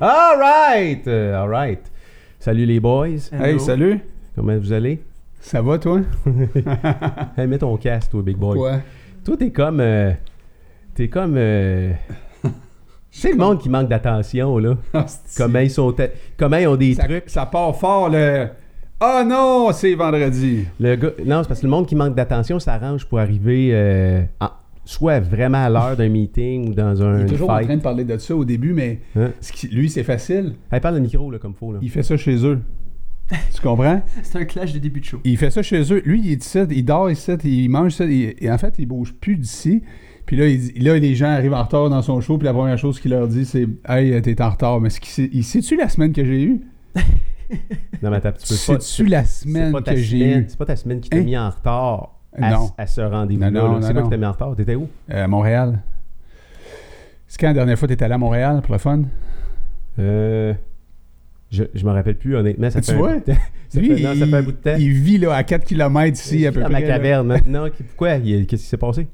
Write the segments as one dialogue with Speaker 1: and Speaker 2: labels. Speaker 1: Ah.
Speaker 2: All right! Euh, All right. Salut les boys.
Speaker 1: Hey, salut.
Speaker 2: Comment vous allez?
Speaker 1: Ça va, toi?
Speaker 2: Hey, mets ton casque, toi, Big Boy.
Speaker 1: Quoi?
Speaker 2: Toi, t'es comme. euh, t'es comme. euh, C'est le monde qui manque d'attention, là. Comment ils sont. à- Comment ils ont des
Speaker 1: ça,
Speaker 2: trucs.
Speaker 1: ça part fort, le... Ah non, c'est vendredi.
Speaker 2: Le gars- Non, c'est parce que le monde qui manque d'attention s'arrange pour arriver euh, en- soit vraiment à l'heure d'un meeting ou dans un.
Speaker 1: Il est toujours en
Speaker 2: fight.
Speaker 1: train de parler de ça au début, mais
Speaker 2: Hein?
Speaker 1: ce qui- lui, c'est facile.
Speaker 2: Hey, parle le micro, là, comme faut, là.
Speaker 1: Il fait ça chez eux. tu comprends?
Speaker 3: C'est un clash de début de show.
Speaker 1: Il fait ça chez eux. Lui, il est ici, il dort ici, il mange ça. il- et en fait, il bouge plus d'ici. Puis là, il dit- là, les gens arrivent en retard dans son show. Puis la première chose qu'il leur dit, c'est Hey, t'es en retard. Mais ce qui s'est- il sait-tu la semaine que j'ai eue
Speaker 2: Non, mais attends, tu peux pas.
Speaker 1: Sais-tu la
Speaker 2: C'est
Speaker 1: semaine
Speaker 2: pas, ta
Speaker 1: que j'ai
Speaker 2: semaine,
Speaker 1: eue
Speaker 2: c'est pas ta semaine qui t'a
Speaker 1: Hein?
Speaker 2: mis en retard à,
Speaker 1: Non.
Speaker 2: à ce rendez-vous-là.
Speaker 1: Non, non,
Speaker 2: là. C'est
Speaker 1: non,
Speaker 2: quoi qui
Speaker 1: non.
Speaker 2: t'a mis en retard? T'étais où?
Speaker 1: Euh, à Montréal C'est quand la dernière fois t'es allé à Montréal pour le fun
Speaker 2: Euh, je je me rappelle plus, honnêtement. Ça
Speaker 1: Tu
Speaker 2: fait un
Speaker 1: vois?
Speaker 2: bout de temps. Ça
Speaker 1: Lui,
Speaker 2: fait- non, ça fait un bout de temps.
Speaker 1: Il vit là, à 4 km
Speaker 2: Je suis
Speaker 1: ici, à peu
Speaker 2: dans
Speaker 1: près.
Speaker 2: ma
Speaker 1: là.
Speaker 2: caverne maintenant. Qui- Pourquoi? Il y a- Qu'est-ce qui s'est passé?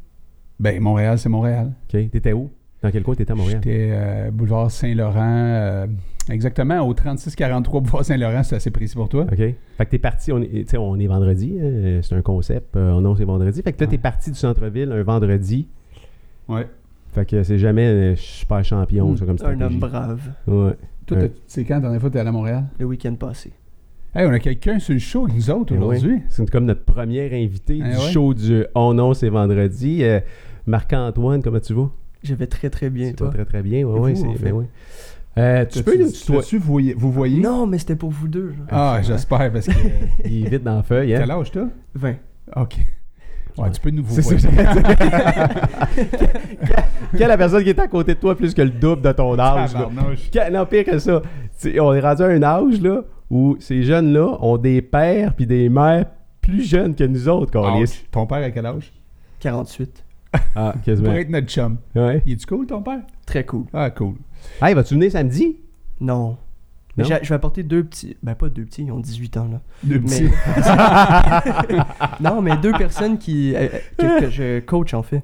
Speaker 1: Ben, Montréal, c'est Montréal.
Speaker 2: OK. T'étais où? Dans quel coin t'étais à Montréal?
Speaker 1: J'étais euh, boulevard Saint-Laurent, euh, exactement au 3643 boulevard Saint-Laurent, c'est assez précis pour toi.
Speaker 2: OK. Fait que t'es parti, on est, tu sais, on est vendredi, hein, c'est un concept, euh, non, c'est vendredi. Fait que là, t'es
Speaker 1: Ouais.
Speaker 2: parti du centre-ville un vendredi.
Speaker 1: Ouais.
Speaker 2: Fait que c'est jamais euh, super champion,
Speaker 1: Mm.
Speaker 2: ça, comme
Speaker 3: Un homme
Speaker 2: stratégie.
Speaker 3: brave.
Speaker 2: Ouais.
Speaker 1: Toi,
Speaker 2: Ouais.
Speaker 1: t'as- c'est quand la dernière fois que t'es allé à Montréal?
Speaker 3: Le week-end passé.
Speaker 1: Hey, on a quelqu'un sur le show avec nous autres
Speaker 2: Eh ouais.
Speaker 1: aujourd'hui.
Speaker 2: C'est comme notre premier invité
Speaker 1: Eh
Speaker 2: du
Speaker 1: ouais.
Speaker 2: show du On Non, c'est vendredi. Euh, Marc-Antoine, comment tu vas?
Speaker 3: Je vais très très bien.
Speaker 2: Tu vas
Speaker 3: toi.
Speaker 2: très très bien. Ouais,
Speaker 3: Et
Speaker 2: ouais,
Speaker 3: vous,
Speaker 2: c'est-
Speaker 3: en fait?
Speaker 2: ben ouais. Euh, tu peux nous tutoyer.
Speaker 1: tu voyez, vous voyez?
Speaker 3: Non, mais c'était pour vous deux. genre.
Speaker 1: Ah, j'espère, parce que...
Speaker 2: Il est vite dans la feuille. Hein?
Speaker 1: Quel âge t'as?
Speaker 3: 20.
Speaker 1: OK. Ouais, tu peux nous vous
Speaker 2: C'est ça
Speaker 1: voyez.
Speaker 2: que j'allais dire. Quelle la personne qui est à côté de toi plus que le double de ton âge? là?
Speaker 1: Ah, Tabarnouche.
Speaker 2: Que- Non, pire que ça. Tu sais, on est rendu à un âge là, où ces jeunes-là ont des pères puis des mères plus jeunes que nous autres, qu'on
Speaker 1: Ouch. Ton père à quel âge?
Speaker 3: 48.
Speaker 2: Ah,
Speaker 1: Pour
Speaker 2: quasiment.
Speaker 1: être notre chum.
Speaker 2: Ouais.
Speaker 1: Il est-tu cool, ton père?
Speaker 3: Très cool.
Speaker 1: Ah, cool.
Speaker 2: Hey, vas-tu venir samedi?
Speaker 3: Non. Mais
Speaker 2: Non?
Speaker 3: j'ai- je vais apporter deux petits. Ben, pas deux petits, ils ont 18 ans, là.
Speaker 1: Deux petits.
Speaker 3: Mais... non, mais deux personnes qui. euh, euh, que, que je coach, en fait.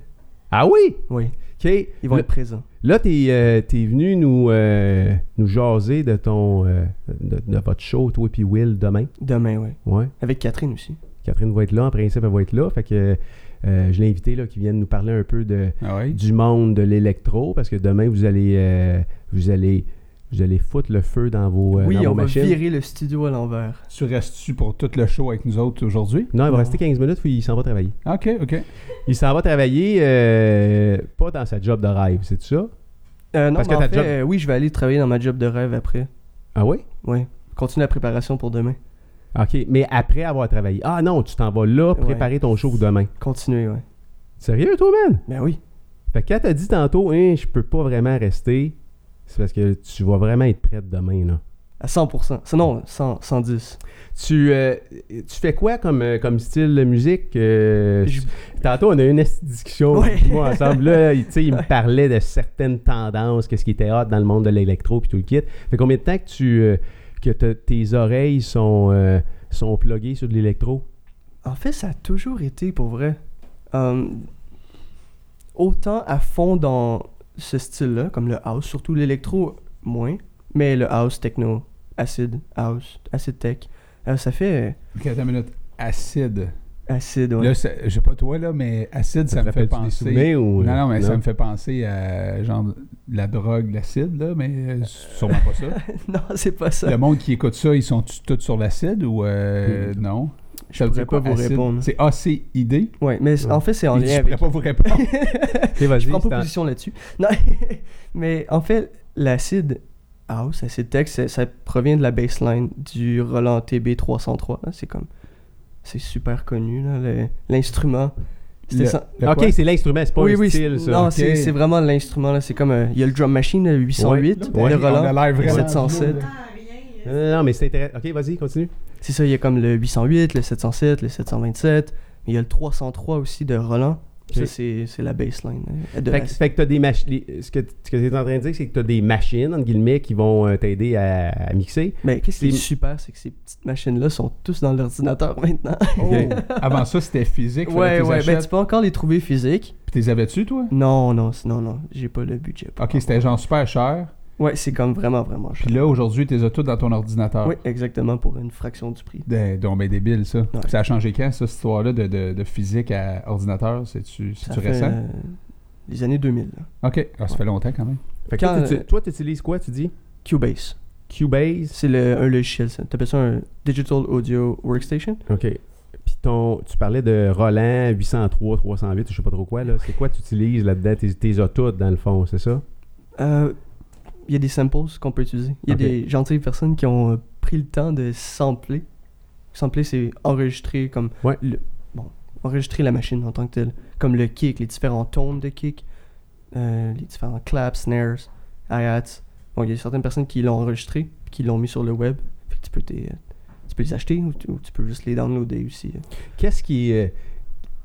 Speaker 2: Ah oui?
Speaker 3: Oui.
Speaker 2: OK.
Speaker 3: Ils vont
Speaker 2: Là-
Speaker 3: être présents.
Speaker 2: Là, t'es euh, t'es venu nous, euh, nous jaser de ton euh, de, de votre show, toi et Will, demain.
Speaker 3: Demain, oui.
Speaker 2: Ouais.
Speaker 3: Avec Catherine aussi.
Speaker 2: Catherine va être là, en principe, elle va être là. Fait que euh, je l'ai invité là, qui vienne nous parler un peu de,
Speaker 1: Ah oui?
Speaker 2: du monde de l'électro, parce que demain, vous allez euh, vous allez vous allez foutre le feu dans vos, euh,
Speaker 3: oui,
Speaker 2: dans vos
Speaker 3: on va
Speaker 2: machines.
Speaker 3: virer le studio à l'envers.
Speaker 1: Tu restes-tu pour tout le show avec nous autres aujourd'hui?
Speaker 2: Non, il va
Speaker 3: Non.
Speaker 2: rester 15 minutes, puis il s'en va travailler.
Speaker 1: OK, OK.
Speaker 2: Il s'en va travailler euh, pas dans sa job de rêve, c'est ça?
Speaker 3: Euh, non,
Speaker 2: Parce
Speaker 3: mais
Speaker 2: que
Speaker 3: en
Speaker 2: ta
Speaker 3: fait,
Speaker 2: job-
Speaker 3: euh, oui, je vais aller travailler dans ma job de rêve après.
Speaker 2: Ah oui?
Speaker 3: Oui. Continue la préparation pour demain.
Speaker 2: OK. Mais après avoir travaillé. Ah non, tu t'en vas là,
Speaker 3: Ouais.
Speaker 2: préparer ton show pour demain.
Speaker 3: Continuez, oui.
Speaker 2: Sérieux, toi, man?
Speaker 3: Ben oui.
Speaker 2: Fait que quand t'as dit tantôt, hein, je peux pas vraiment rester, c'est parce que tu vas vraiment être prête demain, là.
Speaker 3: À 100%. Sinon, 100, 110.
Speaker 2: Tu, euh, tu fais quoi comme, euh, comme style de musique? euh,
Speaker 3: Je-
Speaker 2: Tantôt, on a eu une esti- discussion,
Speaker 3: Ouais.
Speaker 2: moi, ensemble. Là, il, tu sais, il me parlait de certaines tendances, qu'est-ce qui était hot dans le monde de l'électro puis tout le kit. Fait combien de temps que, tu, euh, que t'as- tes oreilles sont, euh, sont pluguées sur de l'électro?
Speaker 3: En fait, ça a toujours été pour vrai. Euh, autant à fond dans ce style-là, comme le house, surtout l'électro moins, mais le house, techno, acid, house, acid tech, euh, ça fait
Speaker 1: OK, attends une minute. Acide.
Speaker 3: euh, acid. Ouais.
Speaker 1: Là, ça- je sais pas toi, là, mais acide, ça,
Speaker 2: te
Speaker 1: me fait
Speaker 2: rappelle-tu des
Speaker 1: penser...
Speaker 2: souvenirs ou... euh,
Speaker 1: Non, non, mais ça me fait penser à genre la drogue, l'acide, là, mais euh, sûrement pas ça.
Speaker 3: non, c'est pas ça.
Speaker 1: Le monde qui écoute ça, ils sont tous sur l'acide ou euh, non?
Speaker 3: Hmm. Je
Speaker 1: Ça veut
Speaker 3: pourrais
Speaker 1: dire quoi,
Speaker 3: pas vous
Speaker 1: acide?
Speaker 3: répondre. hein.
Speaker 1: C'est ACID.
Speaker 3: Ouais, mais c- en fait, c'est en
Speaker 1: Il dit,
Speaker 3: lien
Speaker 1: Je
Speaker 3: avec.
Speaker 1: pourrais pas vous répondre.
Speaker 2: Ok, vas-y,
Speaker 3: Je prends
Speaker 2: c'est
Speaker 3: pas
Speaker 2: en-
Speaker 3: position là-dessus. Non, mais en fait, l'acide house, acid tech, ça, ça provient de la baseline du Roland TB 303. hein, C'est comme, c'est super connu là, le- l'instrument. C'était
Speaker 1: Le-
Speaker 3: ça-
Speaker 1: le
Speaker 2: Ok,
Speaker 1: quoi?
Speaker 2: c'est l'instrument, c'est pas
Speaker 3: oui,
Speaker 2: le
Speaker 3: oui,
Speaker 2: style,
Speaker 3: c'est-
Speaker 2: ça.
Speaker 3: non,
Speaker 1: ok.
Speaker 3: c'est c'est vraiment l'instrument là. C'est comme, euh, il y a le drum machine le 808,
Speaker 1: Ouais,
Speaker 3: le
Speaker 1: on a
Speaker 3: Roland.
Speaker 1: l'air vraiment
Speaker 3: 707.
Speaker 1: vieux, là.
Speaker 4: hein.
Speaker 1: Euh,
Speaker 2: Non, non, non, mais c'est intéressant. Ok, vas-y, continue.
Speaker 3: C'est ça, il y a comme le 808, le 707, le 727. mais Il y a le 303 aussi de Roland.
Speaker 2: Ok.
Speaker 3: Ça, c'est c'est la baseline. hein, de
Speaker 2: Fait, que-
Speaker 3: l'acide.
Speaker 2: fait que t'as des machines. Ce que, ce que t'es en train de dire, c'est que t'as des machines, entre guillemets, qui vont euh, t'aider à, à mixer.
Speaker 3: Mais qu'est-ce qui est
Speaker 2: C'est-
Speaker 3: super, c'est que ces petites machines-là sont tous dans l'ordinateur maintenant.
Speaker 1: Oh, Avant ça, c'était physique.
Speaker 3: Ouais, ouais, ben
Speaker 1: Ben,
Speaker 3: tu peux encore les trouver physiques.
Speaker 1: Puis t'es avais-tu, toi?
Speaker 3: Non, non, c- non, non, j'ai pas le budget. pour
Speaker 1: Ok,
Speaker 3: en
Speaker 1: c'était genre super cher.
Speaker 3: Ouais, c'est comme vraiment, vraiment cher.
Speaker 1: Puis là, aujourd'hui, tu les as toutes dans ton ordinateur.
Speaker 3: Oui, exactement, pour une fraction du prix.
Speaker 1: Des- donc, ben débile, ça. Ça a changé quand, ça, cette histoire-là de, de- de physique à ordinateur? C'est-tu
Speaker 3: Ça
Speaker 1: c'est-tu
Speaker 3: fait,
Speaker 1: récent?
Speaker 3: euh, les années 2000. là.
Speaker 1: OK. Ah, ça fait longtemps, quand même.
Speaker 2: Fait que
Speaker 3: Quand,
Speaker 2: toi, tu-
Speaker 3: euh,
Speaker 2: toi, tu utilises quoi, tu dis?
Speaker 3: Cubase.
Speaker 2: Cubase.
Speaker 3: C'est le, un logiciel, ça. T'appelles ça un Digital Audio Workstation?
Speaker 2: OK. Puis ton, tu parlais de Roland 803, 308, je sais pas trop quoi. là. C'est quoi tu utilises là-dedans? Tes, tes autos, dans le fond, c'est ça?
Speaker 3: Euh, Il y a des samples qu'on peut utiliser. Il y a
Speaker 2: Ok.
Speaker 3: des gentilles personnes qui ont euh, pris le temps de sampler. Sampler, c'est enregistrer comme.
Speaker 2: Ouais.
Speaker 3: le- bon, enregistrer la machine en tant que telle. Comme le kick, les différents tones de kick, euh, les différents claps, snares, hi-hats. Bon, il y a certaines personnes qui l'ont enregistré, qui l'ont mis sur le web. Fait que tu peux, t'es- euh, tu peux les acheter ou tu, ou tu peux juste les downloader aussi. euh.
Speaker 2: Qu'est-ce qui. euh,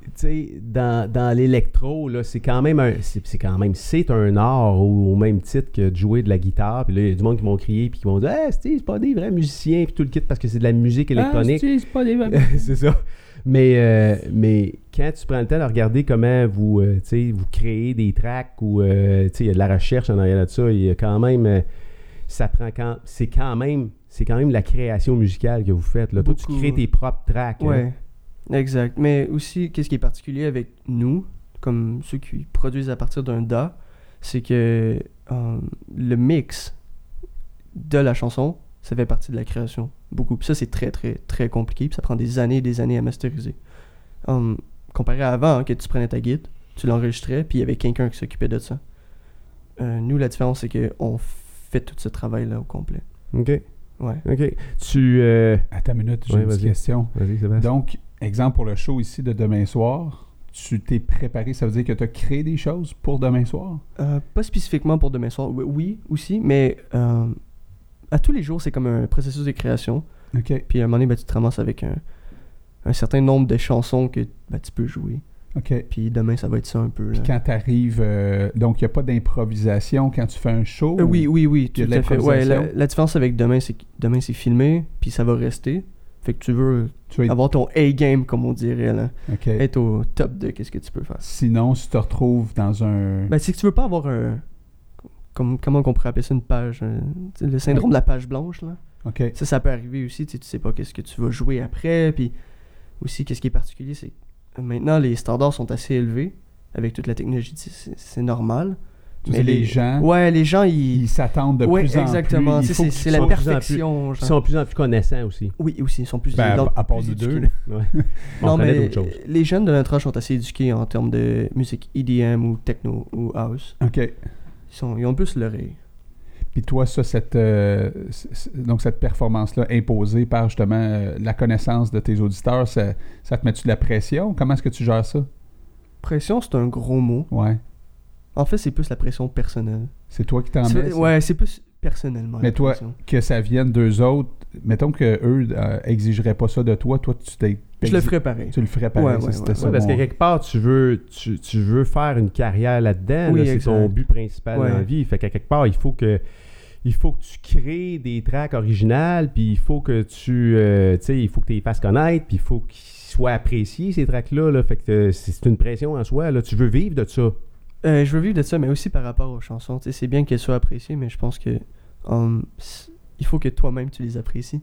Speaker 2: tu sais, dans, dans l'électro, là, c'est quand même un. C'est c'est quand même. C'est un art au, au même titre que de jouer de la guitare. Puis là, il y a du monde qui vont crier puis qui vont dire Hey, c'est c'est pas des vrais musiciens, puis tout le kit parce que c'est de la musique
Speaker 3: Ah,
Speaker 2: électronique.
Speaker 1: c'est pas des...
Speaker 2: c'est ça. Mais, euh, mais quand tu prends le temps de regarder comment vous, euh, tu sais, vous créez des tracks ou euh, tu sais, il y a de la recherche en arrière de ça, il y a quand même. euh, ça prend quand. C'est quand même. C'est quand même la création musicale que vous faites. Là. Toi, tu
Speaker 3: Beaucoup.
Speaker 2: crées tes propres tracks. hein.
Speaker 3: Ouais, exact. Mais aussi, qu'est-ce qui est particulier avec nous, comme ceux qui produisent à partir d'un DA, c'est que euh, le mix de la chanson, ça fait partie de la création, beaucoup. Puis ça, c'est très, très, très compliqué, puis ça prend des années et des années à masteriser. Hum, comparé à avant, hein, que tu prenais ta guide, tu l'enregistrais, puis il y avait quelqu'un qui s'occupait de ça. Euh, nous, la différence, c'est qu'on fait tout ce travail-là au complet.
Speaker 2: OK.
Speaker 3: Ouais.
Speaker 2: OK. Tu. euh,
Speaker 1: Attends une minute, j'ai
Speaker 2: Ouais,
Speaker 1: une petite
Speaker 2: vas-y.
Speaker 1: question.
Speaker 2: Vas-y, Sébastien.
Speaker 1: Donc, exemple pour le show ici de demain soir, tu t'es préparé, ça veut dire que tu as créé des choses pour demain soir?
Speaker 3: Euh, pas spécifiquement pour demain soir, oui, oui, aussi, mais euh, à tous les jours, c'est comme un processus de création.
Speaker 1: OK.
Speaker 3: Puis à un moment donné, ben, tu te ramasses avec un, un certain nombre de chansons que ben, tu peux jouer.
Speaker 1: OK.
Speaker 3: Puis demain, ça va être ça un peu. là.
Speaker 1: Puis quand tu arrives, donc il n'y a pas d'improvisation quand tu fais un show?
Speaker 3: Euh, oui, oui, oui,
Speaker 1: Il y
Speaker 3: tout
Speaker 1: a de
Speaker 3: à fait. Ouais, la,
Speaker 1: l'improvisation.
Speaker 3: la différence avec demain, c'est que demain, c'est filmé, puis ça va rester. Fait que tu veux
Speaker 1: Tu vas être-
Speaker 3: avoir ton A-game, comme on dirait, là.
Speaker 1: OK.
Speaker 3: être au top de qu'est-ce que tu peux faire.
Speaker 1: Sinon, si tu te retrouves dans un...
Speaker 3: Ben, c'est que tu veux pas avoir un. Comme, comment on pourrait appeler ça une page un- tu sais, Le syndrome de la page blanche, là.
Speaker 1: OK.
Speaker 3: Ça, ça peut arriver aussi, tu sais, tu sais pas qu'est-ce que tu vas jouer après, puis aussi, qu'est-ce qui est particulier, c'est que maintenant, les standards sont assez élevés avec toute la technologie, tu sais, c'est c'est normal.
Speaker 1: Tu sais, les gens,
Speaker 3: Ouais, les gens, ils...
Speaker 1: Hein? ils s'attendent de
Speaker 3: ouais,
Speaker 1: plus
Speaker 3: exactement,
Speaker 1: en
Speaker 3: tu
Speaker 1: plus.
Speaker 3: sais,
Speaker 1: Il faut
Speaker 3: c'est
Speaker 1: qu'ils
Speaker 3: c'est la
Speaker 1: soient-
Speaker 2: de plus en plus-
Speaker 3: perfection.
Speaker 2: Ils
Speaker 3: genre.
Speaker 2: sont de plus en plus connaissants aussi.
Speaker 3: Oui, aussi, ils sont plus...
Speaker 1: Ben,
Speaker 3: donc,
Speaker 1: à part
Speaker 3: plus
Speaker 1: nous deux,
Speaker 3: éduqués.
Speaker 1: là.
Speaker 2: Ouais. On
Speaker 3: Non,
Speaker 2: connaît
Speaker 3: mais
Speaker 2: d'autres choses.
Speaker 3: les jeunes de notre âge sont assez éduqués en termes de musique EDM ou techno ou house.
Speaker 1: OK.
Speaker 3: Ils, sont, ils ont plus l'oreille.
Speaker 1: Puis toi, ça, cette, euh, c- c- donc cette performance-là imposée par justement euh, la connaissance de tes auditeurs, ça, ça te met-tu de la pression? Comment est-ce que tu gères ça?
Speaker 3: Pression, c'est un gros mot.
Speaker 1: Ouais.
Speaker 3: En fait, c'est plus la pression personnelle.
Speaker 1: C'est toi qui t'en
Speaker 3: C'est-
Speaker 1: mets? Ah, ça?
Speaker 3: ouais, c'est plus personnellement.
Speaker 1: Mais
Speaker 3: la
Speaker 1: toi,
Speaker 3: pression.
Speaker 1: Que ça vienne d'eux autres, mettons que eux euh, exigeraient pas ça de toi, toi, tu t'es...
Speaker 3: je le ferais pareil.
Speaker 1: Tu le ferais pareil,
Speaker 3: Ouais,
Speaker 1: ça,
Speaker 3: ouais,
Speaker 1: c'était
Speaker 3: ouais.
Speaker 1: ça.
Speaker 2: Ouais, parce que
Speaker 1: mon-
Speaker 2: quelque part, tu veux, tu, tu veux faire une carrière là-dedans.
Speaker 3: Oui,
Speaker 2: là, c'est
Speaker 3: exact.
Speaker 2: ton but principal
Speaker 3: Ouais.
Speaker 2: dans la vie. Fait qu'à quelque part, il faut que il faut que tu crées des tracks originales, puis il faut que tu euh, tu sais, il faut que tu les fasses connaître, puis il faut qu'ils soient appréciés ces tracks là, fait que euh, c'est c'est une pression en soi là, tu veux vivre de ça.
Speaker 3: Euh, je veux vivre de ça, mais aussi par rapport aux chansons. Tu sais, c'est bien qu'elles soient appréciées, mais je pense que hum, c- il faut que toi-même tu les apprécies.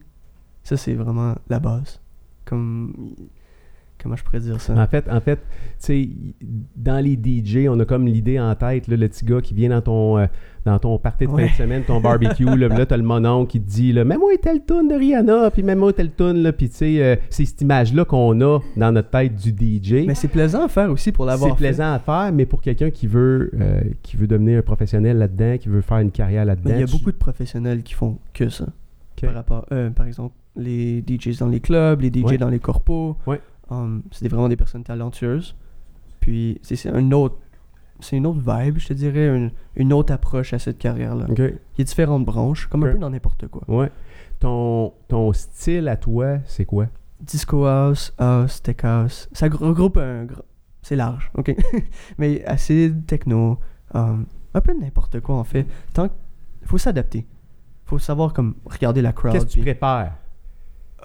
Speaker 3: Ça, c'est vraiment la base. Comme comment je pourrais dire ça
Speaker 2: En fait, en fait, tu sais, dans les DJ, on a comme l'idée en tête, là, le petit gars qui vient dans ton, euh, dans ton party de
Speaker 3: Ouais.
Speaker 2: fin de semaine, ton barbecue, là, là t'as le monon qui te dit, là, mets-moi telle tune de Rihanna, puis mets-moi telle tune, là, puis tu sais, euh, c'est cette image-là qu'on a dans notre tête du DJ.
Speaker 3: Mais c'est plaisant à faire aussi pour l'avoir.
Speaker 2: C'est
Speaker 3: fait.
Speaker 2: plaisant à faire, mais pour quelqu'un qui veut, euh, qui veut devenir un professionnel là-dedans, qui veut faire une carrière là-dedans,
Speaker 3: Mais il y a
Speaker 2: tu-
Speaker 3: beaucoup de professionnels qui font que ça.
Speaker 2: Ok.
Speaker 3: Par rapport, euh, par exemple, les DJs dans les clubs, les DJs
Speaker 2: Ouais.
Speaker 3: dans les corpos.
Speaker 2: Ouais.
Speaker 3: Hum, c'est des- vraiment des personnes talentueuses. Puis c'est c'est un autre, c'est une autre vibe, je te dirais, une, une autre approche à cette carrière-là.
Speaker 2: Ok.
Speaker 3: Il y a différentes branches, comme
Speaker 2: Ouais.
Speaker 3: un peu dans n'importe quoi.
Speaker 2: Ouais. Ton, ton style à toi, c'est quoi?
Speaker 3: Disco house, house, tech house. Ça gr- regroupe un. gr- C'est large, ok? Mais acide, techno, um, un peu n'importe quoi en fait. Tant que- faut s'adapter. Faut savoir comme regarder la crowd.
Speaker 2: Qu'est-ce que tu
Speaker 3: puis-
Speaker 2: prépares?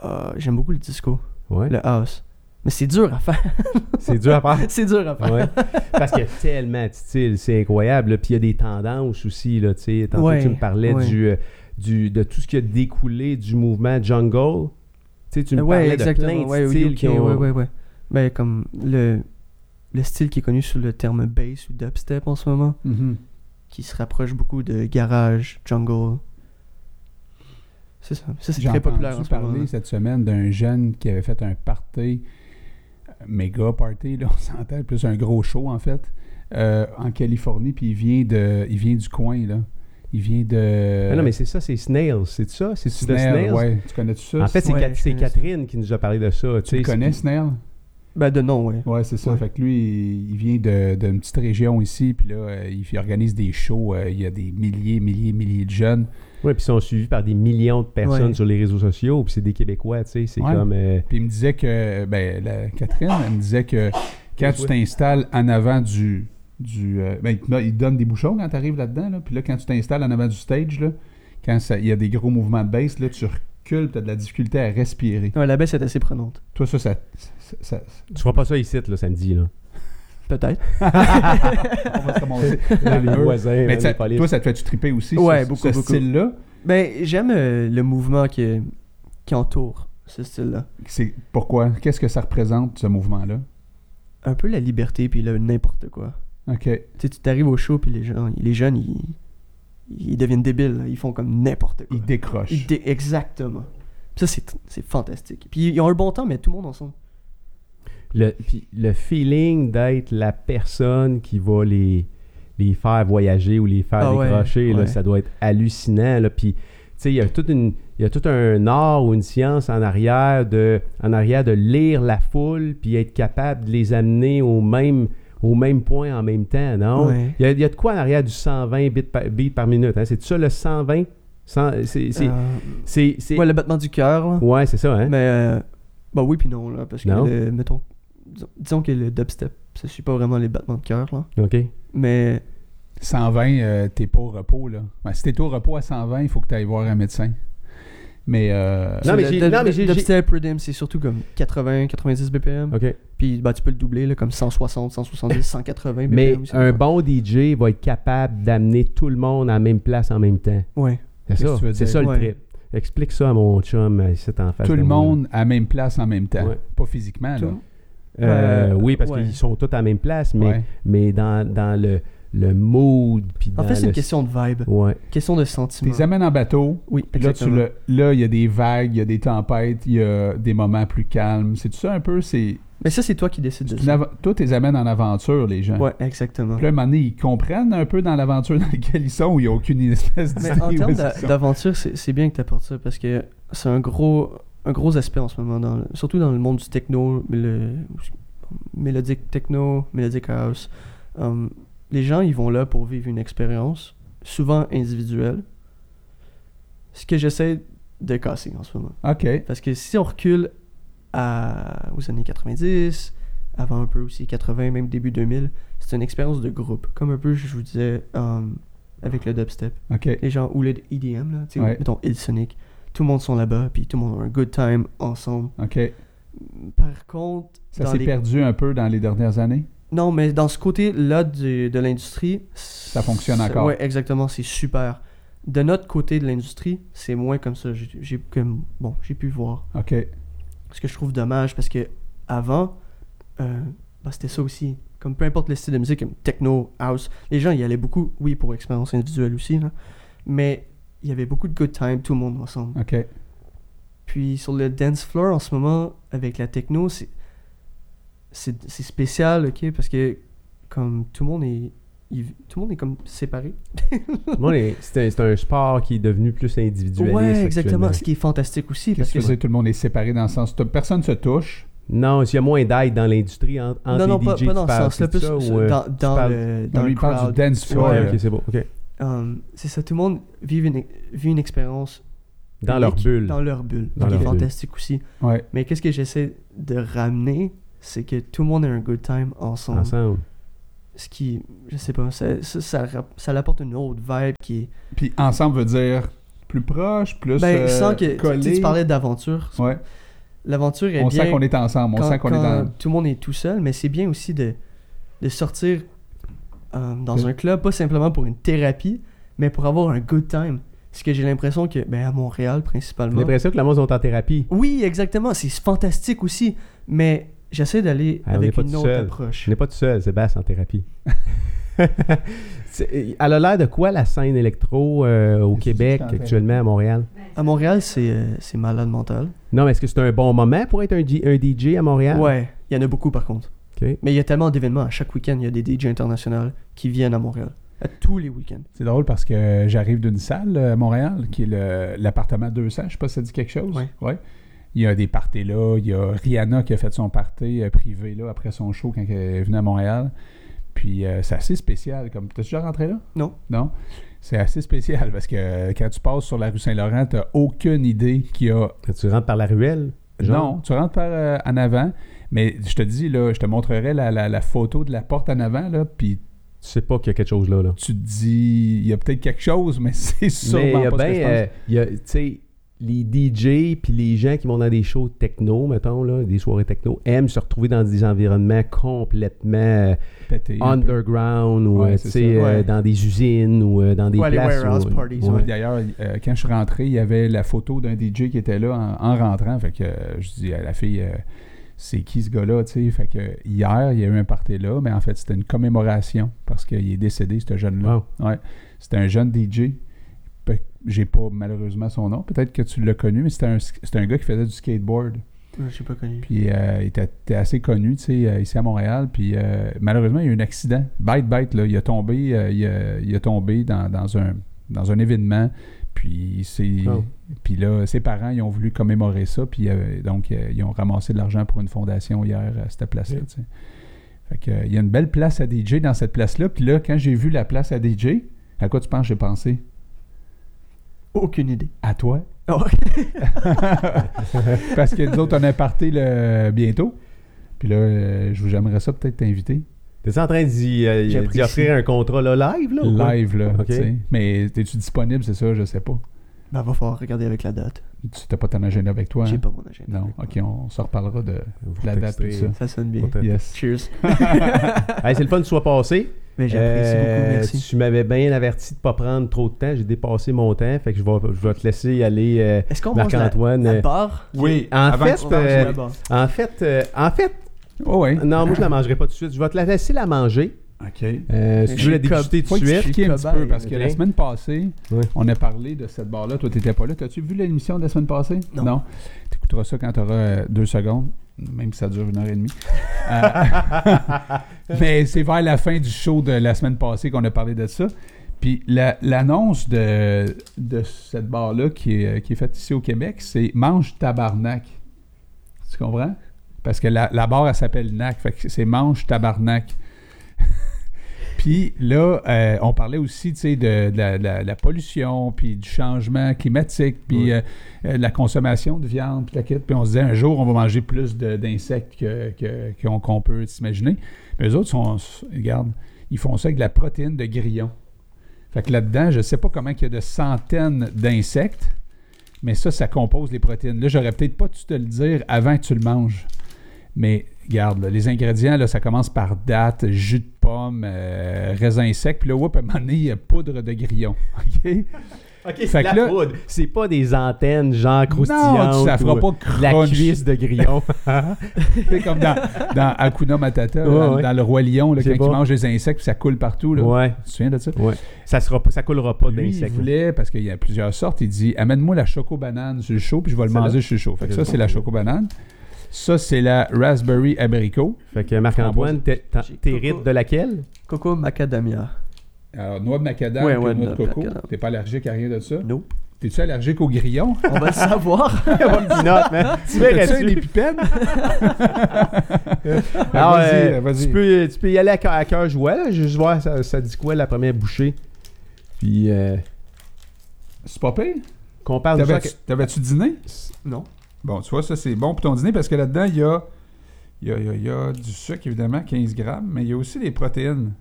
Speaker 3: Euh, J'aime beaucoup le disco,
Speaker 2: Ouais.
Speaker 3: le house. Mais c'est dur à faire.
Speaker 2: C'est dur à faire.
Speaker 3: c'est dur à faire.
Speaker 2: Ouais. Parce qu'il y a tellement de styles, c'est incroyable. là. Puis il y a des tendances aussi. Là, tu sais. Tantôt,
Speaker 3: Ouais,
Speaker 2: tu me parlais
Speaker 3: ouais.
Speaker 2: du, euh, du- de tout ce qui a découlé du mouvement jungle. Tu sais, tu me
Speaker 3: ouais,
Speaker 2: parlais de
Speaker 3: exactement.
Speaker 2: plein
Speaker 3: ouais,
Speaker 2: de
Speaker 3: au
Speaker 2: styles
Speaker 3: UK,
Speaker 2: qui ont...
Speaker 3: ouais, ouais, ouais. Ben, comme le, le style qui est connu sous le terme bass ou dubstep en ce moment,
Speaker 1: Mhm.
Speaker 3: qui se rapproche beaucoup de garage, jungle. C'est ça. Ça, c'est
Speaker 1: J'ai
Speaker 3: très populaire en
Speaker 1: entendu
Speaker 3: ce moment.
Speaker 1: parler cette semaine d'un jeune qui avait fait un party, euh, méga party, là, on s'entend, plus un gros show en fait, euh, en Californie, puis il vient de, il vient du coin là, il vient de.
Speaker 2: Ah non, mais c'est ça, c'est Snails. C'est ça? C'est de
Speaker 1: Snell,
Speaker 2: Snails?
Speaker 1: ouais. Tu connais tout ça
Speaker 2: En fait, c'est
Speaker 3: Ouais,
Speaker 2: Cat-
Speaker 3: je
Speaker 2: c'est
Speaker 3: connais ça.
Speaker 2: Catherine qui nous a parlé de ça.
Speaker 1: tu
Speaker 2: sais,
Speaker 1: le connais
Speaker 2: c'est-
Speaker 1: Snell
Speaker 3: Ben, de nom, ouais.
Speaker 1: Ouais, c'est ça.
Speaker 3: Ouais.
Speaker 1: Fait que lui, il- il vient de- d'une petite région ici, puis là, euh, il il organise des shows. euh, il y a des milliers, milliers, milliers de jeunes.
Speaker 2: Ouais, puis ils sont suivis par des millions de personnes
Speaker 3: Ouais.
Speaker 2: sur les réseaux sociaux. Puis c'est des Québécois, tu sais. C'est
Speaker 1: Ouais.
Speaker 2: comme... euh,
Speaker 1: Puis il me disait que, ben, la Catherine, elle me disait que quand tu t'installes en avant du. du euh, ben, il te- il te donne des bouchons quand tu arrives là-dedans, là. Puis là, quand tu t'installes en avant du stage, là, quand ça- il y a des gros mouvements de bass, là, tu recules, tu as de la difficulté à respirer.
Speaker 3: Non, la baisse est assez prenante.
Speaker 1: Toi, ça, ça. ça- ça-
Speaker 2: Tu feras pas ça ici, là, samedi, là.
Speaker 3: Peut-être.
Speaker 1: on va se ramasser dans le
Speaker 2: les
Speaker 1: mur.
Speaker 2: voisins,
Speaker 1: Mais
Speaker 2: hein,
Speaker 1: ça-
Speaker 2: les polices.
Speaker 1: toi, ça te fait-tu triper aussi,
Speaker 3: Ouais,
Speaker 1: ce-
Speaker 3: beaucoup,
Speaker 1: ce
Speaker 3: beaucoup.
Speaker 1: style-là?
Speaker 3: Ben, j'aime euh, le mouvement qui, qui entoure ce style-là.
Speaker 1: C'est pourquoi Qu'est-ce que ça représente ce mouvement-là
Speaker 3: Un peu la liberté, puis le n'importe quoi.
Speaker 1: Ok.
Speaker 3: Tu sais, tu t'arrives au show, puis les, gens, les jeunes, ils, ils deviennent débiles. là. Ils font comme n'importe quoi.
Speaker 1: Il décroche.
Speaker 3: Ils dé- Exactement. Puis Ça, c'est c'est fantastique. Puis ils ont un bon temps, mais tout le monde ensemble.
Speaker 2: Le, puis le feeling d'être la personne qui va les, les faire voyager ou les faire
Speaker 3: Ah ouais,
Speaker 2: décrocher, là,
Speaker 3: ouais.
Speaker 2: ça doit être hallucinant. Là. Puis, tu sais, il y a toute une- il y a tout un art ou une science en arrière, de, en arrière de lire la foule puis être capable de les amener au même, au même point en même temps, non?
Speaker 3: Ouais.
Speaker 2: Il y a- il y, a de quoi en arrière du 120 bits par, beats par minute, hein? C'est ça le 120? Cent- c'est- c'est-
Speaker 3: Euh,
Speaker 2: c'est- c'est-
Speaker 3: ouais, le battement du cœur, là.
Speaker 2: Ouais, c'est ça, hein?
Speaker 3: Mais, euh, bah oui, puis non, là. Parce que,
Speaker 2: Non.
Speaker 3: le- mettons, disons, disons que le dubstep, ça suit pas vraiment les battements de cœur, là.
Speaker 2: OK.
Speaker 3: Mais
Speaker 2: Euh,
Speaker 1: 120, euh, t'es pas au repos, là. Ben, si t'es au repos à 120, il faut que t'ailles voir un médecin. Mais. euh,
Speaker 2: Non, mais
Speaker 3: le
Speaker 2: j'ai-
Speaker 3: dub-
Speaker 2: non, mais j'ai- j'ai-
Speaker 3: dubstep rhythm, c'est surtout comme 80, 90 BPM.
Speaker 2: OK.
Speaker 3: Puis bah, tu peux le doubler, là, comme 160, 170, 180
Speaker 2: Mais
Speaker 3: BPM. aussi,
Speaker 2: un
Speaker 3: des fois.
Speaker 2: bon DJ va être capable d'amener tout le monde à la même place en même temps.
Speaker 3: Ouais.
Speaker 2: C'est
Speaker 1: Qu'est-ce
Speaker 2: ça,
Speaker 1: que tu veux
Speaker 2: c'est
Speaker 1: dire?
Speaker 2: ça le
Speaker 3: Ouais.
Speaker 2: trip. Explique ça à mon chum euh, ici en face.
Speaker 1: tout
Speaker 2: de
Speaker 1: le
Speaker 2: moi, là.
Speaker 1: monde à même place en même temps.
Speaker 2: Ouais.
Speaker 1: Pas physiquement, là.
Speaker 3: Tout-
Speaker 2: Euh,
Speaker 3: Euh,
Speaker 2: oui, parce
Speaker 3: ouais.
Speaker 2: qu'ils sont tous à la même place, mais,
Speaker 1: Ouais.
Speaker 2: mais dans, dans le, le mood. Puis
Speaker 3: En
Speaker 2: dans
Speaker 3: fait,
Speaker 2: Ah,
Speaker 3: c'est
Speaker 2: le- Oh.
Speaker 3: une question de vibe,
Speaker 2: Ouais.
Speaker 3: question de
Speaker 1: Tu
Speaker 3: sentiment.
Speaker 1: les amènes en bateau.
Speaker 3: Oui,
Speaker 1: Puis là, tu
Speaker 3: exactement.
Speaker 1: le- là, il y a des vagues, il y a des tempêtes, il y a des moments plus calmes. C'est tout ça un peu. C'est
Speaker 3: Mais ça, c'est toi qui décides de
Speaker 1: c'est
Speaker 3: ça.
Speaker 1: une av- toi, tu les amènes en aventure, les gens.
Speaker 3: Ouais, exactement.
Speaker 1: Puis là, à un moment donné, ils comprennent un peu dans l'aventure dans laquelle ils sont, où il n'y a aucune espèce
Speaker 3: Mais en
Speaker 1: d'idée où
Speaker 3: termes
Speaker 1: est-ce qu'ils
Speaker 3: d'a-
Speaker 1: sont.
Speaker 3: d'aventure, c'est c'est bien que tu apportes ça parce que c'est un gros, un gros aspect en ce moment, dans le- surtout dans le monde du techno, le, mélodique techno, mélodique house. Um, les gens, ils vont là pour vivre une expérience, souvent individuelle. Ce que j'essaie de casser en ce moment.
Speaker 1: OK.
Speaker 3: Parce que si on recule à- aux années 90, avant un peu aussi 80, même début 2000, c'est une expérience de groupe. Comme un peu, je vous disais, um, avec le dubstep
Speaker 1: OK.
Speaker 3: les gens ou le EDM là, tu sais,
Speaker 1: Ouais.
Speaker 3: mettons Sonic, tout le monde sont là-bas puis tout le monde a un good time ensemble.
Speaker 1: OK.
Speaker 3: Par contre,
Speaker 1: Ça
Speaker 3: dans
Speaker 1: s'est
Speaker 3: les-
Speaker 1: perdu un peu dans les dernières années.
Speaker 3: non mais dans ce côté là de, de l'industrie, ça
Speaker 1: fonctionne encore.
Speaker 3: Ouais, exactement, c'est super. De notre côté de l'industrie, c'est moins comme ça. J'ai j'ai comme bon, j'ai pu voir
Speaker 1: OK.
Speaker 3: ce que je trouve dommage parce que avant euh, bah, c'était ça aussi. Comme peu importe le style de musique, comme techno, house, les gens y allaient beaucoup, oui, pour expérience individuelle aussi, là, mais il y avait beaucoup de good time, tout le monde ensemble.
Speaker 1: OK.
Speaker 3: Puis sur le dance floor en ce moment, avec la techno, c'est c'est c'est spécial, ok, parce que comme tout le monde est il- tout le monde est comme séparé.
Speaker 2: Moi, les- c'est un, c'est un sport qui est devenu plus individualiste.
Speaker 3: ouais, exactement.
Speaker 2: actuellement.
Speaker 3: Ce qui est fantastique aussi, parce
Speaker 1: Qu'est-ce
Speaker 3: que,
Speaker 1: que c'est? Tout le monde est séparé dans le sens. t- Personne ne se touche.
Speaker 2: Non, s'il y a moins d'aide dans l'industrie en- entre
Speaker 3: non, non,
Speaker 2: les
Speaker 3: pas,
Speaker 2: DJ,
Speaker 3: pas
Speaker 2: tu
Speaker 3: dans ce
Speaker 2: parles,
Speaker 3: sens-là,
Speaker 2: c'est
Speaker 3: plus
Speaker 2: ça,
Speaker 3: sur-
Speaker 2: ou, euh,
Speaker 3: dans, dans
Speaker 2: parles-
Speaker 3: le
Speaker 1: Dans
Speaker 3: dans
Speaker 1: lui,
Speaker 3: le
Speaker 1: il parle
Speaker 3: crowd.
Speaker 1: du dance floor.
Speaker 2: Ouais,
Speaker 1: là.
Speaker 2: ok, c'est bon. ok.
Speaker 3: Um, c'est ça, tout le monde vit une vit une expérience
Speaker 2: Dans leur
Speaker 3: unique
Speaker 2: bulle.
Speaker 3: dans leur bulle,
Speaker 2: Dans
Speaker 3: qui est
Speaker 2: leur bulle.
Speaker 3: fantastique aussi.
Speaker 1: Ouais.
Speaker 3: Mais qu'est-ce que j'essaie de ramener, c'est que tout le monde a un good time ensemble.
Speaker 2: Ensemble.
Speaker 3: Hein? ce qui, je sais pas, ça, ça, ça, rap- ça l'apporte une autre vibe qui est.
Speaker 1: Puis ensemble veut dire plus proche, plus.
Speaker 3: Ben,
Speaker 1: euh,
Speaker 3: sans que. tu-
Speaker 1: collé.
Speaker 3: Tu, tu parlais d'aventure.
Speaker 1: Ouais.
Speaker 3: l'aventure est
Speaker 1: On
Speaker 3: bien
Speaker 1: sent qu'on est ensemble. On
Speaker 3: quand,
Speaker 1: sent qu'on est
Speaker 3: quand
Speaker 1: dans.
Speaker 3: tout le monde est tout seul, mais c'est bien aussi de, de sortir euh, dans
Speaker 1: C'est-
Speaker 3: un club, pas simplement pour une thérapie, mais pour avoir un good time. Ce que j'ai l'impression que, ben, à Montréal
Speaker 2: J'ai
Speaker 3: principalement.
Speaker 2: l'impression que le monde sont en thérapie.
Speaker 3: Oui, exactement, c'est fantastique aussi, mais j'essaie d'aller
Speaker 2: Ah, on est
Speaker 3: avec
Speaker 2: pas
Speaker 3: une
Speaker 2: tout
Speaker 3: autre
Speaker 2: seul.
Speaker 3: approche.
Speaker 2: Je n'ai pas tout seul, Sébastien, en thérapie. C'est- euh, Elle a l'air de quoi la scène électro euh, au
Speaker 1: Est-ce
Speaker 2: Québec
Speaker 1: que tu t'en
Speaker 2: actuellement à Montréal?
Speaker 4: Ben,
Speaker 1: ah,
Speaker 3: À Montréal, c'est euh, c'est malade mental.
Speaker 2: Non, mais est-ce que c'est un bon moment pour être un, G- un DJ à Montréal?
Speaker 3: Ouais, il y en a beaucoup par contre.
Speaker 2: OK.
Speaker 3: Mais il y a tellement d'événements. À chaque week-end, il y a des DJ internationaux qui viennent à Montréal. À tous les week-ends.
Speaker 1: C'est drôle parce que j'arrive d'une salle à Montréal, qui est le- l'appartement 200. Je sais pas si ça dit quelque chose.
Speaker 3: Ouais.
Speaker 1: Il y a des parties là. Il y a Rihanna qui a fait son party euh, privé là après son show quand elle est venue à Montréal. Puis euh, c'est assez spécial. Comme... T'as déjà rentré là?
Speaker 3: Non.
Speaker 1: Non? C'est assez spécial parce que euh, quand tu passes sur la rue Saint-Laurent, t'as aucune idée qu'il y a
Speaker 2: Tu rentres par la ruelle? genre?
Speaker 1: Non, tu rentres par euh, en avant, mais je te dis, là, je te montrerai la, la- la photo de la porte en avant, là, puis
Speaker 2: Tu sais pas qu'il y a quelque chose là. là.
Speaker 1: tu te dis, il y a peut-être quelque chose, mais c'est
Speaker 2: Mais il
Speaker 1: sûrement
Speaker 2: y a
Speaker 1: pas ce que je
Speaker 2: bien,
Speaker 1: pense.
Speaker 2: euh, il y a, tu sais, les DJ puis les gens qui vont dans des shows techno, mettons, là, des soirées techno, aiment se retrouver dans des environnements complètement euh,
Speaker 1: Pété un peu.
Speaker 2: underground ou
Speaker 1: Ouais,
Speaker 2: euh,
Speaker 1: c'est
Speaker 2: tu sais,
Speaker 1: ça.
Speaker 2: euh,
Speaker 3: Ouais.
Speaker 2: dans des usines ou euh, dans des
Speaker 3: Ouais, les
Speaker 2: places.
Speaker 3: warehouse
Speaker 2: où-
Speaker 3: parties,
Speaker 2: ouais.
Speaker 3: ouais.
Speaker 1: D'ailleurs, euh, quand je suis rentré, il y avait la photo d'un DJ qui était là en, en rentrant. Fait que euh, je dis à la fille, euh, c'est qui ce gars-là, tu sais? Fait que euh, hier, il y a eu un party là, mais en fait, c'était une commémoration parce qu'il est décédé, ce jeune-là.
Speaker 2: Wow.
Speaker 1: Ouais. C'était un jeune DJ. Pe- J'ai pas malheureusement son nom. Peut-être que tu l'as connu, mais c'était un, sk- c'était un gars qui faisait du skateboard.
Speaker 3: Je sais pas connu.
Speaker 1: Puis euh, il était, était assez connu, tu sais, euh, ici à Montréal. Puis euh, malheureusement, il y a eu un accident. Bite, bite, là. Il a tombé, euh, il a, il a tombé dans, dans un, dans un événement. Puis, c'est,
Speaker 2: Oh.
Speaker 1: puis là, ses parents, ils ont voulu commémorer ça. Puis euh, donc, euh, ils ont ramassé de l'argent pour une fondation hier à cette place-là,
Speaker 2: Ok.
Speaker 1: tu sais. Fait que, euh, il y a une belle place à DJ dans cette place-là. Puis là, quand j'ai vu la place à DJ, à quoi tu penses que j'ai pensé?
Speaker 3: Aucune idée.
Speaker 1: À toi.
Speaker 3: Oh.
Speaker 1: Parce que nous autres, on a parté le... bientôt. Puis là, euh, je vous- j'aimerais ça peut-être t'inviter.
Speaker 2: T'es en train d'y euh, d'y
Speaker 3: J'apprécie.
Speaker 2: offrir un contrat là, live?
Speaker 3: Ah,
Speaker 2: Là, ou quoi?
Speaker 1: Live, là.
Speaker 2: Ok.
Speaker 1: tu sais. Mais es-tu disponible, c'est ça? Je sais pas.
Speaker 3: Ben, va falloir regarder avec la date.
Speaker 1: Tu t'as pas ton agenda avec toi? hein?
Speaker 3: J'ai pas mon agenda.
Speaker 1: Non. OK, on se reparlera de
Speaker 2: Vous
Speaker 1: la date, tout
Speaker 2: textez.
Speaker 1: ça.
Speaker 3: Ça sonne bien.
Speaker 2: Vous textez.
Speaker 1: Yes.
Speaker 3: Cheers.
Speaker 2: Hey, c'est le fun de soit passé.
Speaker 3: Mais j'apprécie beaucoup,
Speaker 2: Euh,
Speaker 3: merci.
Speaker 2: Tu m'avais bien averti de ne pas prendre trop de temps. J'ai dépassé mon temps. Fait que je vais, je vais te laisser y aller, euh,
Speaker 3: Est-ce qu'on mange la,
Speaker 2: Marc-Antoine.
Speaker 3: la
Speaker 2: Euh,
Speaker 3: barre?
Speaker 1: Oui,
Speaker 2: En
Speaker 1: avant
Speaker 2: fait,
Speaker 1: que tu
Speaker 3: On
Speaker 1: parles,
Speaker 3: mange
Speaker 2: euh,
Speaker 3: la barre.
Speaker 2: En fait, euh, en fait,
Speaker 1: Oh, ouais.
Speaker 2: non, moi je la mangerai pas tout de suite. Je vais te la laisser la manger.
Speaker 1: OK.
Speaker 2: Euh, si tu
Speaker 3: Mais
Speaker 2: veux la
Speaker 3: j'ai comme-
Speaker 2: déguster tout
Speaker 1: Faut
Speaker 2: de suite.
Speaker 1: expliquer un petit
Speaker 3: cobaye,
Speaker 1: peu, parce que
Speaker 2: ok.
Speaker 1: la semaine passée,
Speaker 2: Oui.
Speaker 1: on a parlé de cette barre-là. Toi, t'étais pas là. T'as-tu vu l'émission de la semaine passée?
Speaker 3: Non.
Speaker 1: Tu écouteras ça quand tu auras deux secondes, même si ça dure une heure et demie. Euh, mais c'est vers la fin du show de la semaine passée qu'on a parlé de ça. Puis la- l'annonce de, de cette barre-là qui est, qui est faite ici au Québec, c'est Mange Tabarnak. Tu comprends? Parce que la, la barre, elle s'appelle NAC. Fait que c'est Mange Tabarnak. Puis là, euh, on parlait aussi, tu sais, de, de la, de la- de la pollution, puis du changement climatique, puis
Speaker 2: Oui.
Speaker 1: euh, euh, de la consommation de viande, puis la quête. Puis on se disait, un jour, on va manger plus de- d'insectes que- que- qu'on qu'on peut s'imaginer. Mais eux autres, sont, regarde, ils font ça avec de la protéine de grillon. Fait que là-dedans, je sais pas comment il y a de centaines d'insectes, mais ça, ça compose les protéines. Là, j'aurais peut-être pas dû te le dire avant que tu le manges. Mais regarde, là, les ingrédients, là, ça commence par date, jus de pomme, euh, raisin sec, puis là, whoop, à un moment donné, il y a poudre de grillon. OK?
Speaker 2: Ok,
Speaker 1: Fait
Speaker 2: c'est
Speaker 1: que
Speaker 2: la
Speaker 1: là-
Speaker 2: poudre. C'est pas des antennes genre croustillantes.
Speaker 1: non, ça fera
Speaker 2: ou,
Speaker 1: pas
Speaker 2: euh, La
Speaker 1: crunch.
Speaker 2: cuisse de grillon.
Speaker 1: C'est comme dans, dans Hakuna Matata,
Speaker 2: Ouais,
Speaker 1: dans,
Speaker 2: ouais.
Speaker 1: dans le Roi Lion, là,
Speaker 2: C'est bon.
Speaker 1: quand tu manges les insectes, puis ça coule partout. Là.
Speaker 2: ouais.
Speaker 1: Tu te souviens de ça?
Speaker 2: Ouais. Ça sera pas, ça coulera pas
Speaker 1: Lui, il
Speaker 2: d'insectes.
Speaker 1: voulait, parce qu'il y a plusieurs sortes, il dit Amène-moi la choco-banane sur le chaud, puis je vais le
Speaker 2: Celle-là?
Speaker 1: manger sur le chaud. Fait que ça, c'est la choco-banane. Ça, c'est la raspberry abricot.
Speaker 2: Fait que Marc-Antoine, t'es- t'en-
Speaker 3: J'ai
Speaker 2: t'hérites
Speaker 3: coco.
Speaker 2: de laquelle
Speaker 3: Coco macadamia.
Speaker 1: Alors, noix de macadam,
Speaker 3: Ouais,
Speaker 1: puis
Speaker 3: ouais,
Speaker 1: noix
Speaker 3: noix
Speaker 1: de
Speaker 3: de
Speaker 1: coco.
Speaker 3: macadam.
Speaker 1: T'es pas allergique à rien de ça.
Speaker 3: Nope.
Speaker 1: T'es-tu allergique au grillon
Speaker 3: On va le savoir.
Speaker 2: Note, man. Tu verrais-tu?
Speaker 1: T'as-tu une épipène
Speaker 2: Alors,
Speaker 1: Vas-y,
Speaker 2: euh,
Speaker 1: vas-y.
Speaker 2: Tu peux, tu peux y aller à cœur, à cœur joie, là, juste voir ça, ça dit quoi la première bouchée. Puis, euh,
Speaker 1: C'est pas pire.
Speaker 2: qu'on
Speaker 3: Ah,
Speaker 2: parle de ça.
Speaker 1: T'avais-tu- T'avais-tu dîné
Speaker 3: non.
Speaker 1: Bon, tu vois, ça, c'est bon pour ton dîner parce que là-dedans, il y a, il y a- il y a- il y a du sucre, évidemment, 15 grammes, mais il y a aussi des protéines.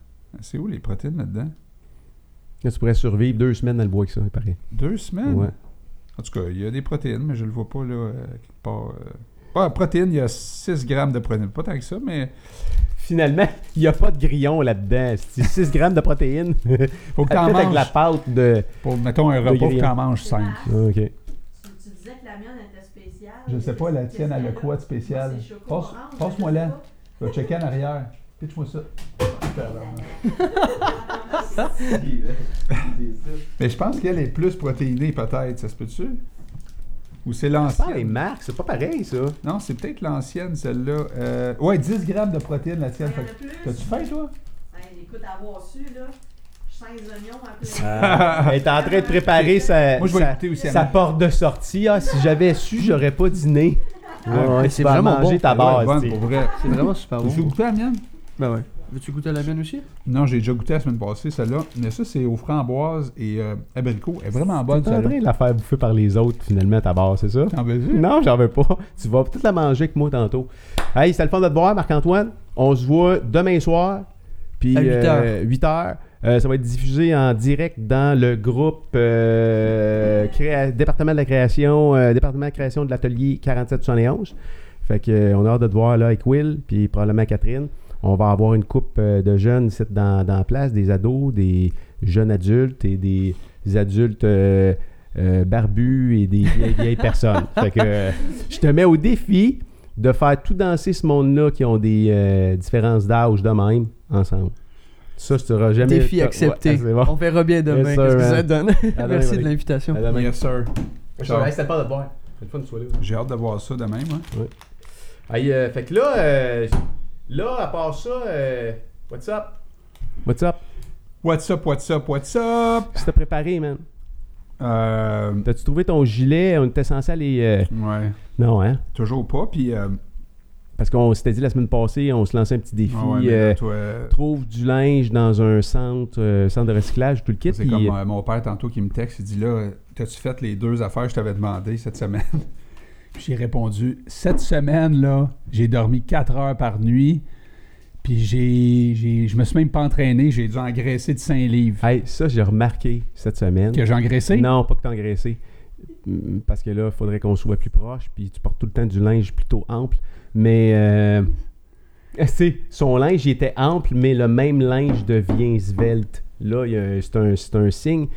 Speaker 1: C'est où les protéines là-dedans
Speaker 2: que tu pourrais survivre deux semaines dans le bois avec ça, il paraît.
Speaker 1: Deux semaines
Speaker 2: Ouais.
Speaker 1: En tout cas, il y a des protéines, mais je le vois pas là, euh, quelque part. euh. Ouais, protéines, il y a 6 grammes de protéines. Pas tant que ça, mais
Speaker 2: Finalement, il n'y a pas de grillon là-dedans. 6 grammes de protéines.
Speaker 1: faut que tu
Speaker 2: Ah, Peut-être
Speaker 1: en
Speaker 2: avec
Speaker 1: manges. Ah,
Speaker 2: la pâte de.
Speaker 1: Pour, mettons un
Speaker 2: de
Speaker 1: repas, faut que tu
Speaker 2: grillons.
Speaker 1: en manges 5.
Speaker 2: Ok.
Speaker 4: Tu, tu disais que la mienne était spéciale.
Speaker 1: Je sais pas, la tienne, elle a quoi de spécial? Passe- passe-moi la. Je vais checker en arrière. Pitch-moi ça.
Speaker 4: Ben,
Speaker 1: Mais je pense qu'elle est plus protéinée, peut-être. Ça se peut-tu? Ou c'est
Speaker 2: Ça, les
Speaker 1: l'ancienne?
Speaker 2: marques, c'est pas pareil, ça.
Speaker 1: Non, c'est peut-être l'ancienne, celle-là. Euh, ouais, 10 grammes de protéines, la tienne.
Speaker 4: Il y en a
Speaker 1: Fait que-
Speaker 4: plus.
Speaker 1: T'as-tu faim, toi?
Speaker 4: Hey, ben, écoute, avoir su, là, 5 oignons en plein.
Speaker 2: Ah, elle est en train de préparer sa,
Speaker 1: Moi, je vais
Speaker 2: sa-
Speaker 1: écouter aussi,
Speaker 2: sa
Speaker 1: Anna.
Speaker 2: porte de sortie. Ah, si j'avais su, j'aurais pas dîné.
Speaker 3: Ah,
Speaker 2: Ah,
Speaker 3: mais
Speaker 2: tu
Speaker 3: c'est
Speaker 2: vas
Speaker 3: vraiment
Speaker 2: manger
Speaker 3: bon.
Speaker 2: ta
Speaker 1: Elle doit être
Speaker 2: base.
Speaker 1: bonne,
Speaker 2: tu sais.
Speaker 1: Ah pour vrai.
Speaker 3: C'est vraiment super bon.
Speaker 1: T'as-tu goûté la mienne?
Speaker 3: Ben ouais. Veux-tu goûter à la mienne aussi?
Speaker 1: Non, j'ai déjà goûté la semaine passée, celle-là. Mais ça, c'est aux framboises et euh, abricots. Elle est vraiment bonne,
Speaker 2: T'es en
Speaker 1: celle-là.
Speaker 2: train de la faire bouffer par les autres, finalement, ta barre, c'est ça?
Speaker 1: T'en veux-tu?
Speaker 2: Non, j'en veux pas. Tu vas peut-être la manger avec moi tantôt. Hey, c'est le fun de te voir, Marc-Antoine. On se voit demain soir. Puis
Speaker 3: À huit heures.
Speaker 2: euh, huit heures. Euh, ça va être diffusé en direct dans le groupe euh, créa- département de la création, euh, département de création de l'atelier 4771. Fait que euh, on a hâte de te voir là avec Will, puis probablement Catherine. On va avoir une coupe euh, de jeunes ici dans, dans la place, des ados, des jeunes adultes et des adultes euh, euh, barbus et des vieilles, vieilles personnes. Fait que euh, je te mets au défi de faire tout danser ce monde-là qui ont des euh, différences d'âge de même ensemble. Ça, tu n'auras jamais...
Speaker 3: Défi
Speaker 2: Ouais,
Speaker 3: accepté.
Speaker 2: c'est bon.
Speaker 3: On verra bien demain
Speaker 2: Yes, sir,
Speaker 3: qu'est-ce que
Speaker 2: man.
Speaker 3: ça donne.
Speaker 2: demain,
Speaker 3: Merci de
Speaker 2: Monique.
Speaker 3: l'invitation.
Speaker 2: À demain.
Speaker 1: Yes, sir. Ciao.
Speaker 2: Hey, c'était pas de boire. C'est le fun de soir là.
Speaker 1: J'ai hâte de hein. voir ça demain, moi.
Speaker 2: Hey, euh, fait que là, euh, là, à part ça, euh, what's up? What's up?
Speaker 1: What's up, what's up, what's up?
Speaker 2: Tu t'es préparé, man.
Speaker 1: Euh,
Speaker 2: T'as-tu trouvé ton gilet? On était censé aller... euh,
Speaker 1: ouais,
Speaker 2: Non, hein?
Speaker 1: toujours pas. Puis, euh,
Speaker 2: Parce qu'on s'était dit la semaine passée, on se lançait un petit défi.
Speaker 1: ah ouais, mais là,
Speaker 2: euh,
Speaker 1: toi, euh,
Speaker 2: trouve du linge dans un centre, euh, centre de recyclage, tout le kit.
Speaker 1: c'est
Speaker 2: puis-
Speaker 1: comme euh, mon père tantôt qui me texte, il dit là, t'as-tu fait les deux affaires que je t'avais demandé cette semaine? Puis j'ai répondu, cette semaine, là, j'ai dormi 4 heures par nuit. Puis j'ai, j'ai- je me suis même pas entraîné, j'ai dû engraisser de 5 livres.
Speaker 2: euh, Hey, ça, j'ai remarqué cette semaine.
Speaker 1: Que j'ai engraissé?
Speaker 2: Non, pas que t'engraisser. Mm, Parce que là, il faudrait qu'on soit plus proche, puis tu portes tout le temps du linge plutôt ample. Mais, euh, tu sais, son linge, il était ample, mais le même linge devient svelte. Là, il y a- c'est un, c'est un signe.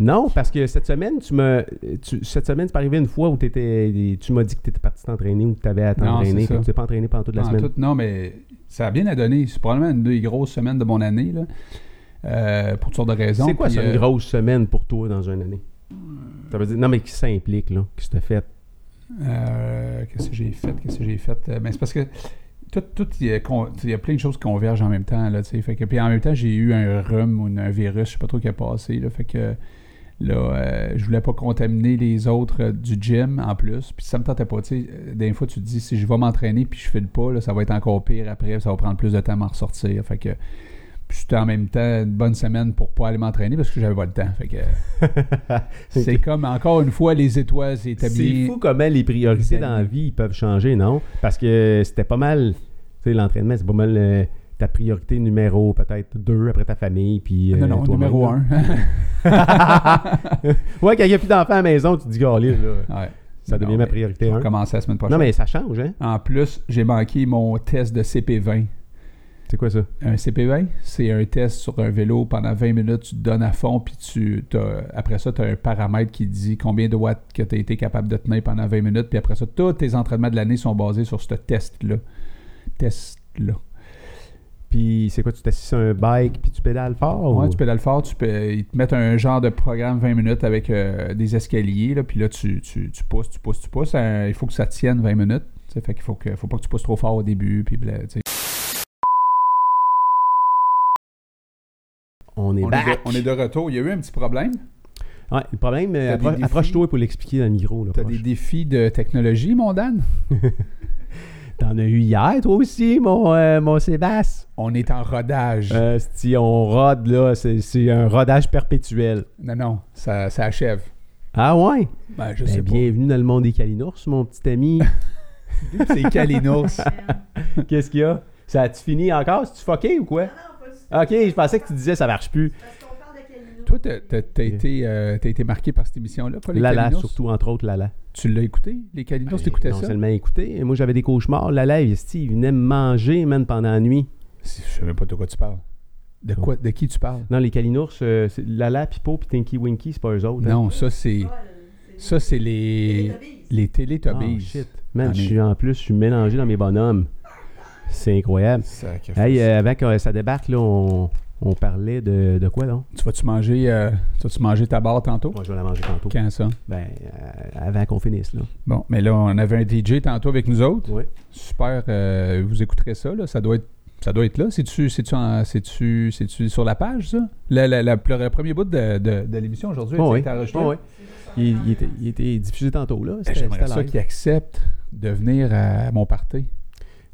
Speaker 2: Non, parce que cette semaine, tu me, tu- cette semaine, c'est arrivé une fois où t'étais- tu m'as dit que tu étais parti t'entraîner ou que tu avais à
Speaker 1: Non,
Speaker 2: t'entraîner. fait
Speaker 1: c'est
Speaker 2: que
Speaker 1: ça.
Speaker 2: Tu t'es pas entraîné pendant toute la
Speaker 1: En
Speaker 2: semaine.
Speaker 1: tout, non, mais ça a bien à donner. C'est probablement une des grosses semaines de mon année, là, euh, pour toutes sortes de raisons.
Speaker 2: C'est quoi
Speaker 1: Puis,
Speaker 2: ça,
Speaker 1: euh,
Speaker 2: une grosse semaine pour toi dans une année? Ça veut dire, non, mais qui s'implique, là, qui se fait.
Speaker 1: Euh, qu'est-ce que j'ai fait? Qu'est-ce que j'ai fait? Euh, ben, c'est parce que tout, tout il, y a con- il y a plein de choses qui convergent en même temps. Là, tu sais. fait que, puis en même temps, j'ai eu un rhume ou une- un virus, je sais pas trop qui a passé. Là, fait que là, euh, je voulais pas contaminer les autres euh, du gym en plus. Puis ça me tentait pas. tu sais. Euh, Des fois, tu te dis, si je vais m'entraîner puis je file pas, là, ça va être encore pire après. Ça va prendre plus de temps à m'en ressortir. Fait que puis c'était en même temps une bonne semaine pour pas aller m'entraîner parce que j'avais pas le temps. Fait que c'est comme encore une fois les étoiles
Speaker 2: C'est
Speaker 1: établies.
Speaker 2: fou comment les priorités dans la vie ils peuvent changer, non? Parce que c'était pas mal. Tu sais, l'entraînement, c'est pas mal euh, ta priorité numéro peut-être deux après ta famille. Puis, euh,
Speaker 1: Ah, non, non,
Speaker 2: toi-même,
Speaker 1: numéro
Speaker 2: là.
Speaker 1: un.
Speaker 2: ouais, quand il n'y a plus d'enfants à la maison, tu te dis, Galier, là,
Speaker 1: Ouais.
Speaker 2: ça
Speaker 1: Non,
Speaker 2: devient ma
Speaker 1: mais
Speaker 2: priorité
Speaker 1: On
Speaker 2: un.
Speaker 1: va commencer la semaine prochaine.
Speaker 2: Non, mais ça change, hein?
Speaker 1: En plus, j'ai manqué mon test de CP20.
Speaker 2: C'est quoi ça?
Speaker 1: Un CP20, c'est un test sur un vélo pendant 20 minutes, tu te donnes à fond, puis tu, t'as- après ça, tu as un paramètre qui dit combien de watts que tu as été capable de tenir pendant 20 minutes, puis après ça, tous tes entraînements de l'année sont basés sur ce test-là. Test-là.
Speaker 2: Puis c'est quoi? Tu t'assis sur un bike puis tu pédales fort?
Speaker 1: Ouais,
Speaker 2: ou-
Speaker 1: tu pédales fort, tu peux, ils te mettent un genre de programme 20 minutes avec euh, des escaliers, là, puis là, tu, tu, tu pousses, tu pousses, tu pousses. Euh, il faut que ça tienne 20 minutes. tu sais, Fait qu'il faut, que, faut pas que tu pousses trop fort au début, puis bla, tu sais.
Speaker 2: On est
Speaker 1: on, est
Speaker 2: back.
Speaker 1: de, on est de retour. Il y a eu un petit problème.
Speaker 2: Ouais, le problème, euh,
Speaker 1: T'as des
Speaker 2: appro-
Speaker 1: défis?
Speaker 2: approche-toi pour l'expliquer dans le micro. là,
Speaker 1: Tu as
Speaker 2: proche.
Speaker 1: des défis de technologie, mon Dan.
Speaker 2: T'en as eu hier, toi aussi, mon, euh, mon Sébastien.
Speaker 1: On est en rodage.
Speaker 2: Euh, si on rode, là, c'est, c'est un rodage perpétuel.
Speaker 1: Non, non, ça, ça achève.
Speaker 2: Ah ouais?
Speaker 1: Ben, je
Speaker 2: Ben,
Speaker 1: sais
Speaker 2: bienvenue dans le monde des calinours, mon petit ami.
Speaker 1: pas. C'est Kalinours.
Speaker 2: Qu'est-ce qu'il y a? Ça a-tu fini encore? C'est-tu fucké ou quoi?
Speaker 4: Non, non, pas du tout.
Speaker 2: Ok, je pensais que tu disais ça marche plus.
Speaker 4: Parce qu'on parle de Calino.
Speaker 1: Toi, t'as, t'as- t'as été, euh, t'as été marqué par cette émission-là, pas les
Speaker 2: Lala,
Speaker 1: Calinos?
Speaker 2: surtout, entre autres, Lala.
Speaker 1: Tu l'as écouté, les Calinos,
Speaker 2: Ben,
Speaker 1: t'écoutais
Speaker 2: non
Speaker 1: ça?
Speaker 2: seulement écouté, moi j'avais des cauchemars. Lala, il, il venait me manger, man, pendant la nuit.
Speaker 1: Si- Je sais même pas de quoi tu parles. De quoi, de qui tu parles?
Speaker 2: Non, les Kalinours, euh, c'est Lala, Pipo, puis Tinky Winky, c'est pas eux autres. hein.
Speaker 1: Non, ça, c'est... Ça, c'est les... Les
Speaker 2: Ah,
Speaker 1: Teletubbies.
Speaker 2: shit. Man,
Speaker 1: Ah,
Speaker 2: je
Speaker 1: mais-
Speaker 2: suis en plus, je suis mélangé dans mes bonhommes. C'est incroyable. Hey, euh, avant que euh, ça débarque, là, on, on parlait de, de quoi, donc?
Speaker 1: Tu vas-tu manger, euh, tu vas-tu manger ta barre tantôt?
Speaker 2: Moi, je vais la manger tantôt.
Speaker 1: Quand ça?
Speaker 2: Ben, euh, avant qu'on finisse, là.
Speaker 1: Bon, mais là, on avait un DJ tantôt avec nous autres.
Speaker 2: Oui.
Speaker 1: Super, euh, vous écouterez ça, là. Ça doit être, ça doit être là. C'est-tu, c'est-tu, en- c'est-tu, c'est-tu sur la page, ça? La- la- la- le premier bout de, de- de l'émission aujourd'hui,
Speaker 2: Oh,
Speaker 1: ça a
Speaker 2: oui.
Speaker 1: été enregistré.
Speaker 2: Oh, oui. Il, il était, il était diffusé tantôt, là. C'était-
Speaker 1: J'aimerais
Speaker 2: c'était
Speaker 1: ça
Speaker 2: live.
Speaker 1: qu'il accepte de venir à mon party.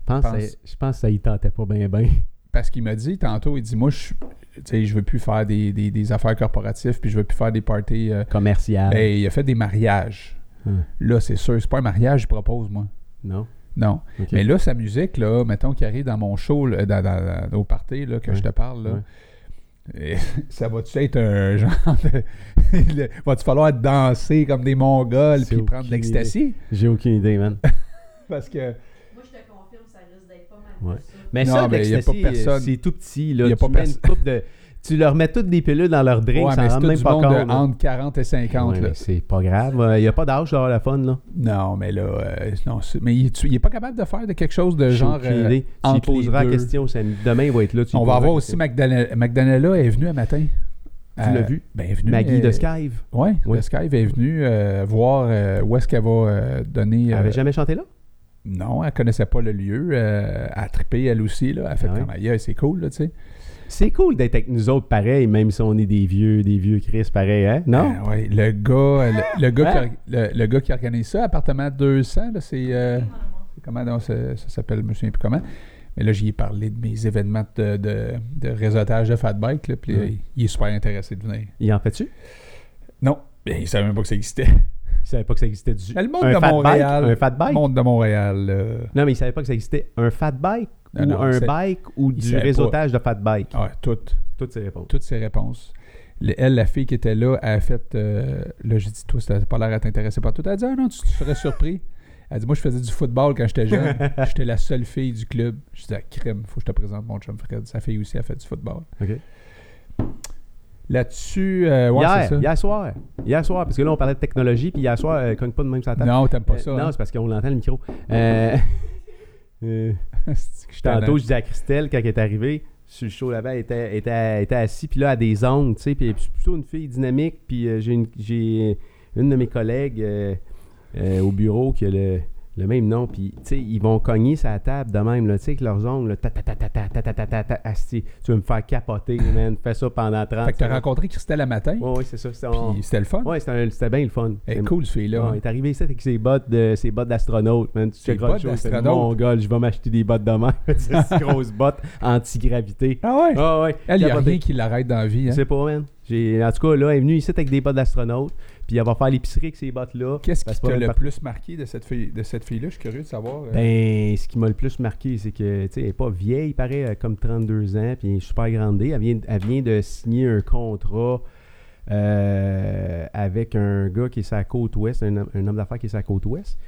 Speaker 2: Je pense, que
Speaker 1: pense.
Speaker 2: ça- je pense que ça y tentait pas bien, bien.
Speaker 1: Parce qu'il m'a dit tantôt, il dit, moi, je suis- tu sais, je veux plus faire des, des- des affaires corporatives, puis je veux plus faire des parties. euh,
Speaker 2: Commercial.
Speaker 1: Ben, il a fait des mariages.
Speaker 2: Ah. Hum.
Speaker 1: Là, c'est sûr, c'est pas un mariage, je propose, moi.
Speaker 2: Non?
Speaker 1: Non.
Speaker 2: Ok.
Speaker 1: Mais là, sa musique, là, mettons qu'il arrive dans mon show, là, dans- dans- dans- au party, là, que
Speaker 2: Ouais.
Speaker 1: je te parle, là, et ça va-tu être un genre de... le- Va-tu falloir danser comme des Mongols
Speaker 2: C'est
Speaker 1: puis prendre de
Speaker 2: aucune idée.
Speaker 1: l'ecstasy?
Speaker 2: J'ai aucune idée, man.
Speaker 1: Parce que
Speaker 4: Moi, je te confirme, ça risque d'être pas mal.
Speaker 2: Ouais.
Speaker 4: ça.
Speaker 2: Mais
Speaker 1: Non,
Speaker 2: ça, de
Speaker 1: mais y a pas
Speaker 2: l'ecstasy, euh,
Speaker 1: personne.
Speaker 2: c'est tout petit. Là.
Speaker 1: Y a
Speaker 2: tu
Speaker 1: pas
Speaker 2: mets une
Speaker 1: personne.
Speaker 2: coupe de... Tu leur mets toutes des pilules dans leur drink,
Speaker 1: ouais,
Speaker 2: ça
Speaker 1: mais c'est
Speaker 2: rend
Speaker 1: tout
Speaker 2: même
Speaker 1: du
Speaker 2: pas
Speaker 1: monde
Speaker 2: compte.
Speaker 1: de
Speaker 2: là.
Speaker 1: entre 40 et 50.
Speaker 2: Ouais,
Speaker 1: là.
Speaker 2: mais c'est pas grave. Il n'y a pas d'âge d'avoir la fun, là.
Speaker 1: Non, mais là, euh, non, c'est- mais il est, il est pas capable de faire de quelque chose de
Speaker 2: J'ai
Speaker 1: genre...
Speaker 2: aucune
Speaker 1: euh,
Speaker 2: idée. Tu y
Speaker 1: entre les
Speaker 2: poseras la
Speaker 1: deux.
Speaker 2: question samedi. Demain, il va être là. tu y
Speaker 1: On va
Speaker 2: poseras
Speaker 1: avoir
Speaker 2: la
Speaker 1: aussi
Speaker 2: question.
Speaker 1: Magdalena. Magdalena est venue un matin.
Speaker 2: Tu l'as vu?
Speaker 1: Ben, elle est venue.
Speaker 2: Maggie
Speaker 1: euh,
Speaker 2: de Skive.
Speaker 1: Ouais,
Speaker 2: Oui.
Speaker 1: de Skype est venue euh, voir euh, où est-ce qu'elle va euh, donner.
Speaker 2: Elle
Speaker 1: euh,
Speaker 2: avait jamais chanté là?
Speaker 1: Non, elle connaissait pas le lieu. euh, elle a trippé elle aussi. Là. Elle a fait
Speaker 2: Ah ouais?
Speaker 1: comme aïe, c'est cool, là, tu sais.
Speaker 2: C'est cool d'être avec nous autres pareil, même si on est des vieux, des vieux Chris pareil, hein? Non?
Speaker 1: Euh, ouais, le gars, le, le gars
Speaker 2: Hein?
Speaker 1: qui, or- le, le gars qui organise ça, appartement 200, là, c'est. euh, comment donc, ça, ça s'appelle, je me souviens plus comment. Mais là, j'y ai parlé de mes événements de, de, de réseautage de fat bike, là, puis
Speaker 2: Ouais.
Speaker 1: euh, il est super intéressé de venir.
Speaker 2: Il en fait-tu?
Speaker 1: Non, ben, il savait même pas que ça existait.
Speaker 2: Il savait pas que ça existait du.
Speaker 1: Mais le monde
Speaker 2: un
Speaker 1: de
Speaker 2: fat
Speaker 1: Montréal.
Speaker 2: Bike? Un fat bike?
Speaker 1: monde de Montréal. là.
Speaker 2: Non, mais il savait pas que ça existait. Un fat bike?
Speaker 1: Non,
Speaker 2: ou
Speaker 1: non,
Speaker 2: un
Speaker 1: c'est-
Speaker 2: bike ou
Speaker 1: il
Speaker 2: du
Speaker 1: savait pas.
Speaker 2: réseautage de fat bike?
Speaker 1: Ah, toutes,
Speaker 2: Toutes ces réponses.
Speaker 1: toutes ses réponses. Le- elle, la fille qui était là, elle a fait. euh, là, j'ai dit, toi, ça n'a pas l'air à t'intéresser par tout. Elle a dit, ah non, tu, tu serais surpris. Elle dit, moi, je faisais du football quand j'étais jeune. j'étais la seule fille du club. Je dis, ah, crème, faut que je te présente mon chum Fred. Sa fille aussi a fait du football.
Speaker 2: OK.
Speaker 1: Là-dessus, euh, ouais, c'est
Speaker 2: hier,
Speaker 1: ça.
Speaker 2: hier soir. Hier soir, parce que là, on parlait de technologie, puis hier soir, euh, cogne pas de même sa table.
Speaker 1: Non, t'aimes pas ça.
Speaker 2: Euh,
Speaker 1: hein?
Speaker 2: non, c'est parce qu'on l'entend le micro. Euh, euh,
Speaker 1: hein? C'est que je suis
Speaker 2: tantôt,
Speaker 1: tannant.
Speaker 2: je disais à Christelle, quand elle est arrivée, sur le show là-bas, elle était, elle était, elle était assise, puis là, à des ongles, tu sais, puis c'est plutôt une fille dynamique, puis euh, j'ai une, j'ai une de mes collègues euh, euh, au bureau qui a le, le même nom, puis, tu sais, ils vont cogner sa table de même, là, tu sais, avec leurs ongles, là, ta ta ta ta ta ta ta ta ta ta asti, tu veux me faire capoter, man, fais ça pendant 30
Speaker 1: Fait que t'as
Speaker 2: secondes.
Speaker 1: rencontré Christelle le matin,
Speaker 2: Oui, c'est ça. C'était on-
Speaker 1: puis c'était le fun.
Speaker 2: Ouais, c'était un- c'était bien le fun.
Speaker 1: Elle est
Speaker 2: C'est-
Speaker 1: cool, ce
Speaker 2: Ouais,
Speaker 1: fille-là. hein?
Speaker 2: il est arrivé ici avec ses bottes de ses bottes d'astronaute, man. Tu
Speaker 1: Ses
Speaker 2: checkeras le
Speaker 1: bottes
Speaker 2: show, il fait,
Speaker 1: d'astronaute?
Speaker 2: Mon gars, je vais m'acheter des bottes de main. Ces grosses bottes anti-gravité.
Speaker 1: Ah ouais?
Speaker 2: Ah ouais.
Speaker 1: Elle, il n'y a
Speaker 2: capoté.
Speaker 1: rien qui l'arrête dans la vie.
Speaker 2: Je
Speaker 1: hein.
Speaker 2: sais pas, man. J'ai- En tout cas, là, elle est venue ici avec des bottes d'astronaute, puis elle va faire l'épicerie avec ces bottes-là.
Speaker 1: Qu'est-ce
Speaker 2: Parce que
Speaker 1: qui t'a
Speaker 2: pas
Speaker 1: le
Speaker 2: mal-
Speaker 1: plus marqué de cette fille, de cette fille-là? Je suis curieux de savoir. euh,
Speaker 2: Ben, ce qui m'a le plus marqué, c'est que, tu sais, elle n'est pas vieille, pareil, elle a comme 32 ans, puis elle est super grandée. Elle vient, elle vient de signer un contrat euh, avec un gars qui est sur la côte ouest, un, homme- un homme d'affaires qui est sur la côte ouest.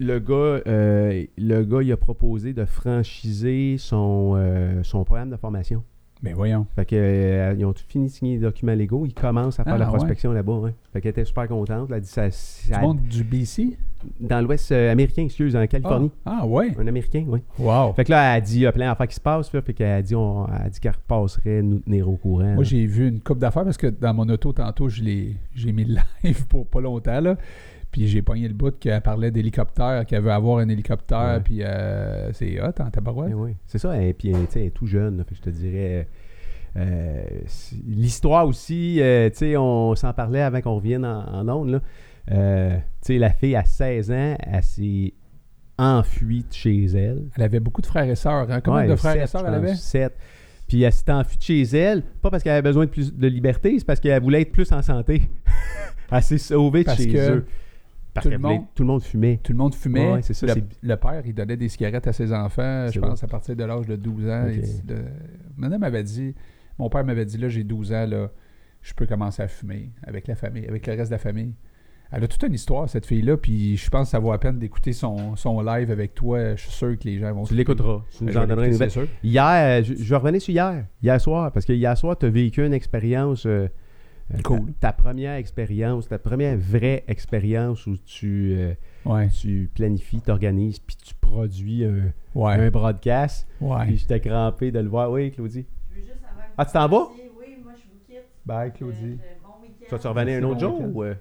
Speaker 2: Le gars, euh, le gars, il a proposé de franchiser son, euh, son programme de formation.
Speaker 1: Mais voyons.
Speaker 2: Fait que, euh, ils ont tout fini de signer les documents légaux. Ils commencent à faire
Speaker 1: Ah,
Speaker 2: la
Speaker 1: ouais.
Speaker 2: prospection là-bas. ouais. Fait qu'elle était super contente. Elle a dit ça, ça-
Speaker 1: Tu montes du BC?
Speaker 2: dans l'ouest euh, américain, excuse, en Californie.
Speaker 1: Ah, ah ouais?
Speaker 2: Un Américain, oui.
Speaker 1: Wow.
Speaker 2: Fait que là, elle a dit, il y a plein d'affaires qui se passent, là, fait qu'elle a dit, on, elle a dit qu'elle repasserait nous tenir au courant.
Speaker 1: Moi,
Speaker 2: là.
Speaker 1: j'ai vu une coupe d'affaires parce que dans mon auto, tantôt, je l'ai- j'ai mis le live pour pas longtemps, là. Puis j'ai pogné le bout qu'elle parlait d'hélicoptère, qu'elle veut avoir un hélicoptère,
Speaker 2: Ouais.
Speaker 1: puis euh, c'est hot en tabarouette.
Speaker 2: Eh oui, c'est ça. Et puis, tu sais, elle est tout jeune, là, fait que je te dirais. euh, c'est- L'histoire aussi, euh, tu sais, on s'en parlait avant qu'on revienne en, en ondes, là. Euh, tu sais, la fille à 16 ans, elle s'est enfuie de chez elle.
Speaker 1: Elle avait beaucoup de frères et sœurs. hein. Combien
Speaker 2: Ouais,
Speaker 1: de frères et
Speaker 2: sept,
Speaker 1: sœurs
Speaker 2: je
Speaker 1: elle
Speaker 2: pense,
Speaker 1: avait?
Speaker 2: sept. Puis elle s'est enfuie de chez elle, pas parce qu'elle avait besoin de plus de liberté, c'est parce qu'elle voulait être plus en santé. elle s'est sauvée de
Speaker 1: Parce
Speaker 2: chez
Speaker 1: que
Speaker 2: eux. Parce
Speaker 1: tout
Speaker 2: que
Speaker 1: le monde-
Speaker 2: tout le monde fumait.
Speaker 1: Tout le monde fumait.
Speaker 2: Ouais, c'est ça,
Speaker 1: le,
Speaker 2: c'est-
Speaker 1: le père, il donnait des cigarettes à ses enfants, je
Speaker 2: C'est
Speaker 1: pense, à partir de l'âge de 12 ans.
Speaker 2: Ok.
Speaker 1: Il dit de- Madame m'avait dit, mon père m'avait dit, là, j'ai 12 ans, là, je peux commencer à fumer avec la famille, avec le reste de la famille. Elle a toute une histoire, cette fille-là, puis je pense que ça vaut la peine d'écouter son, son live avec toi. Je suis sûr que les gens vont
Speaker 2: Tu l'écouteras. Tu
Speaker 1: Ben,
Speaker 2: nous
Speaker 1: je
Speaker 2: en
Speaker 1: vais
Speaker 2: donneras une
Speaker 1: l'écouter,
Speaker 2: nouvelle.
Speaker 1: c'est sûr.
Speaker 2: Hier, euh, je, je revenais sur hier, hier soir, parce que hier soir, tu as vécu une expérience. euh, euh,
Speaker 1: Cool.
Speaker 2: Ta, ta première expérience, ta première vraie expérience où tu, euh,
Speaker 1: Ouais,
Speaker 2: tu planifies, t'organises, puis tu produis un, un
Speaker 1: ouais,
Speaker 2: broadcast.
Speaker 1: ouais.
Speaker 2: Puis j'étais crampé de le voir. Oui, Claudie.
Speaker 4: Je veux juste avant que
Speaker 2: Ah,
Speaker 4: vous
Speaker 2: tu t'en vas?
Speaker 4: partiez, Oui, moi, je vous quitte.
Speaker 1: Bye,
Speaker 4: Euh,
Speaker 1: Claudie.
Speaker 4: euh, bon week-end.
Speaker 2: Tu vas te revenir un
Speaker 1: Merci,
Speaker 2: autre
Speaker 1: bon
Speaker 2: jour?
Speaker 1: week-end.
Speaker 2: ou, euh,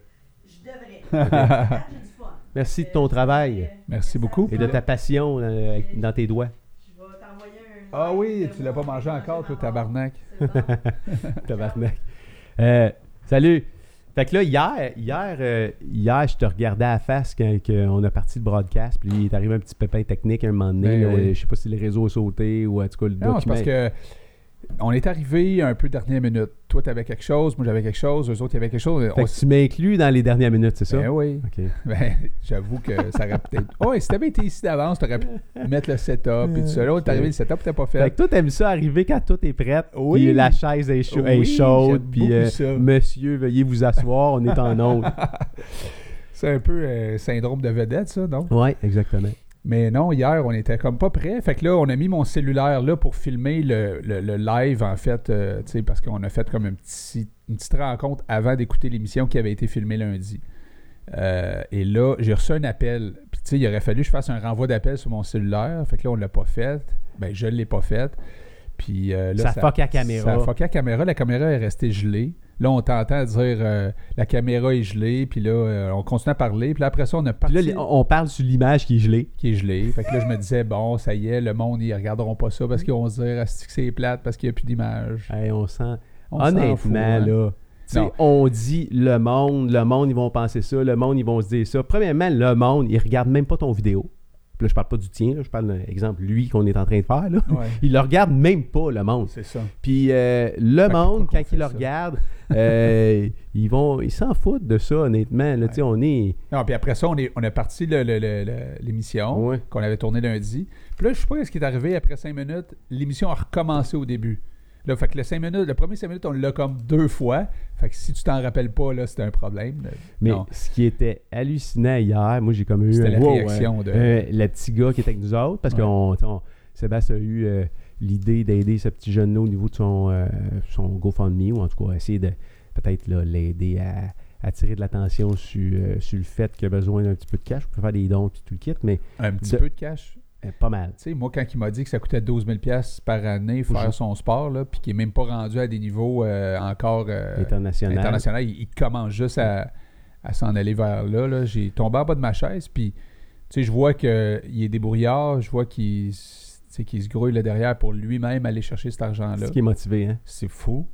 Speaker 4: Je devrais. Ah, J'ai du fun.
Speaker 2: Merci de
Speaker 4: Euh,
Speaker 2: ton travail
Speaker 4: euh,
Speaker 1: Merci beaucoup.
Speaker 2: et de ta passion euh, dans tes doigts.
Speaker 4: Je vais t'envoyer un.
Speaker 1: Ah oui,
Speaker 4: de
Speaker 1: tu l'as
Speaker 4: moi,
Speaker 1: pas mangé
Speaker 4: j'ai
Speaker 1: encore,
Speaker 4: ma
Speaker 1: toi,
Speaker 4: mort.
Speaker 1: tabarnak.
Speaker 4: C'est bon.
Speaker 2: Tabarnak. Euh, salut. Fait que là, hier, hier, euh, hier, je te regardais à la face quand quand on a parti de broadcast, puis il est arrivé un petit pépin technique un moment donné.
Speaker 1: Ben
Speaker 2: là,
Speaker 1: oui.
Speaker 2: Je sais pas si le réseau a sauté ou en tout cas le
Speaker 1: Non,
Speaker 2: document.
Speaker 1: c'est parce que on est arrivé un peu dernière minute. Toi, t'avais quelque chose, moi j'avais quelque chose, eux autres, il y avait quelque chose.
Speaker 2: Fait
Speaker 1: On
Speaker 2: que tu m'inclus dans les dernières minutes, c'est ça?
Speaker 1: Ben oui.
Speaker 2: OK.
Speaker 1: Ben, j'avoue que ça aurait peut-être. Ouais, si t'avais été ici d'avance, t'aurais pu mettre le setup et tout ça. Là, t'es arrivé, le setup, t'as pas
Speaker 2: Fait
Speaker 1: fait.
Speaker 2: que toi, t'aimes ça arriver quand tout est prêt,
Speaker 1: Oui.
Speaker 2: puis la chaise est, chau-
Speaker 1: Oui,
Speaker 2: est chaude,
Speaker 1: j'aime
Speaker 2: puis
Speaker 1: beaucoup
Speaker 2: euh,
Speaker 1: ça.
Speaker 2: monsieur, veuillez vous asseoir, on est en onde.
Speaker 1: C'est un peu euh, syndrome de vedette, ça, non?
Speaker 2: ouais, exactement.
Speaker 1: Mais non, hier, on était comme pas prêt. Fait que là, on a mis mon cellulaire là pour filmer le, le- le live, en fait, euh, tu sais, parce qu'on a fait comme un petit, une petite rencontre avant d'écouter l'émission qui avait été filmée lundi. Euh, et là, j'ai reçu un appel. Puis, tu sais, il aurait fallu que je fasse un renvoi d'appel sur mon cellulaire. Fait que là, on l'a pas fait. Ben, je l'ai pas fait. Puis euh, là,
Speaker 2: Ça fuck la caméra.
Speaker 1: Ça fuck la caméra. La caméra est restée gelée. Là, on t'entend dire euh, la caméra est gelée. Puis là, euh, on continue à parler. Puis là, après ça, on a
Speaker 2: Puis
Speaker 1: parti
Speaker 2: là, les- on on parle sur l'image qui est gelée.
Speaker 1: qui est gelé. Fait que là, je me disais, bon, ça y est, le monde, ils regarderont pas ça parce qu'ils vont se dire, Asti, que c'est plate parce qu'il n'y a plus d'image.
Speaker 2: Hey, on sent...
Speaker 1: On s'en
Speaker 2: Honnêtement,
Speaker 1: fout, hein.
Speaker 2: là, tu sais,
Speaker 1: Non.
Speaker 2: on dit le monde, le monde, ils vont penser ça, le monde, ils vont se dire ça. Premièrement, le monde, il regarde même pas ton vidéo. Puis là, je parle pas du tien, là, je parle d'un exemple, lui qu'on est en train de faire. Là.
Speaker 1: Ouais,
Speaker 2: Il le regarde même pas, le monde.
Speaker 1: c'est ça.
Speaker 2: Puis euh, le
Speaker 1: que
Speaker 2: monde, quand
Speaker 1: pourquoi qu'on
Speaker 2: il
Speaker 1: fait
Speaker 2: le
Speaker 1: ça?
Speaker 2: regarde, euh, ils vont, ils s'en foutent de ça, honnêtement. Là, tu sais, on est...
Speaker 1: Non, puis après ça, on, est, on a parti le- le- le- le- l'émission
Speaker 2: Ouais.
Speaker 1: qu'on avait tournée lundi. Puis là, je sais pas ce qui est arrivé après cinq minutes. L'émission a recommencé au début. Là, fait que le, cinq minutes, le premier cinq minutes, on l'a comme deux fois. Fait que si tu t'en rappelles pas, là, c'était un problème.
Speaker 2: Mais
Speaker 1: Non.
Speaker 2: ce qui était hallucinant hier, moi j'ai comme eu
Speaker 1: C'était
Speaker 2: un
Speaker 1: la
Speaker 2: wow,
Speaker 1: réaction
Speaker 2: hein.
Speaker 1: de-
Speaker 2: Euh, le petit gars qui était avec nous autres, parce
Speaker 1: Ouais.
Speaker 2: qu'on on- Sébastien a eu euh, l'idée d'aider ce petit jeune-là au niveau de son, euh, son GoFundMe, ou en tout cas essayer de peut-être là, l'aider à attirer de l'attention sur, euh, sur le fait qu'il a besoin d'un petit peu de cash pour faire des dons et tout le kit, mais
Speaker 1: Un petit
Speaker 2: De-
Speaker 1: peu de cash.
Speaker 2: euh, pas mal.
Speaker 1: Tu sais, moi, quand il m'a dit que ça coûtait 12 000 par année faire
Speaker 2: Bonjour.
Speaker 1: son sport, là, puis qu'il n'est même pas rendu à des niveaux euh, encore euh,
Speaker 2: international.
Speaker 1: international, il, il commence juste à, à s'en aller vers là. là. J'ai tombé en bas de ma chaise, puis tu sais, je vois qu'il est débrouillard, je vois qu'il s- tu sais, qu'il se grouille là derrière pour lui-même aller chercher cet argent-là.
Speaker 2: Ce qui est motivé, hein?
Speaker 1: C'est fou.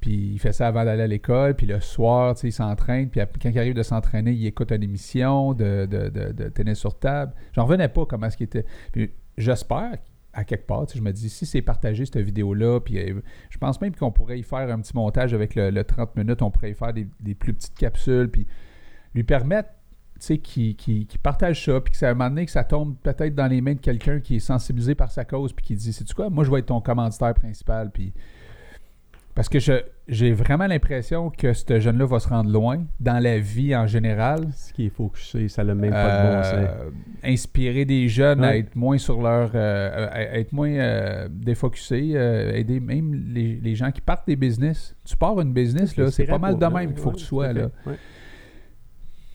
Speaker 1: Puis il fait ça avant d'aller à l'école, puis le soir, tu sais, il s'entraîne, puis ap- quand il arrive de s'entraîner, il écoute une émission de, de, de- de tennis sur table. J'en revenais pas comment est-ce qu'il était. Puis j'espère, à quelque part, tu sais, je me dis, si c'est partagé cette vidéo-là, puis euh, je pense même qu'on pourrait y faire un petit montage avec le, le 30 minutes, on pourrait y faire des, des plus petites capsules, puis lui permettre, tu sais, qu'il qu'il- qu'il partage ça, puis que ça, à un moment donné, que ça tombe peut-être dans les mains de quelqu'un qui est sensibilisé par sa cause, puis qui dit, c'est tu quoi, moi je vais être ton commanditaire principal, puis... Parce que je- j'ai vraiment l'impression que ce jeune-là va se rendre loin dans la vie en général.
Speaker 2: Ce qui est focusé, ça n'a même pas de bon sens.
Speaker 1: Euh, Inspirer des jeunes à
Speaker 2: Ouais.
Speaker 1: être moins sur leur. euh, à- à être moins euh, défocusés, euh, aider même les, les gens qui partent des business. Tu pars une business, là, c'est pas mal de même qu'il faut que tu sois. Là.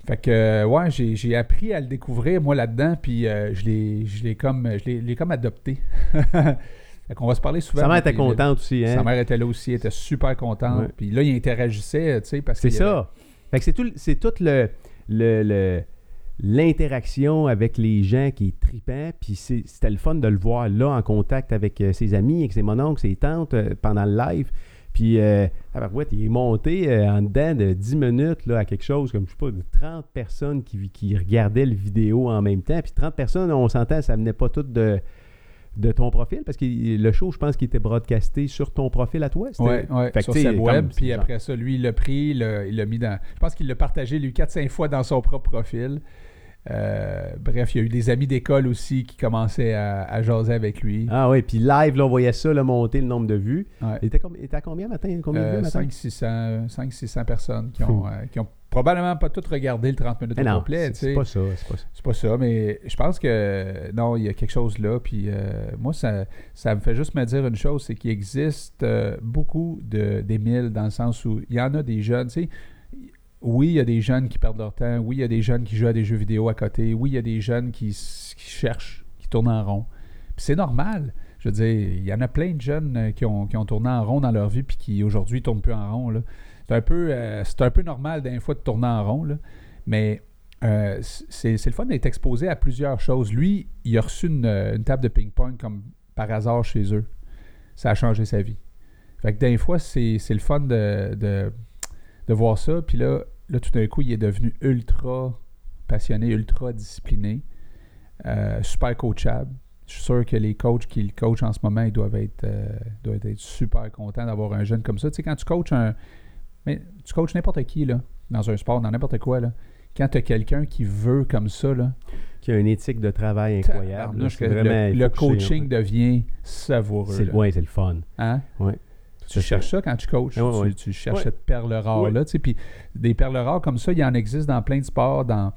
Speaker 1: Fait que, euh, ouais, j'ai j'ai appris à le découvrir, moi, là-dedans, puis euh, je l'ai je l'ai comme, je l'ai- je l'ai comme adopté. fait qu'on va se parler souvent.
Speaker 2: Sa mère
Speaker 1: avec
Speaker 2: était
Speaker 1: les-
Speaker 2: contente aussi, hein?
Speaker 1: Sa mère était là aussi, elle était super contente.
Speaker 2: Ouais.
Speaker 1: Puis là, il interagissait, tu sais, parce que.
Speaker 2: C'est ça. Fait que c'est tout, c'est toute le, le- le- l'interaction avec les gens qui est trippant. Puis c'est- c'était le fun de le voir là en contact avec euh, ses amis, avec ses mononcles, ses tantes euh, pendant le live. Puis, euh, tabarouette, il est monté euh, en dedans de 10 minutes là, à quelque chose comme, je sais pas, de 30 personnes qui, qui regardaient le vidéo en même temps. Puis 30 personnes, on s'entend, ça venait pas toutes de, de ton profil parce que le show, je pense qu'il était broadcasté sur ton profil à toi. c'était-
Speaker 1: Ouais, ouais,
Speaker 2: Fait que
Speaker 1: sur
Speaker 2: tu sais,
Speaker 1: sa web,
Speaker 2: comme-
Speaker 1: puis après ça, lui, il l'a pris, il l'a il l'a mis dans... Je pense qu'il l'a partagé, lui, 4-5 fois dans son propre profil. Euh, bref, il y a eu des amis d'école aussi qui commençaient à, à jaser avec lui.
Speaker 2: Ah oui, puis live, là, on voyait ça, là, monter le nombre de vues.
Speaker 1: Ouais. Euh,
Speaker 2: Il était, com- il était à combien matin? Combien de vues matin?
Speaker 1: 500-600 personnes qui ont, euh, qui ont probablement pas toutes regardé le 30 minutes
Speaker 2: Eh
Speaker 1: au
Speaker 2: non,
Speaker 1: complet.
Speaker 2: c'est-
Speaker 1: tu sais.
Speaker 2: c'est pas ça, c'est pas ça.
Speaker 1: C'est pas ça, mais je pense que non, il y a quelque chose là. Puis euh, moi, ça, ça me fait juste me dire une chose, c'est qu'il existe euh, beaucoup de d'Émile dans le sens où il y en a des jeunes, tu sais. Oui, il y a des jeunes qui perdent leur temps. Oui, il y a des jeunes qui jouent à des jeux vidéo à côté. Oui, il y a des jeunes qui, s- qui cherchent, qui tournent en rond. Puis c'est normal. Je veux dire, il y en a plein de jeunes euh, qui ont, qui ont tourné en rond dans leur vie puis qui aujourd'hui tournent plus en rond. là. C'est un peu, euh, c'est un peu normal d'un fois de tourner en rond, là. mais euh, c- c'est c'est le fun d'être exposé à plusieurs choses. Lui, il a reçu une, euh, une table de ping-pong comme par hasard chez eux. Ça a changé sa vie. Fait que d'un fois, c'est c'est le fun de, de, de voir ça. Puis là, là, tout d'un coup, il est devenu ultra passionné, ultra discipliné, euh, super coachable. Je suis sûr que les coachs qui le coachent en ce moment, ils doivent être, euh, doivent être super contents d'avoir un jeune comme ça. Tu sais, quand tu coaches un. Mais tu coaches n'importe qui, là, dans un sport, dans n'importe quoi, là quand tu as quelqu'un qui veut comme ça, là,
Speaker 2: Qui a une éthique de travail incroyable. là,
Speaker 1: tabarnouche
Speaker 2: c'est
Speaker 1: que
Speaker 2: vraiment-
Speaker 1: le,
Speaker 2: il
Speaker 1: le
Speaker 2: faut coucher,
Speaker 1: coaching
Speaker 2: hein.
Speaker 1: devient savoureux.
Speaker 2: C'est
Speaker 1: là.
Speaker 2: ouais, c'est le fun.
Speaker 1: Hein?
Speaker 2: Ouais.
Speaker 1: Tu cherches ça quand tu coaches.
Speaker 2: Ouais, ouais,
Speaker 1: tu,
Speaker 2: ouais.
Speaker 1: tu cherches
Speaker 2: Ouais.
Speaker 1: cette perle
Speaker 2: Ouais.
Speaker 1: rare-là. tu sais, Puis des perles rares comme ça, il y en existe dans plein de sports, dans,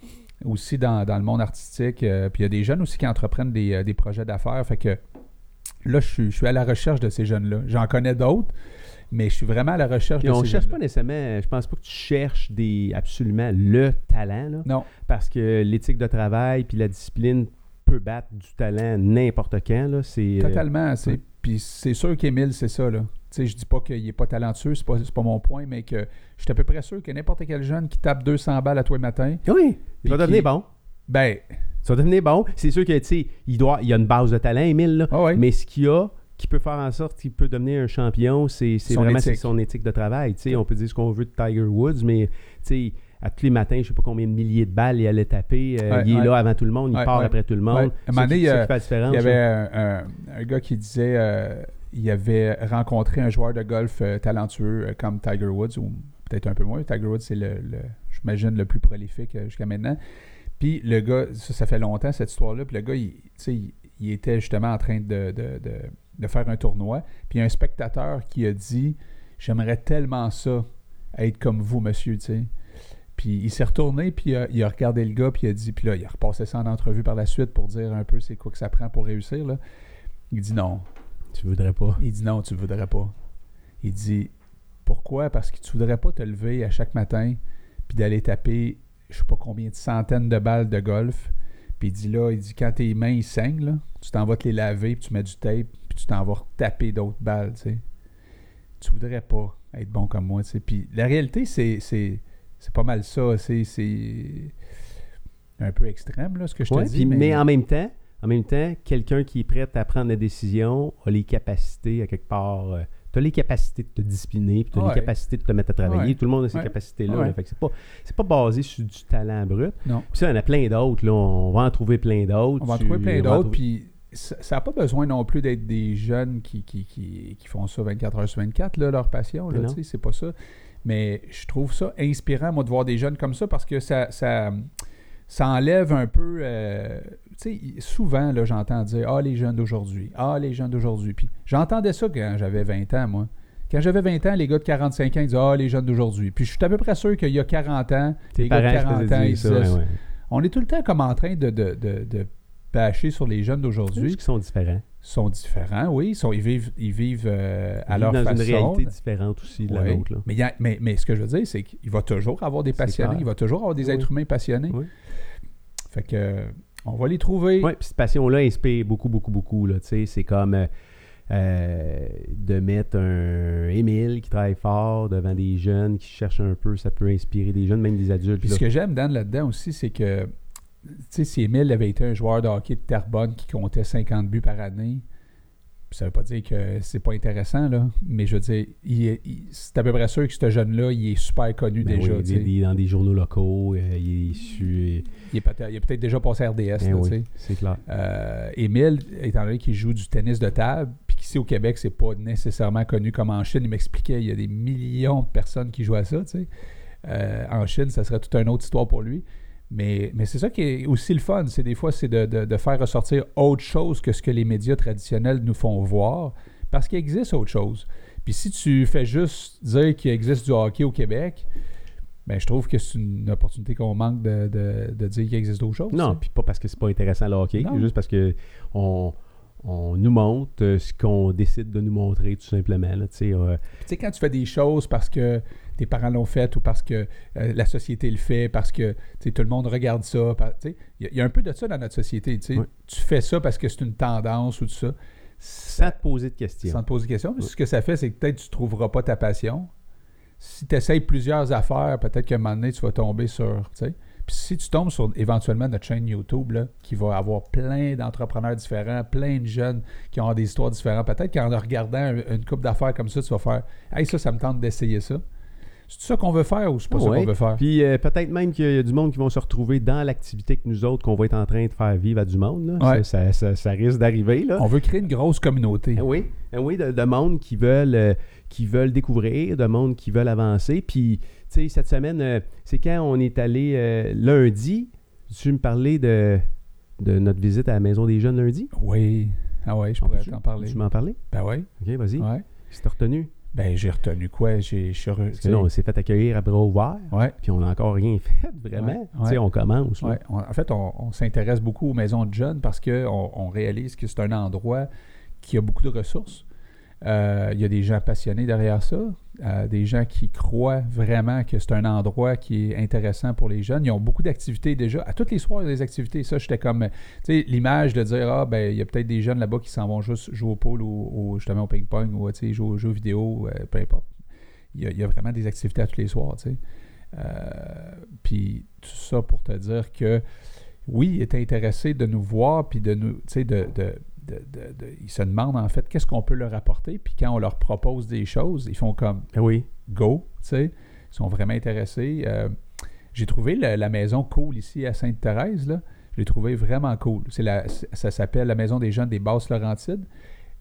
Speaker 1: aussi dans, dans le monde artistique. euh, puis il y a des jeunes aussi qui entreprennent des, euh, des projets d'affaires. Fait que là, je suis, je suis à la recherche de ces jeunes-là. J'en connais d'autres, mais je suis vraiment à la recherche
Speaker 2: Puis
Speaker 1: de
Speaker 2: on
Speaker 1: ces
Speaker 2: cherche
Speaker 1: jeunes-là.
Speaker 2: pas nécessairement, je pense pas que tu cherches des absolument le talent, là,
Speaker 1: Non,
Speaker 2: parce que l'éthique de travail puis la discipline peut battre du talent n'importe quand. Là, c'est, euh,
Speaker 1: Totalement. tu sais.
Speaker 2: ouais.
Speaker 1: Puis c'est sûr qu'Émile, c'est ça. Là. Tu sais, Je dis pas qu'il n'est pas talentueux, c'est pas, c'est pas mon point, mais que je suis à peu près sûr que n'importe quel jeune qui tape 200 balles à toi le matin,
Speaker 2: Oui, il va
Speaker 1: Puis
Speaker 2: devenir
Speaker 1: qui-
Speaker 2: bon.
Speaker 1: ben,
Speaker 2: Ça va devenir bon. C'est sûr que, tu sais, il, doit- il y a une base de talent, Émile, là.
Speaker 1: ah ouais.
Speaker 2: mais ce qu'il y a qui peut faire en sorte qu'il peut devenir un champion, c'est c'est
Speaker 1: Son
Speaker 2: vraiment c'est
Speaker 1: éthique.
Speaker 2: son éthique de travail. Tu sais, on peut dire ce qu'on veut de Tiger Woods, mais tu sais, à tous les matins, je sais pas combien de milliers de balles il allait taper. euh,
Speaker 1: Ouais,
Speaker 2: il est
Speaker 1: ouais.
Speaker 2: là avant tout le monde, il
Speaker 1: Ouais,
Speaker 2: part
Speaker 1: ouais.
Speaker 2: après tout le
Speaker 1: Ouais. À un
Speaker 2: monde.
Speaker 1: moment
Speaker 2: C'est ça
Speaker 1: donné,
Speaker 2: qui, c'est ça
Speaker 1: il y a-
Speaker 2: qui fait la différence. hein.
Speaker 1: il y avait
Speaker 2: là.
Speaker 1: un, un- un gars qui disait euh, il avait rencontré un joueur de golf euh, talentueux euh, comme Tiger Woods, ou peut-être un peu moins. Tiger Woods, c'est le, le- j'imagine, le plus prolifique euh, jusqu'à maintenant. Puis le gars, ça, ça fait longtemps cette histoire-là, puis le gars, il, tu sais, il- il était justement en train de, de- de- de faire un tournoi. Puis il y a un spectateur qui a dit J'aimerais tellement ça, être comme vous, monsieur, tu sais. Puis il s'est retourné, puis euh, il a regardé le gars, puis il a dit, puis là, il a repassé ça en entrevue par la suite pour dire un peu c'est quoi que ça prend pour réussir. Là. Il dit non.
Speaker 2: Tu voudrais pas.
Speaker 1: Il dit non, tu voudrais pas. Il dit pourquoi Parce que tu voudrais pas te lever à chaque matin, puis d'aller taper, je sais pas combien de centaines de balles de golf. Puis il dit là, il dit quand tes mains ils saignent, là, tu t'en vas te les laver, puis tu mets du tape, puis tu t'en vas taper d'autres balles, tu sais. Tu voudrais pas être bon comme moi, tu sais. Puis la réalité, c'est, c'est, c'est pas mal ça. C'est, c'est un peu extrême, là, ce que je te
Speaker 2: Ouais,
Speaker 1: dis.
Speaker 2: puis- mais...
Speaker 1: mais- euh,
Speaker 2: en même temps, en même temps, quelqu'un qui est prêt à prendre la décision a les capacités à quelque part. tu as les capacités de te discipliner, puis tu as
Speaker 1: Ouais.
Speaker 2: les capacités de te mettre à travailler.
Speaker 1: Ouais.
Speaker 2: Tout le monde a ces
Speaker 1: Ouais.
Speaker 2: capacités-là.
Speaker 1: Ouais.
Speaker 2: là. fait que c'est pas, c'est pas basé sur du talent brut.
Speaker 1: Non.
Speaker 2: Puis ça, il y en a plein d'autres. Là. On va en trouver plein d'autres.
Speaker 1: On va en
Speaker 2: Tu-
Speaker 1: trouver plein
Speaker 2: on va en
Speaker 1: d'autres.
Speaker 2: trouver-
Speaker 1: Puis ça n'a pas besoin non plus d'être des jeunes qui, qui, qui, qui font ça 24 heures sur 24, là, leur passion. Là,
Speaker 2: Mais non.
Speaker 1: tu sais, c'est pas ça. Mais je trouve ça inspirant, moi, de voir des jeunes comme ça parce que ça, ça, ça enlève un peu. euh, tu sais, souvent, là, j'entends dire Ah, les jeunes d'aujourd'hui. Ah, les jeunes d'aujourd'hui. Puis j'entendais ça quand j'avais 20 ans, moi. Quand j'avais 20 ans, les gars de 45 ans, ils disaient Ah, les jeunes d'aujourd'hui. Puis je suis à peu près sûr qu'il y a 40 ans,
Speaker 2: Tes
Speaker 1: les gars de
Speaker 2: parents, je
Speaker 1: 40
Speaker 2: faisais
Speaker 1: ans, ils
Speaker 2: dire ça. ouais,
Speaker 1: disaient
Speaker 2: ouais.
Speaker 1: on est tout le temps comme en train de, de, de, de bâcher sur les jeunes
Speaker 2: Juste
Speaker 1: d'aujourd'hui.
Speaker 2: qu'ils sont différents.
Speaker 1: Ils sont différents, oui. Ils, sont, ils vivent, ils vivent euh, à
Speaker 2: Ils
Speaker 1: leur
Speaker 2: vivent dans
Speaker 1: façon.
Speaker 2: une réalité différente aussi de la
Speaker 1: Oui.
Speaker 2: nôtre. là.
Speaker 1: mais, il y a- mais, mais ce que je veux dire, c'est qu'il va toujours avoir des
Speaker 2: C'est
Speaker 1: passionnés.
Speaker 2: clair.
Speaker 1: Il va toujours avoir des
Speaker 2: Oui.
Speaker 1: êtres humains passionnés.
Speaker 2: Oui.
Speaker 1: Fait que euh, on va les trouver.
Speaker 2: Oui, puis cette passion-là inspire beaucoup, beaucoup, beaucoup. Là, tu sais, c'est comme euh, euh, de mettre un Émile qui travaille fort devant des jeunes qui cherchent un peu, ça peut inspirer des jeunes, même des adultes.
Speaker 1: Puis
Speaker 2: là.
Speaker 1: ce que j'aime, Dan, là-dedans aussi, c'est que, tu sais, si Émile avait été un joueur de hockey de Terrebonne qui comptait 50 buts par année, ça veut pas dire que c'est pas intéressant, là. Mais je veux dire, il est- il- c'est à peu près sûr que ce jeune-là, il est super connu
Speaker 2: Ben
Speaker 1: déjà.
Speaker 2: oui,
Speaker 1: tu
Speaker 2: des-
Speaker 1: sais.
Speaker 2: des- dans des journaux locaux, euh, il est su.
Speaker 1: Il est peut-être il est peut-être déjà passé à RDS, là,
Speaker 2: Ben oui,
Speaker 1: tu sais.
Speaker 2: c'est clair.
Speaker 1: Euh, Émile, étant donné qu'il joue du tennis de table, puis qu'ici au Québec, c'est pas nécessairement connu comme en Chine, il m'expliquait, il y a des millions de personnes qui jouent à ça, tu sais. Euh, en Chine, ça serait toute une autre histoire pour lui. Mais, mais c'est ça qui est aussi le fun, c'est des fois, c'est de, de- de faire ressortir autre chose que ce que les médias traditionnels nous font voir, parce qu'il existe autre chose. Puis si tu fais juste dire qu'il existe du hockey au Québec, ben, je trouve que c'est une opportunité qu'on manque de, de- de dire qu'il existe d'autres choses.
Speaker 2: Non, puis pas parce que c'est pas intéressant le hockey,
Speaker 1: Non.
Speaker 2: juste parce que on, on nous montre euh, ce qu'on décide de nous montrer, tout simplement. là, tu sais, euh,
Speaker 1: Puis, Tu sais, quand tu fais des choses parce que tes parents l'ont fait ou parce que euh, la société le fait, parce que tu sais, tout le monde regarde ça, par- tu sais, il y, a- il y a un peu de ça dans notre société. tu sais.
Speaker 2: Ouais.
Speaker 1: Tu fais ça parce que c'est une tendance ou tout ça. Ça-
Speaker 2: sans te poser de questions.
Speaker 1: Sans te poser de questions. Puis Ce que ça fait, c'est que peut-être tu ne trouveras pas ta passion. Si tu essayes plusieurs affaires, peut-être qu'à un moment donné, tu vas tomber sur. tu sais. Puis si tu tombes sur éventuellement notre chaîne YouTube, là, qui va avoir plein d'entrepreneurs différents, plein de jeunes qui ont des histoires différentes, peut-être qu'en regardant un- une coupe d'affaires comme ça, tu vas faire Hey, ça, ça me tente d'essayer ça. C'est ça qu'on veut faire ou c'est pas ça
Speaker 2: Ouais.
Speaker 1: qu'on veut faire?
Speaker 2: Puis euh, peut-être même qu'il y a du monde qui vont se retrouver dans l'activité que nous autres, qu'on va être en train de faire vivre à du monde. là.
Speaker 1: Ouais.
Speaker 2: Ça, ça- ça- ça risque d'arriver. là.
Speaker 1: On veut créer une grosse communauté.
Speaker 2: Eh oui, eh oui de, de monde qui veulent, euh, qui veulent découvrir, de monde qui veulent avancer. Puis, tu sais, cette semaine, euh, c'est quand on est allé euh, lundi, tu me parlais de, de notre visite à la Maison des Jeunes lundi?
Speaker 1: Oui. Ah ouais, je
Speaker 2: On
Speaker 1: pourrais
Speaker 2: peut-tu-
Speaker 1: t'en parler.
Speaker 2: Tu m'en parlais?
Speaker 1: Ben oui.
Speaker 2: OK, vas-y.
Speaker 1: Ouais.
Speaker 2: C'est retenu.
Speaker 1: Ben j'ai retenu quoi? J'ai, je suis heureux,
Speaker 2: Parce
Speaker 1: tu
Speaker 2: que
Speaker 1: sais.
Speaker 2: là, on s'est fait accueillir à bras ouverts,
Speaker 1: Ouais.
Speaker 2: puis on n'a encore rien fait, vraiment.
Speaker 1: Ouais,
Speaker 2: Tu sais,
Speaker 1: ouais.
Speaker 2: on commence. là.
Speaker 1: Ouais, on- en fait, on, on s'intéresse beaucoup aux maisons de jeunes parce qu'on on réalise que c'est un endroit qui a beaucoup de ressources. Euh, il y a des gens passionnés derrière ça, euh, des gens qui croient vraiment que c'est un endroit qui est intéressant pour les jeunes. Ils ont beaucoup d'activités déjà. À toutes les soirs, il y a des activités. Ça, j'étais comme, tu sais, l'image de dire, ah, ben, il y a peut-être des jeunes là-bas qui s'en vont juste jouer au pôle ou, ou justement au ping-pong ou, tu sais, jouer aux jeux vidéo, euh, peu importe. Il y, a, il y a vraiment des activités à tous les soirs, tu sais. Euh, puis tout ça pour te dire que oui, il est intéressé de nous voir, puis de nous, tu sais, de, de, de- de- de- il se demande en fait qu'est-ce qu'on peut leur apporter, puis quand on leur propose des choses, ils font comme
Speaker 2: Eh oui.
Speaker 1: go, tu sais, ils sont vraiment intéressés. Euh, j'ai trouvé la, la maison cool ici à Sainte-Thérèse, là. Je l'ai trouvé vraiment cool. C'est la, ça s'appelle la maison des jeunes des Basses-Laurentides.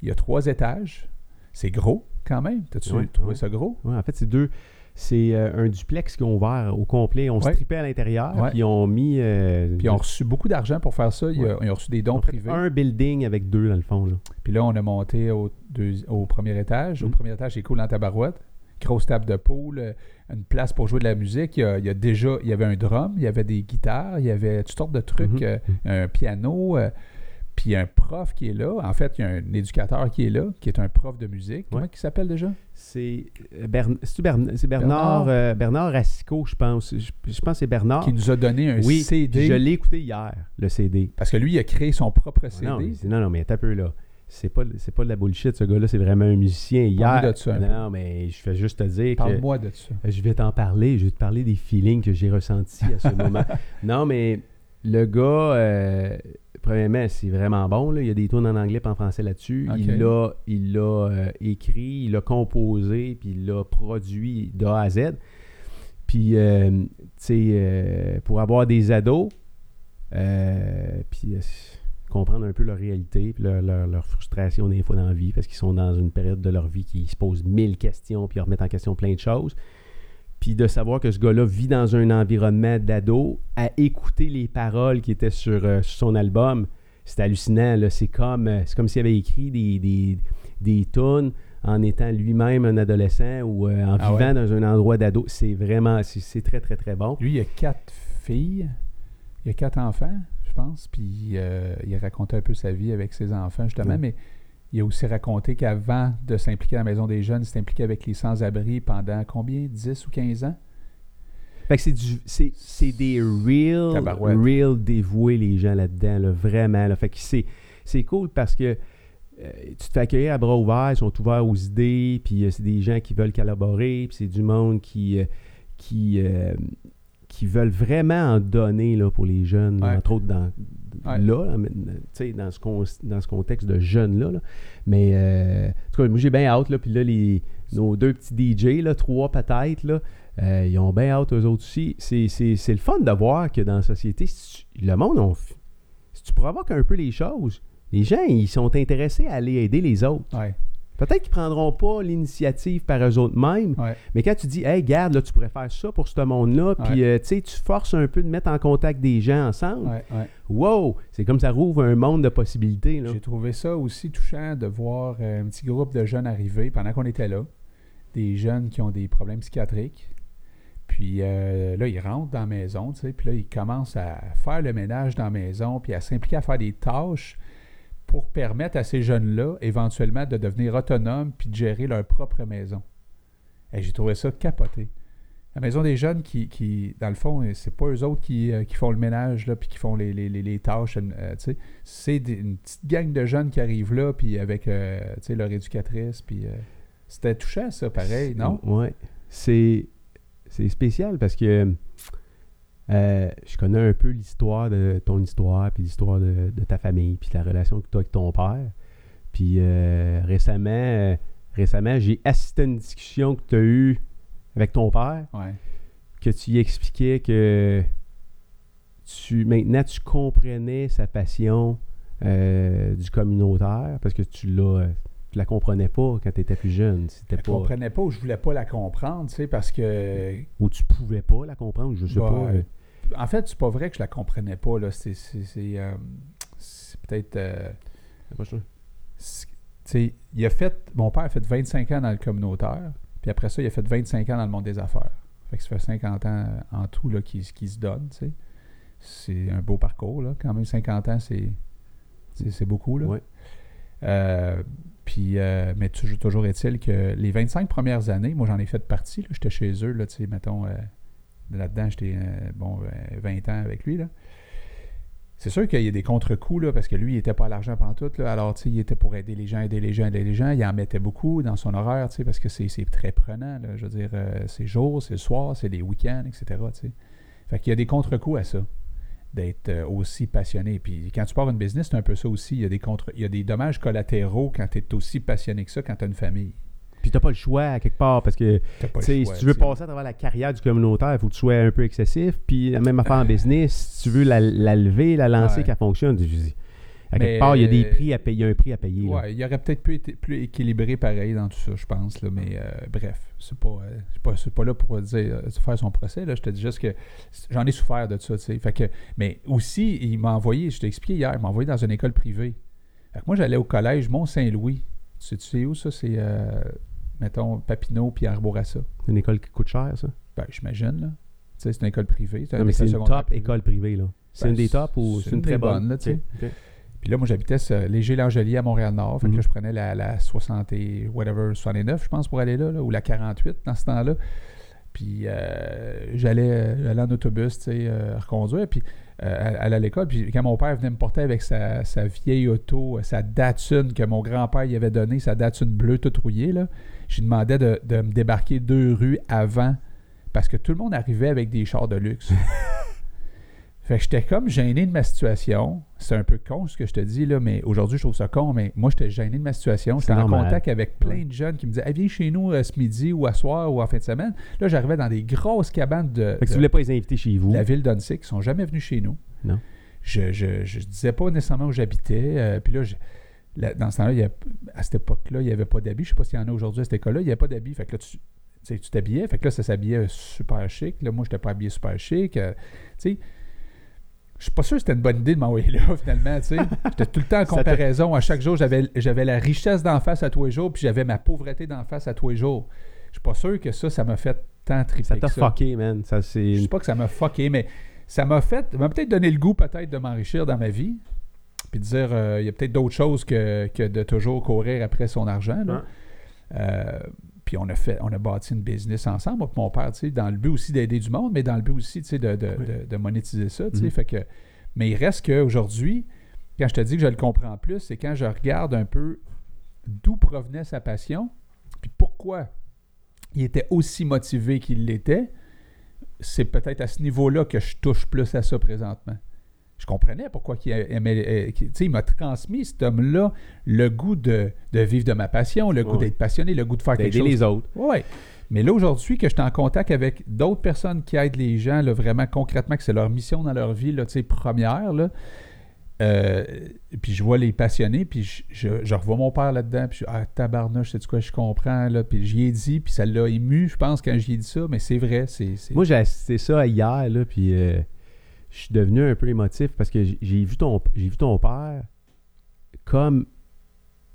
Speaker 1: Il y a trois étages. C'est gros quand même. T'as-tu
Speaker 2: Oui,
Speaker 1: trouvé
Speaker 2: oui.
Speaker 1: ça gros?
Speaker 2: Ouais, en fait, c'est deux. C'est euh, un duplex qu'ils ont ouvert au complet. On
Speaker 1: Ouais.
Speaker 2: strippait à l'intérieur,
Speaker 1: Ouais.
Speaker 2: puis ils ont mis. euh,
Speaker 1: Puis ils ont reçu beaucoup d'argent pour faire ça. Ils,
Speaker 2: Ouais.
Speaker 1: ont- ils ont reçu des dons
Speaker 2: en fait,
Speaker 1: privés.
Speaker 2: un building avec deux, dans le fond. Là.
Speaker 1: Puis là, on a monté au, deux- au premier étage. Au
Speaker 2: Mm.
Speaker 1: premier étage, c'est cool en tabarouette. Grosse table de poule, euh, une place pour jouer de la musique. Il y a, il y a déjà, il y avait un drum, il y avait des guitares, il y avait toutes sortes de trucs,
Speaker 2: Mhm.
Speaker 1: euh, un piano. euh, puis il y a un prof qui est là. En fait, il y a un éducateur qui est là, qui est un prof de musique. Comment il s'appelle déjà?
Speaker 2: C'est euh, Bern- c'est-tu Bern- c'est Bernard,
Speaker 1: Bernard.
Speaker 2: euh, Bernard Racicot, je pense. Je, je pense que c'est Bernard.
Speaker 1: Qui nous a donné un
Speaker 2: Ah. oui,
Speaker 1: CD.
Speaker 2: Je l'ai écouté hier, le CD.
Speaker 1: Parce que lui, il a créé son propre CD.
Speaker 2: Ah Non, mais c'est- non, non, mais t'as peu là. C'est pas, c'est pas de la bullshit, ce gars-là, c'est vraiment un musicien. Hier.
Speaker 1: Parle-nous de ça un peu.
Speaker 2: non, mais je fais juste te dire que.
Speaker 1: Parle-moi de ça.
Speaker 2: Euh, Je vais t'en parler. Je vais te parler des feelings que j'ai ressentis à ce moment. Non, mais le gars, euh, premièrement, c'est vraiment bon. là. Il y a des tunes en anglais et en français là-dessus.
Speaker 1: Ok.
Speaker 2: Il l'a il l'a, euh, écrit, il l'a composé, puis il l'a produit de A à Z. Puis, euh, tu sais, euh, pour avoir des ados, euh, puis euh, comprendre un peu leur réalité, puis leur, leur- leur frustration des fois dans la vie, parce qu'ils sont dans une période de leur vie qui se posent mille questions, puis ils remettent en question plein de choses. Puis de savoir que ce gars-là vit dans un environnement d'ado, à écouter les paroles qui étaient sur, euh, sur son album, c'est hallucinant. là. C'est comme, euh, c'est comme s'il avait écrit des, des, des tunes en étant lui-même un adolescent ou euh, en
Speaker 1: Ah
Speaker 2: vivant
Speaker 1: ouais?
Speaker 2: dans un endroit d'ado. C'est vraiment, c'est- c'est très, très, très bon.
Speaker 1: Lui, il a quatre filles, il a quatre enfants, je pense, puis euh, il a raconté un peu sa vie avec ses enfants, justement,
Speaker 2: Ouais.
Speaker 1: mais il a aussi raconté qu'avant de s'impliquer à la Maison des Jeunes, il s'est impliqué avec les sans-abri pendant combien, 10 ou 15 ans?
Speaker 2: Fait que c'est du- c'est c'est des real
Speaker 1: Tabarouette.
Speaker 2: real dévoués les gens là-dedans là, vraiment là. fait que c'est c'est cool parce que euh, tu te fais accueillir à bras ouverts, ils sont ouverts aux idées, puis euh, c'est des gens qui veulent collaborer, puis c'est du monde qui euh, qui euh, qui veulent vraiment en donner là, pour les jeunes, là,
Speaker 1: Ouais.
Speaker 2: entre autres dans
Speaker 1: Ouais.
Speaker 2: là, là, mais, euh, tu sais, dans ce con- dans ce contexte de jeunes là, là. mais euh, en tout cas moi j'ai bien hâte là, puis là les nos deux petits DJ là, trois peut-être là, euh, ils ont bien hâte eux autres aussi. C'est, c'est- c'est le fun de voir que dans la société, si tu- le monde, on f- si tu provoques un peu les choses, les gens, ils sont intéressés à aller aider les autres.
Speaker 1: Ouais.
Speaker 2: Peut-être qu'ils prendront pas l'initiative par eux autres mêmes,
Speaker 1: Ouais.
Speaker 2: mais quand tu dis, hey, garde, là, tu pourrais faire ça pour ce monde-là, puis euh, tu sais, tu forces un peu de mettre en contact des gens ensemble,
Speaker 1: Ouais, ouais.
Speaker 2: wow, c'est comme ça rouvre un monde de possibilités. Là.
Speaker 1: J'ai trouvé ça aussi touchant de voir euh, un petit groupe de jeunes arriver pendant qu'on était là. Des jeunes qui ont des problèmes psychiatriques. Puis euh, là, ils rentrent dans la maison, tu sais, puis là, ils commencent à faire le ménage dans la maison, puis à s'impliquer à faire des tâches pour permettre à ces jeunes-là, éventuellement, de devenir autonomes puis de gérer leur propre maison. Et j'ai trouvé ça capoté. La maison des jeunes qui, qui dans le fond, euh, c'est pas eux autres qui, euh, qui font le ménage, là, puis qui font les, les- les- les tâches, euh, tu sais c'est des- une petite gang de jeunes qui arrivent là, puis avec euh, tu sais, leur éducatrice, puis euh, c'était touchant ça, pareil, non?
Speaker 2: Ouais. C'est, c'est spécial parce que euh, je connais un peu l'histoire de ton histoire, puis l'histoire de, de ta famille, puis la relation que tu as avec ton père. Puis euh, récemment, euh, récemment, j'ai assisté à une discussion que tu as eue avec ton père,
Speaker 1: Ouais,
Speaker 2: que tu lui expliquais que tu, maintenant tu comprenais sa passion euh, du communautaire parce que tu l'as. Tu la comprenais pas quand tu étais plus jeune. C'était
Speaker 1: je
Speaker 2: pas...
Speaker 1: comprenais pas ou je voulais pas la comprendre, tu sais, parce que
Speaker 2: ou tu pouvais pas la comprendre, je sais
Speaker 1: Bah,
Speaker 2: pas.
Speaker 1: euh, en fait, c'est pas vrai que je la comprenais pas, là, c'est c'est- c'est, euh, c'est peut-être... euh, c'est- tu sais, il a fait, mon père a fait 25 ans dans le communautaire, puis après ça, il a fait 25 ans dans le monde des affaires. Fait que ça fait 50 ans euh, en tout là, qui, qui se donne, tu sais. C'est un beau parcours, là, quand même. 50 ans, c'est, c'est, c'est beaucoup, là.
Speaker 2: Ouais.
Speaker 1: Euh, puis, euh, mais tu- toujours est-il que les 25 premières années, moi, j'en ai fait partie, là. J'étais chez eux, là, tu sais, mettons, euh, là-dedans, j'étais, euh, bon, euh, 20 ans avec lui, là. C'est sûr qu'il y a des contre-coups, là, parce que lui, il n'était pas à l'argent pantoute. Là. Alors, tu sais, il était pour aider les gens, aider les gens, aider les gens. Il en mettait beaucoup dans son horaire, tu sais, parce que c'est c'est très prenant. là. Je veux dire, euh, c'est le jour, c'est le soir, c'est les week-ends, etc. tu sais. Fait qu'il y a des contre-coups à ça, d'être euh, aussi passionné. Puis quand tu pars une business, c'est un peu ça aussi. Il y a des, contre il y a des dommages collatéraux quand tu es aussi passionné que ça, quand tu as une famille.
Speaker 2: Puis t'as pas le choix à quelque part parce que
Speaker 1: T'as pas
Speaker 2: tu
Speaker 1: le
Speaker 2: sais,
Speaker 1: choix,
Speaker 2: si tu veux
Speaker 1: tu sais.
Speaker 2: passer à travers la carrière du communautaire, il faut que tu sois un peu excessif. Puis la même affaire en business, si tu veux la, la lever, la lancer,
Speaker 1: Ouais.
Speaker 2: qu'elle fonctionne, je dis, à quelque
Speaker 1: Mais- euh,
Speaker 2: part, il y a des prix à payer, il y a un prix à payer. là.
Speaker 1: Ouais, il aurait peut-être pu être plus équilibré pareil dans tout ça, je pense. Là, mais euh, bref, c'est pas, euh, c'est pas, c'est pas là pour dire, euh, faire son procès. Là, je te dis juste que c- j'en ai souffert de ça. tu sais. Fait que, mais aussi, il m'a envoyé, je t'ai expliqué hier, il m'a envoyé dans une école privée. Fait que moi, j'allais au collège Mont-Saint-Louis. Tu sais, tu sais où ça? C'est, euh, mettons, Papineau puis Arborassa.
Speaker 2: C'est Une école qui coûte cher, ça.
Speaker 1: Ben, j'imagine, là. Tu sais, c'est une école privée.
Speaker 2: Non, mais c'est une
Speaker 1: secondaire
Speaker 2: top
Speaker 1: privée.
Speaker 2: école privée, là. C'est
Speaker 1: Ben,
Speaker 2: une des tops ou c'est une, très
Speaker 1: des
Speaker 2: bonne.
Speaker 1: bonnes, là, tu sais.
Speaker 2: Ok, ok.
Speaker 1: Puis là, moi, j'habitais sur Léger-Langelier à Montréal-Nord. Fait que
Speaker 2: Mhm.
Speaker 1: là, je prenais la, la 60 et whatever, 69, je pense, pour aller là, là, ou la 48 dans ce temps-là. Puis euh, j'allais euh, j'allais en autobus, tu sais, euh, reconduire. Puis euh, aller à l'école. Puis quand mon père venait me porter avec sa, sa vieille auto, euh, sa Datsun que mon grand-père y avait donnée, sa Datsun bleue toute rouillée, là, je lui demandais de, de me débarquer deux rues avant parce que tout le monde arrivait avec des chars de luxe. fait que j'étais comme gêné de ma situation. C'est un peu con ce que je te dis, là, mais aujourd'hui, je trouve ça con, mais moi, j'étais gêné de ma situation.
Speaker 2: C'est
Speaker 1: J'étais en
Speaker 2: normal.
Speaker 1: contact avec plein
Speaker 2: Ouais.
Speaker 1: de jeunes qui me disaient Ah, Viens chez nous euh, ce midi ou à soir ou en fin de semaine. Là, j'arrivais dans des grosses cabanes de.
Speaker 2: Fait que tu
Speaker 1: de-
Speaker 2: voulais pas les inviter chez vous.
Speaker 1: la ville d'Onsic, ils sont jamais venus chez nous.
Speaker 2: Non.
Speaker 1: Je, je, je disais pas nécessairement où j'habitais. euh, puis là, je- là, dans ce temps-là, il y a- à cette époque-là, il n'y avait pas d'habits. Je sais pas s'il y en a aujourd'hui à cette école-là. Il n'y avait pas d'habits. Fait que là, tu tu sais, tu t'habillais. Fait que là, ça s'habillait super chic. Là, moi, je n'étais pas habillé super chic. euh, tu sais, je suis pas sûr que c'était une bonne idée de m'envoyer là, finalement. tu sais. J'étais tout le temps
Speaker 2: Ça
Speaker 1: en
Speaker 2: te-
Speaker 1: comparaison. À chaque jour, j'avais j'avais la richesse d'en face à tous les jours, puis j'avais ma pauvreté d'en face à tous les jours. Je suis pas sûr que ça, ça m'a fait tant triper
Speaker 2: Ça t'a
Speaker 1: que
Speaker 2: fucké, man. Ça, c'est...
Speaker 1: je sais pas que ça m'a fucké, mais ça m'a fait, m'a peut-être donné le goût peut-être de m'enrichir dans ma vie, puis de dire, euh, il y a peut-être d'autres choses que, que de toujours courir après son argent. là.
Speaker 2: Ouais.
Speaker 1: Euh, puis on a fait, on a bâti une business ensemble, moi puis mon père, tu sais, dans le but aussi d'aider du monde, mais dans le but aussi, tu sais, de, de-
Speaker 2: Oui.
Speaker 1: de- de monétiser ça, tu sais.
Speaker 2: Mhm.
Speaker 1: Fait que, mais il reste qu'aujourd'hui, quand je te dis que je le comprends plus, c'est quand je regarde un peu d'où provenait sa passion, puis pourquoi il était aussi motivé qu'il l'était, c'est peut-être à ce niveau-là que je touche plus à ça présentement. Je comprenais pourquoi il aimait. euh, qu'il- tu sais, il m'a transmis, cet homme-là, le goût de, de vivre de ma passion, le goût
Speaker 2: Ouais.
Speaker 1: d'être passionné, le goût de faire quelque
Speaker 2: D'aider
Speaker 1: chose.
Speaker 2: les autres.
Speaker 1: Oui. Mais là, aujourd'hui, que je suis en contact avec d'autres personnes qui aident les gens, là, vraiment concrètement, que c'est leur mission dans leur vie, là, tu sais, première, là, euh, puis je vois les passionnés, puis je, je- je revois mon père là-dedans, puis je ah, tabarnouche, sais-tu quoi, je comprends, là, puis j'y ai dit, puis ça l'a ému, je pense, quand j'y ai dit ça, mais c'est vrai, c'est... c'est-
Speaker 2: Moi, j'ai assisté ça hier, là, puis euh, je suis devenu un peu émotif parce que j- j'ai vu ton, j'ai vu ton père comme,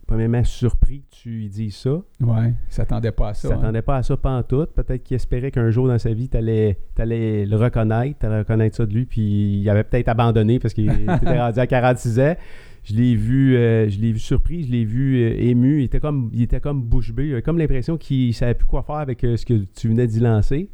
Speaker 2: premièrement, surpris que tu lui dises ça.
Speaker 1: Ouais, il s'attendait pas à
Speaker 2: Il
Speaker 1: ça. hein.
Speaker 2: s'attendait pas à ça pantoute. Peut-être qu'il espérait qu'un jour dans sa vie, tu allais, le reconnaître, tu allais reconnaître ça de lui, puis il avait peut-être abandonné parce qu'il était rendu à 46 ans. Je l'ai vu, euh, je l'ai vu surpris, je l'ai vu euh, ému. Il était comme, il était comme bouche bée. Il avait comme l'impression qu'il savait plus quoi faire avec euh, ce que tu venais d'y lancer.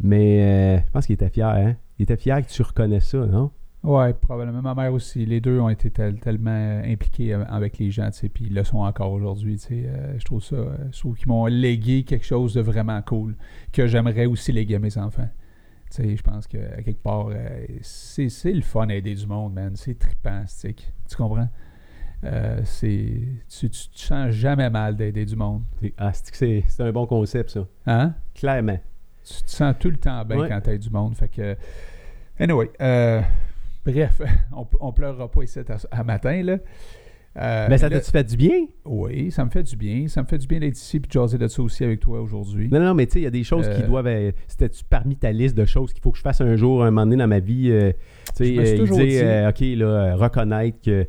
Speaker 2: Mais euh, je pense qu'il était fier. Hein? Il était fier que tu reconnais ça, non?
Speaker 1: Ouais, probablement. Ma mère aussi. Les deux ont été tel- tellement euh, impliqués euh, avec les gens, tu sais, puis ils le sont encore aujourd'hui, tu sais. Euh, je trouve ça... euh, je trouve qu'ils m'ont légué quelque chose de vraiment cool que j'aimerais aussi léguer à mes enfants. Tu sais, je pense que, à quelque part, euh, c'est c'est le fun aider du monde, man. C'est trippant, c'est Tu comprends? Euh, c'est... Tu, tu te sens jamais mal d'aider du monde.
Speaker 2: C'est- Ah, c'est que c'est c'est un bon concept, ça.
Speaker 1: Hein?
Speaker 2: Clairement.
Speaker 1: tu te sens tout le temps bien
Speaker 2: Ouais.
Speaker 1: quand t'as du monde. Fait que, anyway, euh, bref, on, on pleurera pas ici à, à matin, là. Euh,
Speaker 2: Mais ça
Speaker 1: là-
Speaker 2: t'a-tu fait du bien?
Speaker 1: Oui, ça me fait du bien. Ça me fait du bien d'être ici et de jaser de ça aussi avec toi aujourd'hui.
Speaker 2: Non, non, mais tu sais, il y a des choses qui
Speaker 1: Euh,
Speaker 2: doivent. euh, C'était-tu parmi ta liste de choses qu'il faut que je fasse un jour, un moment donné dans ma vie? euh, tu sais,
Speaker 1: Je me suis
Speaker 2: euh, il
Speaker 1: toujours
Speaker 2: dit,
Speaker 1: dit-
Speaker 2: euh, OK, là, euh, reconnaître que, tu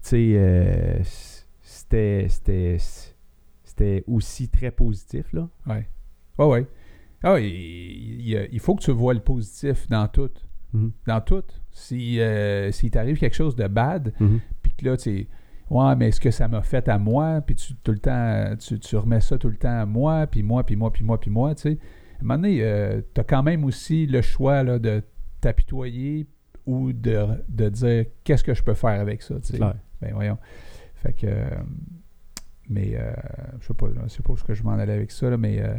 Speaker 2: sais, euh, c- c'était- c'était c'était aussi très positif, là.
Speaker 1: Ouais. Ouais, ouais. Ah, il, il- il faut que tu vois le positif dans tout.
Speaker 2: Mhm.
Speaker 1: Dans tout. Si, euh, s'il t'arrive quelque chose de bad,
Speaker 2: Mhm.
Speaker 1: puis que là, tu sais, ouais, mais ce que ça m'a fait à moi, puis tu, tout le temps, tu, tu remets ça tout le temps à moi, puis moi, puis moi, puis moi, puis moi, tu sais. À un moment donné, tu as quand même aussi le choix là, de t'apitoyer ou de, de dire qu'est-ce que je peux faire avec ça, tu sais.
Speaker 2: Clair.
Speaker 1: Ben voyons. Fait que. euh, Mais euh, je sais pas, je sais pas où est-ce que je m'en allais avec ça, là, mais euh,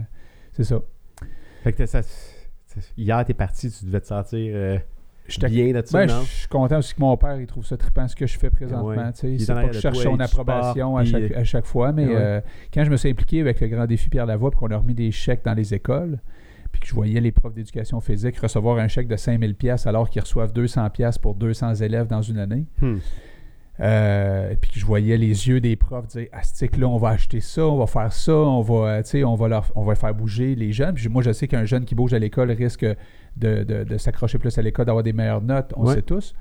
Speaker 1: c'est ça.
Speaker 2: Fait que t'as- ça. t'as- Hier, t'es parti, tu devais te sentir euh,
Speaker 1: J'étais-
Speaker 2: bien de ça,
Speaker 1: Ben,
Speaker 2: non?
Speaker 1: je suis content aussi que mon père il trouve ça trippant ce que je fais présentement.
Speaker 2: Ouais.
Speaker 1: tu sais.
Speaker 2: Il est
Speaker 1: C'est
Speaker 2: en
Speaker 1: pas
Speaker 2: arrière
Speaker 1: que je
Speaker 2: de
Speaker 1: cherche
Speaker 2: toi,
Speaker 1: son
Speaker 2: il te supporte,
Speaker 1: approbation à
Speaker 2: puis,
Speaker 1: chaque,
Speaker 2: euh,
Speaker 1: à chaque fois, mais
Speaker 2: ouais.
Speaker 1: euh, quand je me suis impliqué avec le grand défi Pierre Lavoie, puis qu'on a remis des chèques dans les écoles, puis que je voyais les profs d'éducation physique recevoir un chèque de 5000 pièces alors qu'ils reçoivent 200 pièces pour 200 élèves dans une année,
Speaker 2: Hmm.
Speaker 1: euh, puis que je voyais les yeux des profs dire Astic, là, on va acheter ça, on va faire ça, on va, euh, tu sais, on va, leur, on va faire bouger les jeunes. Puis moi, je sais qu'un jeune qui bouge à l'école risque de, de- de s'accrocher plus à l'école, d'avoir des meilleures notes, on
Speaker 2: Ouais.
Speaker 1: sait tous.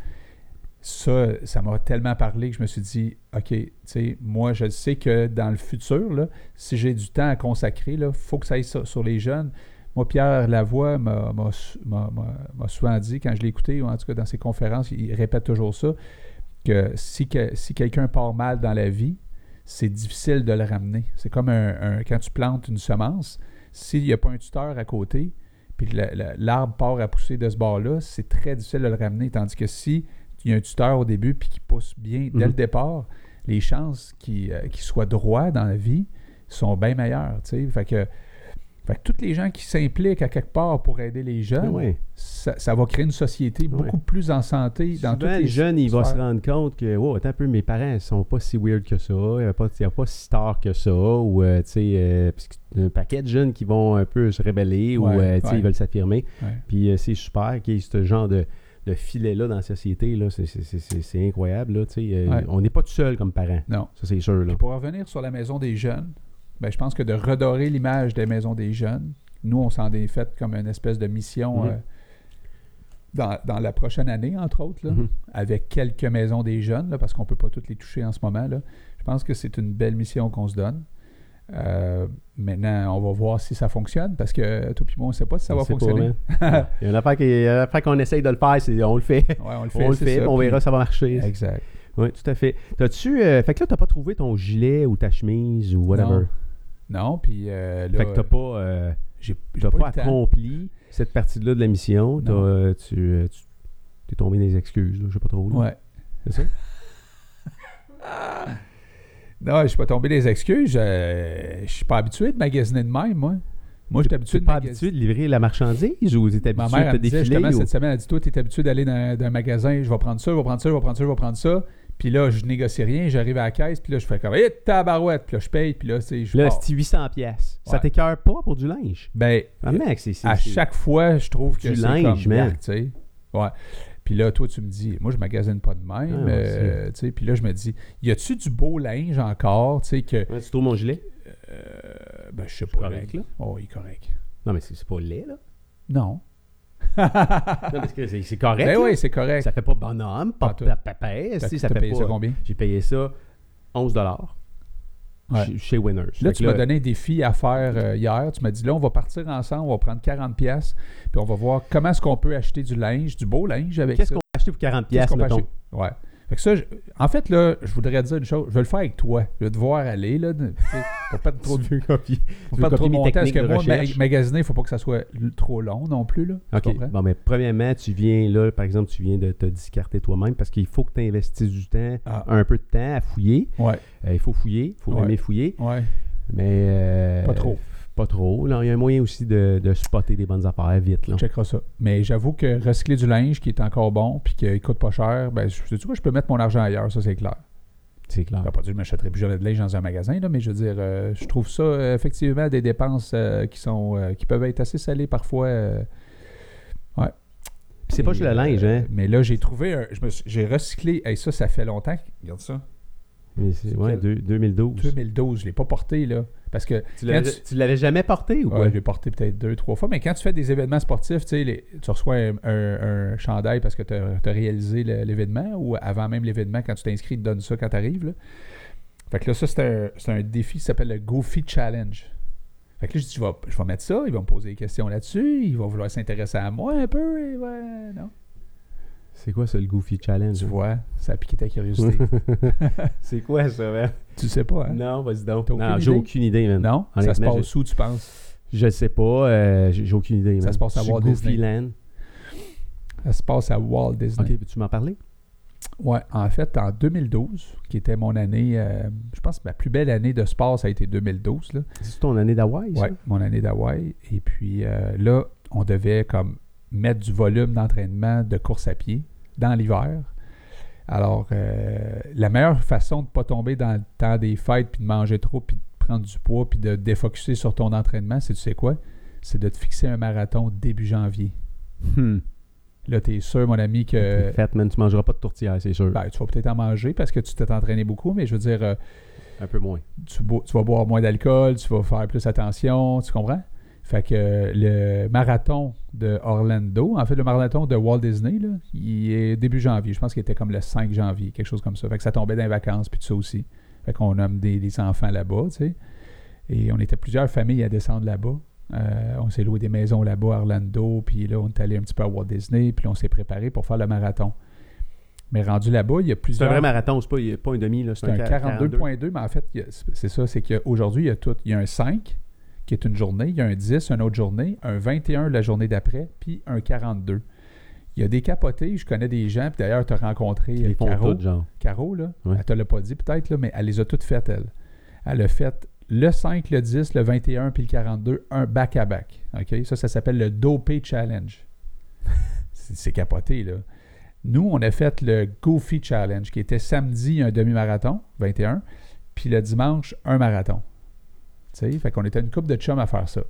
Speaker 1: Ça, ça m'a tellement parlé que je me suis dit OK, tu sais, moi, je sais que dans le futur, là, si j'ai du temps à consacrer, il faut que ça aille sur, sur les jeunes. Moi, Pierre Lavoie m'a m'a sou- m'a- m'a- m'a souvent dit, quand je l'ai écouté, ou en tout cas dans ses conférences, il il répète toujours ça, que si, que- si quelqu'un part mal dans la vie, c'est difficile de le ramener. C'est comme un, un- quand tu plantes une semence, s'il n'y a pas un tuteur à côté, puis que la- la- l'arbre part à pousser de ce bord-là, c'est très difficile de le ramener. Tandis que si il y a un tuteur au début, puis qui pousse bien dès
Speaker 2: Mhm.
Speaker 1: le départ, les chances qu'il euh, qu'il soit droit dans la vie sont bien meilleures. tu sais. Fait que, fait que toutes les gens qui s'impliquent à quelque part pour aider les
Speaker 2: Ah
Speaker 1: jeunes,
Speaker 2: ouais.
Speaker 1: ça, ça va créer une société beaucoup
Speaker 2: Ouais.
Speaker 1: plus en santé dans toutes
Speaker 2: Souvent,
Speaker 1: les
Speaker 2: le jeune, il va se
Speaker 1: sphères.
Speaker 2: rendre compte que, wow, attends un peu, mes parents sont pas si weird que ça, il n'y a, pas- il y a pas si tard que ça, ou, euh, tu sais, euh, parce que t'as un paquet de jeunes qui vont un peu se rébeller ou,
Speaker 1: Ouais,
Speaker 2: euh, tu sais,
Speaker 1: ouais.
Speaker 2: ils veulent s'affirmer.
Speaker 1: Ouais.
Speaker 2: Puis euh, c'est super qu'il y ait ce genre de, de filet-là dans la société, là, c'est- c'est- c'est c'est- c'est incroyable, là, tu sais. euh,
Speaker 1: Ouais.
Speaker 2: On n'est pas tout seul comme parents,
Speaker 1: Non.
Speaker 2: ça c'est sûr, là.
Speaker 1: Puis pour revenir sur la maison des jeunes, ben, je pense que de redorer l'image des maisons des jeunes, nous, on s'en est fait comme une espèce de mission
Speaker 2: Mhm.
Speaker 1: euh, dans, dans la prochaine année, entre autres, là,
Speaker 2: Mhm.
Speaker 1: avec quelques maisons des jeunes, là, parce qu'on ne peut pas toutes les toucher en ce moment. Là. Je pense que c'est une belle mission qu'on se donne. Euh, maintenant, on va voir si ça fonctionne, parce que toi puis moi, on ne sait pas si ça
Speaker 2: On
Speaker 1: va
Speaker 2: sait pas,
Speaker 1: fonctionner.
Speaker 2: hein. Il y a une affaire qui- il y a une affaire qu'on essaye de le faire, c'est on le fait.
Speaker 1: Ouais, on le fait,
Speaker 2: On le
Speaker 1: c'est
Speaker 2: fait,
Speaker 1: ça,
Speaker 2: puis on
Speaker 1: puis-
Speaker 2: verra si ça va marcher.
Speaker 1: Exact.
Speaker 2: Oui, tout à fait. T'as-tu. euh, fait que là, t'as pas trouvé ton gilet ou ta chemise ou whatever.
Speaker 1: Non. Non, puis euh, là,
Speaker 2: Fait que t'as pas, euh,
Speaker 1: j'ai j'ai
Speaker 2: t'as
Speaker 1: pas eu
Speaker 2: pas
Speaker 1: le temps.
Speaker 2: accompli cette partie-là de la mission. T'as,
Speaker 1: Non.
Speaker 2: euh, tu euh, tu- t'es tombé dans les excuses, là, je sais pas trop. là.
Speaker 1: Ouais.
Speaker 2: C'est ça?
Speaker 1: Non, je suis pas tombé des excuses. euh, Je, je suis pas habitué de magasiner de même, moi. Moi, je suis habitué
Speaker 2: T'es
Speaker 1: de
Speaker 2: pas
Speaker 1: magasiner.
Speaker 2: habitué de livrer la marchandise ou t'es
Speaker 1: Ma
Speaker 2: habitué de
Speaker 1: mère
Speaker 2: te
Speaker 1: elle me disait
Speaker 2: défiler?
Speaker 1: justement
Speaker 2: ou-
Speaker 1: cette semaine, elle dit Toi, t'es habitué d'aller dans, dans un magasin, je vais prendre ça, je vais prendre ça, je vais prendre ça, je vais prendre ça. Puis là, je négocie rien, j'arrive à la caisse, puis là, je fais comme Eh, tabarouette, puis là, je paye, puis là, tu sais, je
Speaker 2: Là,
Speaker 1: pars.
Speaker 2: c'est 800 pièces. Ça
Speaker 1: Oh. Ouais.
Speaker 2: t'écœure pas pour du linge?
Speaker 1: Ben,
Speaker 2: Ah, mec, c'est... c'est-
Speaker 1: à
Speaker 2: c'est-
Speaker 1: chaque fois, je trouve que
Speaker 2: Du
Speaker 1: c'est
Speaker 2: linge,
Speaker 1: comme
Speaker 2: man.
Speaker 1: Marc, tu sais. Ouais. Puis là, toi, tu me dis, moi, je magasine pas de même.
Speaker 2: Ah, ouais,
Speaker 1: euh, tu sais, puis là, je me dis, y a-tu du beau linge encore, tu sais, que.
Speaker 2: Ouais, tu trouves mon gilet?
Speaker 1: euh, ben, je sais
Speaker 2: C'est
Speaker 1: pas.
Speaker 2: correct, là.
Speaker 1: Oh, il est correct.
Speaker 2: Non, mais c'est c'est pas laid, là.
Speaker 1: Non.
Speaker 2: Non, parce que c'est c'est correct.
Speaker 1: ben
Speaker 2: là.
Speaker 1: oui, c'est correct.
Speaker 2: Ça fait pas bonhomme,
Speaker 1: Pas
Speaker 2: pas
Speaker 1: tout.
Speaker 2: pa- papesse,
Speaker 1: T'as-
Speaker 2: tu sais, ça
Speaker 1: t'as
Speaker 2: fait
Speaker 1: payé
Speaker 2: pas...
Speaker 1: ça combien?
Speaker 2: J'ai payé ça 11
Speaker 1: Ouais.
Speaker 2: chez- chez Winners.
Speaker 1: Là,
Speaker 2: Fait
Speaker 1: tu
Speaker 2: que
Speaker 1: m'as donné un défi à faire euh, hier. Tu m'as dit, là, on va partir ensemble, on va prendre 40 pièces, puis on va voir comment est-ce qu'on peut acheter du linge, du beau linge avec
Speaker 2: Qu'est-ce
Speaker 1: ça.
Speaker 2: qu'on peut acheter pour 40
Speaker 1: Qu'est-ce
Speaker 2: pièces,
Speaker 1: qu'on peut
Speaker 2: mettons?
Speaker 1: acheter? Ouais. Fait que ça, je- en fait, là, je voudrais dire une chose. Je vais le faire avec toi. Je vais te voir aller, là, de- tu sais, pour pas te trop de
Speaker 2: Tu veux copier- tu
Speaker 1: faut
Speaker 2: veux
Speaker 1: pas te trop
Speaker 2: copier
Speaker 1: de
Speaker 2: mes
Speaker 1: monter, parce
Speaker 2: techniques
Speaker 1: que
Speaker 2: de
Speaker 1: moi, ma-
Speaker 2: recherche?
Speaker 1: magasiner, il faut pas que ça soit l- trop long non plus, là. Tu
Speaker 2: OK.
Speaker 1: comprends?
Speaker 2: Bon, mais premièrement, tu viens là, par exemple, tu viens de te discarter toi-même parce qu'il faut que tu investisses du temps,
Speaker 1: Ah.
Speaker 2: un peu de temps à fouiller.
Speaker 1: Ouais,
Speaker 2: Euh, il faut fouiller, il faut
Speaker 1: Ouais.
Speaker 2: aimer fouiller.
Speaker 1: ouais.
Speaker 2: Mais. euh,
Speaker 1: Pas trop.
Speaker 2: Pas trop. Non, il y a un moyen aussi de, de spotter des bonnes affaires vite. Là.
Speaker 1: On checkera ça. Mais j'avoue que recycler du linge qui est encore bon puis qui coûte pas cher, ben, je- sais-tu quoi, je peux mettre mon argent ailleurs, ça, c'est clair.
Speaker 2: C'est clair.
Speaker 1: Ben, pas dit, je m'achèterai plus jamais de linge dans un magasin, là, mais je veux dire, euh, je trouve ça euh, effectivement des dépenses euh, qui sont euh, qui peuvent être assez salées parfois. euh,
Speaker 2: Puis c'est pas
Speaker 1: mais,
Speaker 2: juste le linge,
Speaker 1: euh,
Speaker 2: hein.
Speaker 1: Mais là, j'ai trouvé un. je me suis- J'ai recyclé. et ça, ça fait longtemps. que- Regarde ça.
Speaker 2: Mais c'est,
Speaker 1: c'est
Speaker 2: ouais,
Speaker 1: quel-
Speaker 2: deux- 2012.
Speaker 1: 2012, je l'ai pas porté, là. Parce que.
Speaker 2: Tu,
Speaker 1: l'avais-
Speaker 2: l'avais, jamais porté ou
Speaker 1: Ouais,
Speaker 2: quoi?
Speaker 1: je l'ai porté peut-être deux, trois fois. Mais quand tu fais des événements sportifs, tu, sais, les- tu reçois un, un- un chandail parce que tu as, réalisé le- l'événement ou avant même l'événement, quand tu t'inscris, ils te donnent ça quand tu arrives. Fait que là, ça, c'est un, c'est un défi qui s'appelle le Goofy Challenge. Fait que là, je dis, je vais, je vais mettre ça, ils vont me poser des questions là-dessus, ils vont vouloir s'intéresser à moi un peu. et ouais, non.
Speaker 2: C'est quoi ça, le Goofy
Speaker 1: Tu
Speaker 2: Challenge?
Speaker 1: vois, ça a piqué ta curiosité.
Speaker 2: c'est quoi ça, man?
Speaker 1: tu sais pas, hein?
Speaker 2: Non, vas-y donc.
Speaker 1: T'as aucune
Speaker 2: Non, j'ai
Speaker 1: idée?
Speaker 2: aucune idée, man.
Speaker 1: Non? Ça se
Speaker 2: Honnêtement,
Speaker 1: passe où, tu penses?
Speaker 2: Je sais pas, euh, j'ai, j'ai aucune idée,
Speaker 1: Ça
Speaker 2: man.
Speaker 1: se passe à
Speaker 2: Sur
Speaker 1: Walt Disney.
Speaker 2: Goofyland.
Speaker 1: Ça se passe à Walt Disney.
Speaker 2: Ok, veux-tu m'en parler?
Speaker 1: Ouais, en fait, en 2012, qui était mon année, euh, je pense que ma plus belle année de sport, ça a été 2012. Là.
Speaker 2: C'est ton année d'Hawaï, ça?
Speaker 1: Ouais, mon année d'Hawaï. Et puis euh, là, on devait comme mettre du volume d'entraînement de course à pied dans l'hiver. Alors, euh, la meilleure façon de ne pas tomber dans le temps des fêtes, puis de manger trop, puis de prendre du poids, puis de défocuser sur ton entraînement, c'est tu sais quoi? C'est de te fixer un marathon début janvier.
Speaker 2: Hmm.
Speaker 1: Là, t'es sûr, mon ami, que...
Speaker 2: T'es fat, man. Tu mangeras pas de tourtière, c'est sûr.
Speaker 1: Ben, tu vas peut-être en manger parce que tu t'es entraîné beaucoup, mais je veux dire, euh,
Speaker 2: Un peu moins.
Speaker 1: tu, bo- tu vas boire moins d'alcool, tu vas faire plus attention, tu comprends? Fait que euh, le marathon de Orlando, en fait, le marathon de Walt Disney, là, il est début janvier. Je pense qu'il était comme le 5 janvier, quelque chose comme ça. Fait que ça tombait dans les vacances, puis tout ça aussi. Fait qu'on a amené les enfants là-bas, tu sais. Et on était plusieurs familles à descendre là-bas. Euh, on s'est loué des maisons là-bas à Orlando, puis là, on est allé un petit peu à Walt Disney, puis là, on s'est préparé pour faire le marathon. Mais rendu là-bas, il y a
Speaker 2: C'est un
Speaker 1: plusieurs...
Speaker 2: vrai marathon, c'est pas, il y a pas un demi, là. C'est
Speaker 1: C'est un
Speaker 2: un 42.
Speaker 1: 42.2, mais en fait, il y a- c'est ça, c'est qu'aujourd'hui, il y a tout. Il y a un 5 qui est une journée, il y a un 10, une autre journée, un 21 la journée d'après, puis un 42. Il y a des capotés, je connais des gens, puis d'ailleurs, tu as rencontré euh,
Speaker 2: Ils font
Speaker 1: Caro.
Speaker 2: tout, genre.
Speaker 1: Caro, là,
Speaker 2: Ouais.
Speaker 1: elle te l'a pas dit peut-être, là, mais elle les a toutes faites, elle. Elle a fait le 5, le 10, le 21, puis le 42, un back-à-back. OK? Ça, ça s'appelle le Dopé Challenge. c'est c'est capoté, là. Nous, on a fait le Goofy Challenge, qui était samedi un demi-marathon, 21, puis le dimanche, un marathon. Tu sais, fait qu'on était une coupe de chums à faire ça.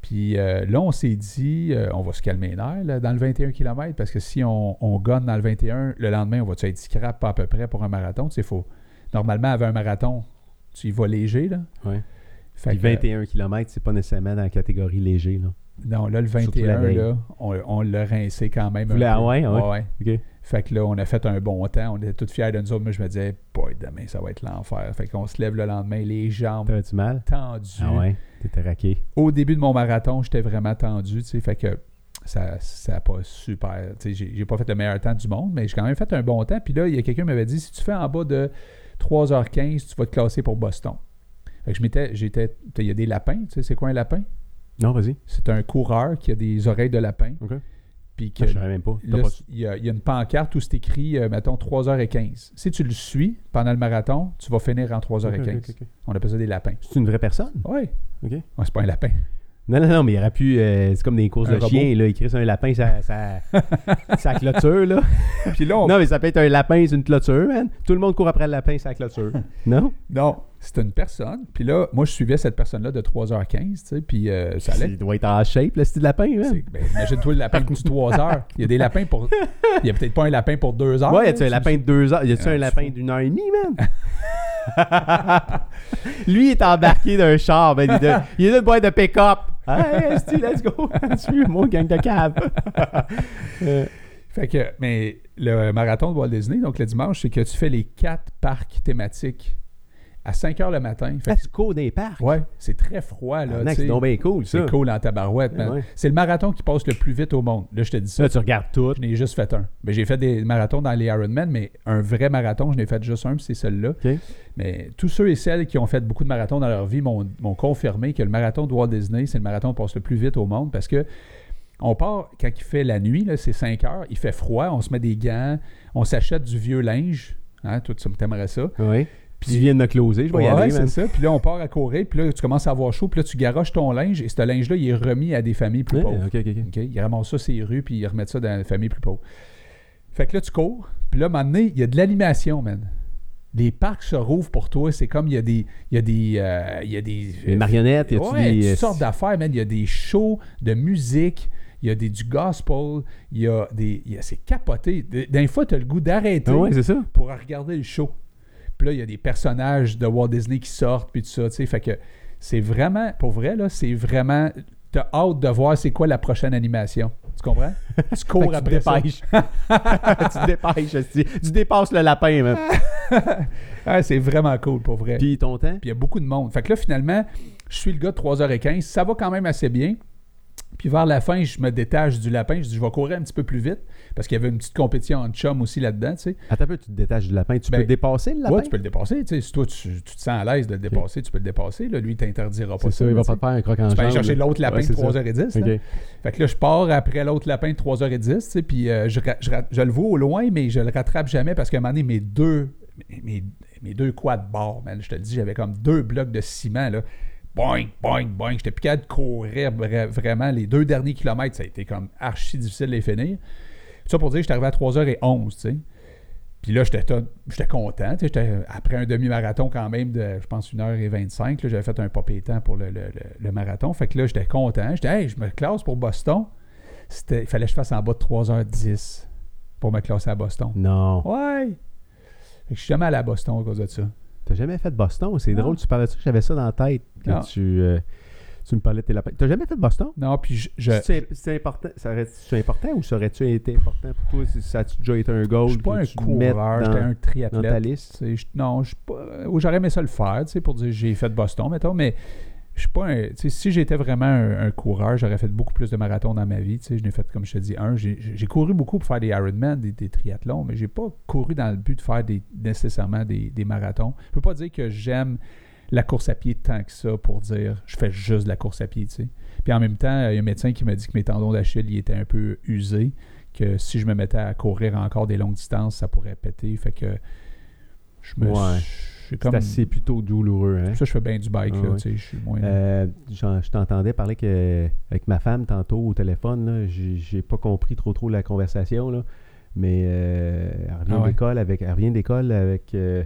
Speaker 1: Puis euh, là, on s'est dit, euh, on va se calmer les nerfs là, dans le 21 km parce que si on, on gagne dans le 21, le lendemain, on va-tu être scrap à peu près pour un marathon? C'est faux. Normalement, avant un marathon, tu y vas léger. Là.
Speaker 2: Ouais.
Speaker 1: Fait
Speaker 2: Puis
Speaker 1: que, euh,
Speaker 2: 21 km, c'est pas nécessairement dans la catégorie léger, là.
Speaker 1: non, là, le
Speaker 2: Surtout la
Speaker 1: 21,
Speaker 2: veille.
Speaker 1: là, on, on l'a rincé quand même.
Speaker 2: Vous
Speaker 1: un
Speaker 2: l'avez-
Speaker 1: peu.
Speaker 2: ouais, ouais.
Speaker 1: ouais.
Speaker 2: OK.
Speaker 1: Fait que là, on a fait un bon temps. On était tous fiers de nous autres. mais je me disais, boy, demain, ça va être l'enfer. Fait qu'on se lève le lendemain, les jambes
Speaker 2: T'avais du mal?
Speaker 1: tendues.
Speaker 2: Euh, Ah ouais? T'étais raqué.
Speaker 1: au début de mon marathon, j'étais vraiment tendu, tu sais, fait que ça n'a pas super. Tu sais, j'ai j'ai pas fait le meilleur temps du monde, mais j'ai quand même fait un bon temps. Puis là, il y a quelqu'un qui m'avait dit si tu fais en bas de 3h15, tu vas te classer pour Boston. Fait que je m'étais. j'étais- Il y a des lapins, tu sais, c'est quoi un lapin
Speaker 2: Non, vas-y.
Speaker 1: C'est un coureur qui a des oreilles de lapin.
Speaker 2: OK.
Speaker 1: Puis que
Speaker 2: Ah, Je savais même pas. T'as
Speaker 1: Là,
Speaker 2: pas-
Speaker 1: il y, a, il y a une pancarte où c'est écrit, euh, mettons, 3h15. Si tu le suis pendant le marathon, tu vas finir en 3h15.
Speaker 2: OK, OK, OK.
Speaker 1: On appelle ça des lapins.
Speaker 2: C'est une vraie personne?
Speaker 1: Oui.
Speaker 2: OK.
Speaker 1: c'est pas un lapin.
Speaker 2: Non, non, non, mais il aurait pu. euh, c'est comme des courses
Speaker 1: Un
Speaker 2: de
Speaker 1: robot.
Speaker 2: chiens, là. Il crée sur un lapin, ça. ça, ça clôture, là.
Speaker 1: Puis là, on
Speaker 2: Non, mais ça peut être un lapin, c'est une clôture, man. Tout le monde court après le lapin, c'est la clôture. non?
Speaker 1: Non. C'était une personne. Puis là, moi, je suivais cette personne-là de 3h15, tu sais, puis euh, ça allait.
Speaker 2: Il doit être en shape, le style lapin, man.
Speaker 1: C'est- ben, Imagine-toi le lapin du 3 heures. Il y a des lapins pour. Il y a peut-être pas un lapin pour 2 heures.
Speaker 2: Ouais,
Speaker 1: là,
Speaker 2: y a-tu un
Speaker 1: tu-
Speaker 2: lapin de deux heures? Y a-tu
Speaker 1: Ah,
Speaker 2: un
Speaker 1: tu
Speaker 2: lapin
Speaker 1: fous.
Speaker 2: d'une heure et demie, man? Lui, il est embarqué d'un char, man. Il est de- Il est d'une boîte de pick-up. Ah, Hey, esti, let's go. Suis-moi, gang de cave. Euh,
Speaker 1: Fait que, mais le marathon de Walt Disney, donc le dimanche, c'est que tu fais les quatre parcs thématiques à 5 heures le matin. Fait que-
Speaker 2: Fait cours des parcs.
Speaker 1: ouais, c'est très froid, là.
Speaker 2: Arnaque,
Speaker 1: tu
Speaker 2: C'est
Speaker 1: sais.
Speaker 2: donc bien cool, ça. Ben
Speaker 1: C'est cool en tabarouette, man.
Speaker 2: Ouais, ouais.
Speaker 1: C'est le marathon qui passe le plus vite au monde. Là, je te dis ça.
Speaker 2: Là, tu regardes tout.
Speaker 1: Je n'ai juste fait un. Mais j'ai fait des marathons dans les Ironman, mais un vrai marathon, je n'ai fait juste un, puis c'est celui-là.
Speaker 2: OK.
Speaker 1: Mais tous ceux et celles qui ont fait beaucoup de marathons dans leur vie m'ont m'ont confirmé que le marathon de Walt Disney, c'est le marathon qui passe le plus vite au monde parce que on part quand il fait la nuit, là, c'est 5 heures, il fait froid, on se met des gants, on s'achète du vieux linge. Hein, toi, tu t'aimerais ça.
Speaker 2: Oui. Puis tu viens de me closer, je vais y
Speaker 1: Ouais,
Speaker 2: aller,
Speaker 1: c'est
Speaker 2: man.
Speaker 1: ça. Puis là, on part à courir, puis là, tu commences à avoir chaud, puis là, tu garoches ton linge, et ce linge-là, il est remis à des familles plus
Speaker 2: Ouais,
Speaker 1: pauvres.
Speaker 2: ok, ok, ok.
Speaker 1: OK? Ils ramassent ça sur les rues, puis ils remettent ça dans les familles plus pauvres. Fait que là, tu cours, puis là, à un moment donné, il y a de l'animation, man. Les parcs se rouvrent pour toi. C'est comme il y a des. Il y a des. euh, il y a des. euh,
Speaker 2: Les marionnettes, y a-tu
Speaker 1: Ouais,
Speaker 2: des. euh,
Speaker 1: toutes sortes d'affaires, man. Il y a des shows de musique. Il y a des, du gospel. Il y a des. il y a- C'est capoté. Des des fois, tu as le goût d'arrêter
Speaker 2: Ah ouais, c'est ça.
Speaker 1: pour regarder le show. Puis là, il y a des personnages de Walt Disney qui sortent, puis tout ça, tu sais. Fait que c'est vraiment, pour vrai, là, c'est vraiment. T'as hâte de voir c'est quoi la prochaine animation. Tu comprends? Tu
Speaker 2: Fait
Speaker 1: cours
Speaker 2: que
Speaker 1: après ça.
Speaker 2: tu dépêches. tu dépêches, esti. Tu dépasses le lapin, man.
Speaker 1: Ah, c'est vraiment cool, pour vrai. Puis
Speaker 2: Puis ton temps?
Speaker 1: il y a beaucoup de monde. Fait que là, finalement, je suis le gars de 3h15. Ça va quand même assez bien. Puis vers la fin, je me détache du lapin. Je dis, je vais courir un petit peu plus vite. Parce qu'il y avait une petite compétition en chum aussi là-dedans, tu sais.
Speaker 2: Attends un peu, tu te détaches du lapin. Tu
Speaker 1: Ben,
Speaker 2: peux dépasser le lapin?
Speaker 1: Ouais, tu peux le dépasser. tu sais. Si toi, tu, tu te sens à l'aise de le dépasser, tu peux le dépasser. Là, lui, il t'interdira pas.
Speaker 2: C'est ça, il va
Speaker 1: tu sais.
Speaker 2: pas te faire un croc en
Speaker 1: Tu peux aller
Speaker 2: jambe,
Speaker 1: chercher
Speaker 2: là.
Speaker 1: l'autre lapin
Speaker 2: Ouais,
Speaker 1: de
Speaker 2: c'est ça.
Speaker 1: 3h10. là.
Speaker 2: Ok.
Speaker 1: hein. Fait que là, je pars après l'autre lapin de 3h10, tu sais, puis euh, je, ra- je ra- je le vois au loin, mais je le rattrape jamais parce qu'à un moment donné, mes deux, mes, mes deux quads barres, man, je te le dis, j'avais comme deux blocs de ciment, là. Boing, boing, boing. J'étais plus capable de courir vra- vraiment. Les deux derniers kilomètres, ça a été comme archi difficile de les finir. Tout ça pour dire que j'étais arrivé à 3h11, tu sais. Puis là, j'étais to- j'étais content. tu sais, j'étais- Après un demi-marathon quand même de, je pense, 1h25, là, j'avais fait un pas pétant pour le, le- le- le marathon. Fait que là, j'étais content. J'étais, hey, je me classe pour Boston. C'était- Il fallait que je fasse en bas de 3h10 pour me classer à Boston.
Speaker 2: Non.
Speaker 1: Ouais! Fait que je suis jamais allé à Boston à cause de ça.
Speaker 2: T'as jamais fait de Boston? C'est
Speaker 1: Non.
Speaker 2: drôle, tu parlais de ça. J'avais ça dans la tête
Speaker 1: Non.
Speaker 2: quand tu, euh, tu me parlais de tes lapins. T'as jamais fait de Boston?
Speaker 1: Non, puis je, je,
Speaker 2: Si tu- C'est important. Ça aurait- c'est important ou ça aurait-tu été important pour toi si ça a déjà été un goal?
Speaker 1: je suis
Speaker 2: que
Speaker 1: pas un
Speaker 2: tu mettes
Speaker 1: coureur, j'étais
Speaker 2: dans, dans
Speaker 1: un
Speaker 2: ta
Speaker 1: triathlète. Tu
Speaker 2: liste?
Speaker 1: sais, je- non, je suis pas- euh, ou j'aurais aimé ça le faire, tu sais, pour dire j'ai fait Boston, mettons, mais je suis pas un- tu sais, si j'étais vraiment un, un coureur, j'aurais fait beaucoup plus de marathons dans ma vie, tu sais, je n'ai fait, comme je te dis, un, j'ai j'ai couru beaucoup pour faire des Ironman, des, des triathlons, mais j'ai pas couru dans le but de faire des, nécessairement des, des marathons. Je peux pas dire que j'aime la course à pied tant que ça pour dire je fais juste de la course à pied, tu sais. Puis en même temps, il y a un médecin qui m'a dit que mes tendons d'Achille, ils étaient un peu usés, que si je me mettais à courir encore des longues distances, ça pourrait péter, fait que je me
Speaker 2: Ouais.
Speaker 1: je suis
Speaker 2: C'est
Speaker 1: comme
Speaker 2: assez plutôt douloureux. Hein?
Speaker 1: ça, je fais bien du bike,
Speaker 2: Ah
Speaker 1: là,
Speaker 2: ouais.
Speaker 1: tu sais, je suis moins...
Speaker 2: Euh, j'en- je t'entendais parler que, avec ma femme tantôt au téléphone. là. J'ai j'ai pas compris trop trop la conversation. là. Mais euh, elle revient
Speaker 1: Ah ouais.
Speaker 2: d'école avec. Elle revient d'école avec. euh,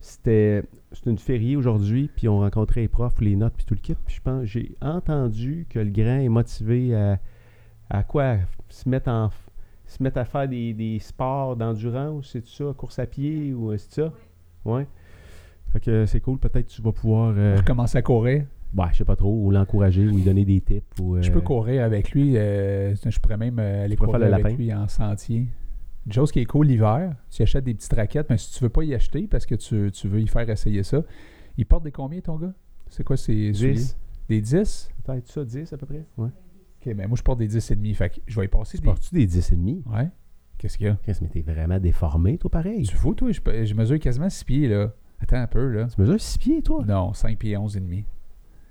Speaker 2: c'était c'est une fériée aujourd'hui, puis on rencontrait les profs, les notes, puis tout le kit. Puis je pense, j'ai entendu que le grand est motivé à, à quoi À se mettre en f- se mettre à faire des, des sports d'endurance, c'est ça, course à pied ou euh, c'est ça Ouais. Fait que c'est cool, peut-être tu vas pouvoir euh,
Speaker 1: Je commence à courir.
Speaker 2: bah, je sais pas trop, ou l'encourager, ou lui donner des tips. Ou,
Speaker 1: Je
Speaker 2: euh,
Speaker 1: peux courir avec lui. euh, je pourrais même euh, aller
Speaker 2: pourrais
Speaker 1: courir
Speaker 2: faire le
Speaker 1: avec
Speaker 2: lapin.
Speaker 1: lui en sentier. Une chose qui est cool l'hiver, tu achètes des petites raquettes, mais si tu veux pas y acheter parce que tu, tu veux y faire essayer ça, il porte des combien ton gars? C'est quoi ces souliers?
Speaker 2: 10,
Speaker 1: Des 10?
Speaker 2: peut-être ça, 10 à peu près. Ouais.
Speaker 1: Ok, mais moi je porte des 10 et demi, fait que je vais y passer
Speaker 2: Tu
Speaker 1: des...
Speaker 2: portes-tu des 10 et demi?
Speaker 1: Ouais. Qu'est-ce qu'il y a?
Speaker 2: Chris, mais t'es vraiment déformé, toi, pareil.
Speaker 1: Tu fous, toi? Je, peux- je mesure quasiment 6 pieds, là. Attends un peu, là.
Speaker 2: Tu mesures 6 pieds, toi?
Speaker 1: Non, 5 pieds 11 et demi.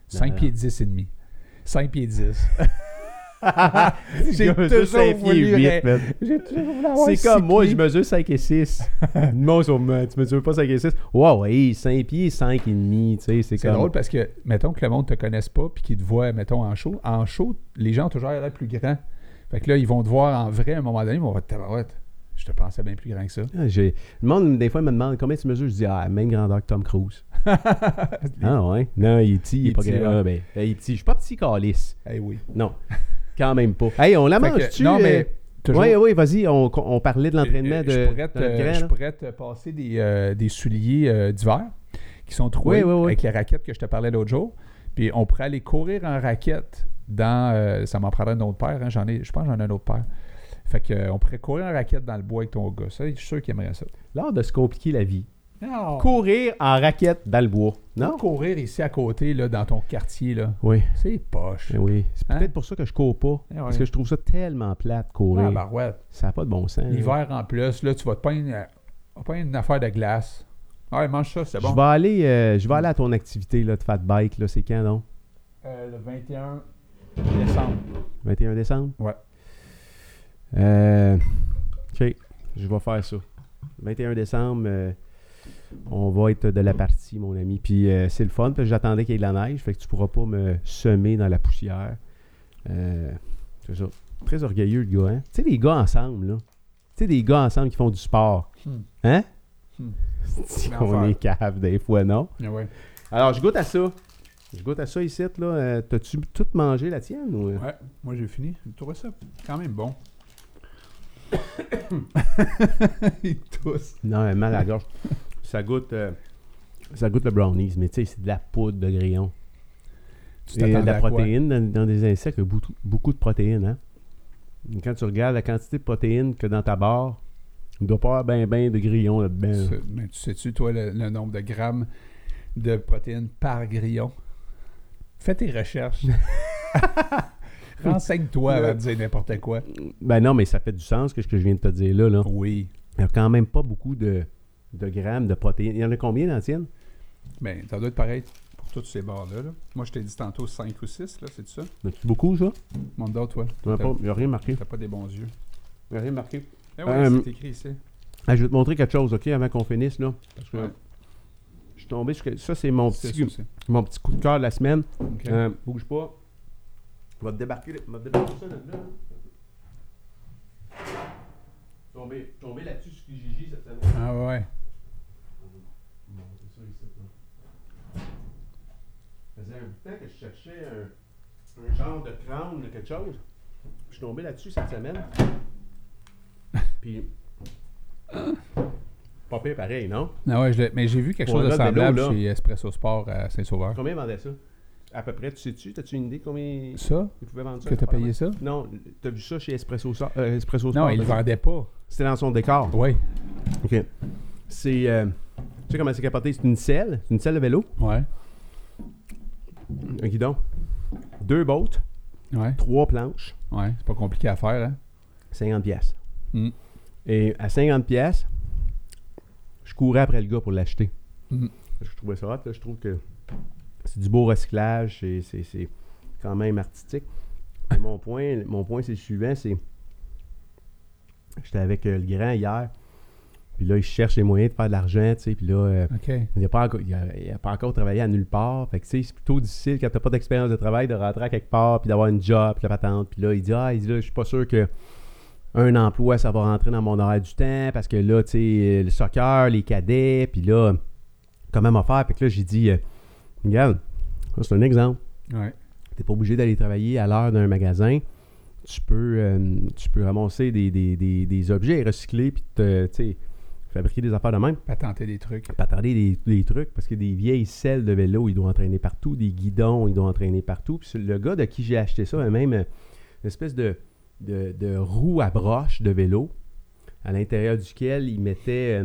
Speaker 1: 5
Speaker 2: non.
Speaker 1: pieds 10 et demi. 5 pieds 10. J'ai
Speaker 2: Je mesure
Speaker 1: toujours
Speaker 2: cinq pieds
Speaker 1: voulu...
Speaker 2: huit,
Speaker 1: ré-
Speaker 2: man.
Speaker 1: J'ai toujours voulu avoir
Speaker 2: C'est
Speaker 1: six
Speaker 2: comme moi,
Speaker 1: pieds.
Speaker 2: je mesure 5 et 6. Moi, tu mesures pas 5 et 6. Wow, ouais, 5 pieds, 5 et demi, tu sais, c'est
Speaker 1: C'est
Speaker 2: comme...
Speaker 1: drôle parce que, mettons que le monde te connaisse pas puis qu'ils te voient, mettons, en show. En show, les gens ont toujours l'air plus grand. Fait que là, ils vont te voir en vrai à un moment donné, ils vont dire Tabarouette, je te pensais bien plus grand que ça.
Speaker 2: Ah, j'ai- Le monde, des fois, me demande combien tu mesures. Je dis, ah, même grandeur que Tom Cruise. Ah ouais? Non, il est petit, il
Speaker 1: Il
Speaker 2: est
Speaker 1: est
Speaker 2: pas
Speaker 1: petit,
Speaker 2: grand.
Speaker 1: ouais.
Speaker 2: Ah, ben, hey, il est petit. Je suis pas petit calice.
Speaker 1: Eh oui.
Speaker 2: Non. Quand même pas. Hey, on la
Speaker 1: Fait que,
Speaker 2: mange-tu?
Speaker 1: non, mais toujours-
Speaker 2: Oui, oui, vas-y, on, on parlait de l'entraînement
Speaker 1: Euh,
Speaker 2: de.
Speaker 1: je pourrais te,
Speaker 2: de notre grand,
Speaker 1: je
Speaker 2: là.
Speaker 1: pourrais te passer des, euh, des souliers euh, d'hiver qui sont troués
Speaker 2: Oui, oui, oui.
Speaker 1: avec les raquettes que je te parlais l'autre jour. Puis on pourrait aller courir en raquette dans. euh, ça m'en prendrait un autre paire. hein. J'en ai, je pense que j'en ai un autre paire. Fait que, euh, on pourrait courir en raquette dans le bois avec ton gars. Ça, je suis sûr qu'il aimerait ça.
Speaker 2: L'art de se compliquer la vie.
Speaker 1: Non.
Speaker 2: Courir en raquette dans le bois. Non?
Speaker 1: Courir ici à côté, là, dans ton quartier, là.
Speaker 2: Oui.
Speaker 1: C'est poche.
Speaker 2: Ben oui. C'est
Speaker 1: Hein?
Speaker 2: peut-être pour ça que je cours pas.
Speaker 1: Eh ouais.
Speaker 2: Parce que je trouve ça tellement plate courir. Eh
Speaker 1: Ah, barouette.
Speaker 2: Ça n'a pas de bon sens. là.
Speaker 1: L'hiver en plus, là, tu vas te peindre, euh, on va peindre une affaire de glace. Ouais, mange ça, c'est
Speaker 2: Je
Speaker 1: bon.
Speaker 2: vais aller, euh, je vais aller à ton activité là, de fat bike. Là, c'est quand donc?
Speaker 1: Euh, le 21 décembre.
Speaker 2: 21 décembre?
Speaker 1: Ouais.
Speaker 2: Euh, OK. Je vais faire ça. 21 décembre, euh, on va être de la partie, mon ami. Puis euh, c'est le fun, parce que j'attendais qu'il y ait de la neige. Fait que tu pourras pas me semer dans la poussière. Euh, c'est ça. Très orgueilleux, le gars. Hein? Tu sais, les gars ensemble, là. Tu sais, des gars ensemble qui font du sport.
Speaker 1: Hmm.
Speaker 2: Hein?
Speaker 1: Hmm.
Speaker 2: C'est
Speaker 1: L'enfer.
Speaker 2: qu'on est cave des fois, non?
Speaker 1: Ah ouais.
Speaker 2: Alors, je goûte à ça. Je goûte à ça ici, là. Euh, T'as-tu tout mangé la tienne ou... euh?
Speaker 1: Ouais, moi j'ai fini. Je trouvais ça quand même bon. Ils toussent.
Speaker 2: Non, elle a mal à la gorge. ça goûte. euh, ça goûte le brownies, mais tu sais, c'est de la poudre de grillon.
Speaker 1: Tu
Speaker 2: Et de
Speaker 1: t'attendais
Speaker 2: la
Speaker 1: à quoi?
Speaker 2: protéine dans, dans des insectes, il y a beaucoup, beaucoup de protéines, hein? Et Quand tu regardes la quantité de protéines que dans ta barre, il ne doit pas avoir ben ben de grillon là-dedans.
Speaker 1: Tu- Mais tu sais-tu, toi, le, le nombre de grammes de protéines par grillon? Fais tes recherches. Renseigne-toi avant de dire n'importe quoi.
Speaker 2: Ben non, mais ça fait du sens que ce que je viens de te dire là. là.
Speaker 1: Oui.
Speaker 2: Il n'y a quand même pas beaucoup de, de grammes de protéines. Il y en a combien dans la tienne?
Speaker 1: Mais Ben, ça doit être pareil pour tous ces bars-là. là. Moi, je t'ai dit tantôt 5 ou 6, là, c'est ça?
Speaker 2: Y en a-tu beaucoup, ça?
Speaker 1: Monde d'autres, toi.
Speaker 2: Il
Speaker 1: T'as
Speaker 2: n'y a rien marqué.
Speaker 1: t'as pas des bons yeux.
Speaker 2: Il a rien marqué.
Speaker 1: Eh oui,
Speaker 2: Euh,
Speaker 1: c'est écrit ici.
Speaker 2: Ah, je vais te montrer quelque chose, OK, avant qu'on finisse, là. Parce que
Speaker 1: Ouais.
Speaker 2: je suis tombé sur... que- Ça, c'est mon
Speaker 1: C'est
Speaker 2: petit,
Speaker 1: ça, c'est-
Speaker 2: mon petit coup de cœur de la semaine.
Speaker 1: ok.
Speaker 2: Euh, bouge pas. Je vais te débarquer, je vais te débarquer ça là-dedans. Tomber, tomber là-dessus sur Kijiji cette semaine.
Speaker 1: Ah ouais.
Speaker 2: Bon, c'est ça, ici, là. Ça faisait un bout de temps que je cherchais un, un genre de crâne ou quelque chose. Je suis tombé là-dessus cette semaine. Puis. Pas pire pareil, non?
Speaker 1: Ah ouais, je l'ai- mais j'ai vu quelque
Speaker 2: Pour
Speaker 1: chose de
Speaker 2: un autre vélo,
Speaker 1: semblable
Speaker 2: là.
Speaker 1: chez Espresso Sport à Saint-Sauveur.
Speaker 2: Combien vendait ça? À peu près, tu sais-tu? T'as-tu une idée combien
Speaker 1: Ça,
Speaker 2: ils pouvaient vendre ça?
Speaker 1: que t'as payé
Speaker 2: ça?
Speaker 1: ça?
Speaker 2: Non, t'as vu ça chez Espresso, Sa- euh, Espresso Sport?
Speaker 1: Non, il Oh, le
Speaker 2: t'as dit?
Speaker 1: vendait pas.
Speaker 2: C'était dans son décor.
Speaker 1: Oui.
Speaker 2: OK. C'est. euh, tu sais comment c'est capoté? C'est une selle. C'est une selle de vélo.
Speaker 1: Ouais.
Speaker 2: Un guidon. Deux bottes.
Speaker 1: Ouais.
Speaker 2: Trois planches.
Speaker 1: Ouais. C'est pas compliqué à faire, hein?
Speaker 2: 50 pièces.
Speaker 1: Mm.
Speaker 2: Et à 50 pièces, je courais après le gars pour l'acheter.
Speaker 1: Mm.
Speaker 2: Je trouvais ça hot. là. Je trouve que c'est du beau recyclage. c'est- C'est c'est quand même artistique. Mais mon point, mon point c'est le suivant. C'est... J'étais avec euh, le grand hier. Puis là, il cherche les moyens de faire de l'argent. tu sais, Puis là... euh,
Speaker 1: OK.
Speaker 2: Il n'a pas, encore- il a- il a pas encore travaillé à nulle part. Fait que, tu sais, c'est plutôt difficile quand tu n'as pas d'expérience de travail de rentrer à quelque part puis d'avoir une job, puis la patente. Puis là, il dit Ah, il dit, là, je suis pas sûr que un emploi, ça va rentrer dans mon horaire du temps parce que là, tu sais, euh, le soccer, les cadets, puis là, comment m'en faire? Fait que là, j'ai dit euh, Regarde, ça, c'est un exemple.
Speaker 1: Ouais.
Speaker 2: Tu n'es pas obligé d'aller travailler à l'heure d'un magasin. Tu peux, euh, tu peux ramasser des, des, des, des objets recyclés puis te, tu sais, fabriquer des affaires de même
Speaker 1: Patenter des trucs.
Speaker 2: pas tarder des, des trucs parce que des vieilles selles de vélo, il doit entraîner partout, des guidons, il doit entraîner partout. Puis c'est le gars de qui j'ai acheté ça, a même euh, une espèce de, de, de roue à broche de vélo à l'intérieur duquel il mettait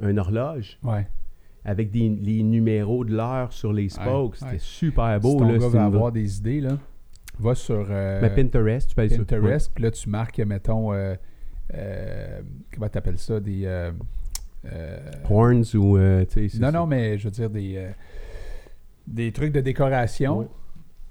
Speaker 2: euh, une horloge
Speaker 1: Ouais.
Speaker 2: avec des, les numéros de l'heure sur les spokes. C'était
Speaker 1: ouais.
Speaker 2: super
Speaker 1: si
Speaker 2: beau.
Speaker 1: ton
Speaker 2: là,
Speaker 1: gars
Speaker 2: c'était
Speaker 1: veut
Speaker 2: une-
Speaker 1: avoir des idées, là, va sur euh,
Speaker 2: Mais Pinterest, tu peux aller sur-
Speaker 1: Pinterest, puis là, tu marques, mettons, euh, euh, comment t'appelles ça, des... euh, euh,
Speaker 2: Ouais. Horns ou. euh, tu sais, c'est-
Speaker 1: non, non, mais je veux dire des, euh, des trucs de décoration,
Speaker 2: Ouais.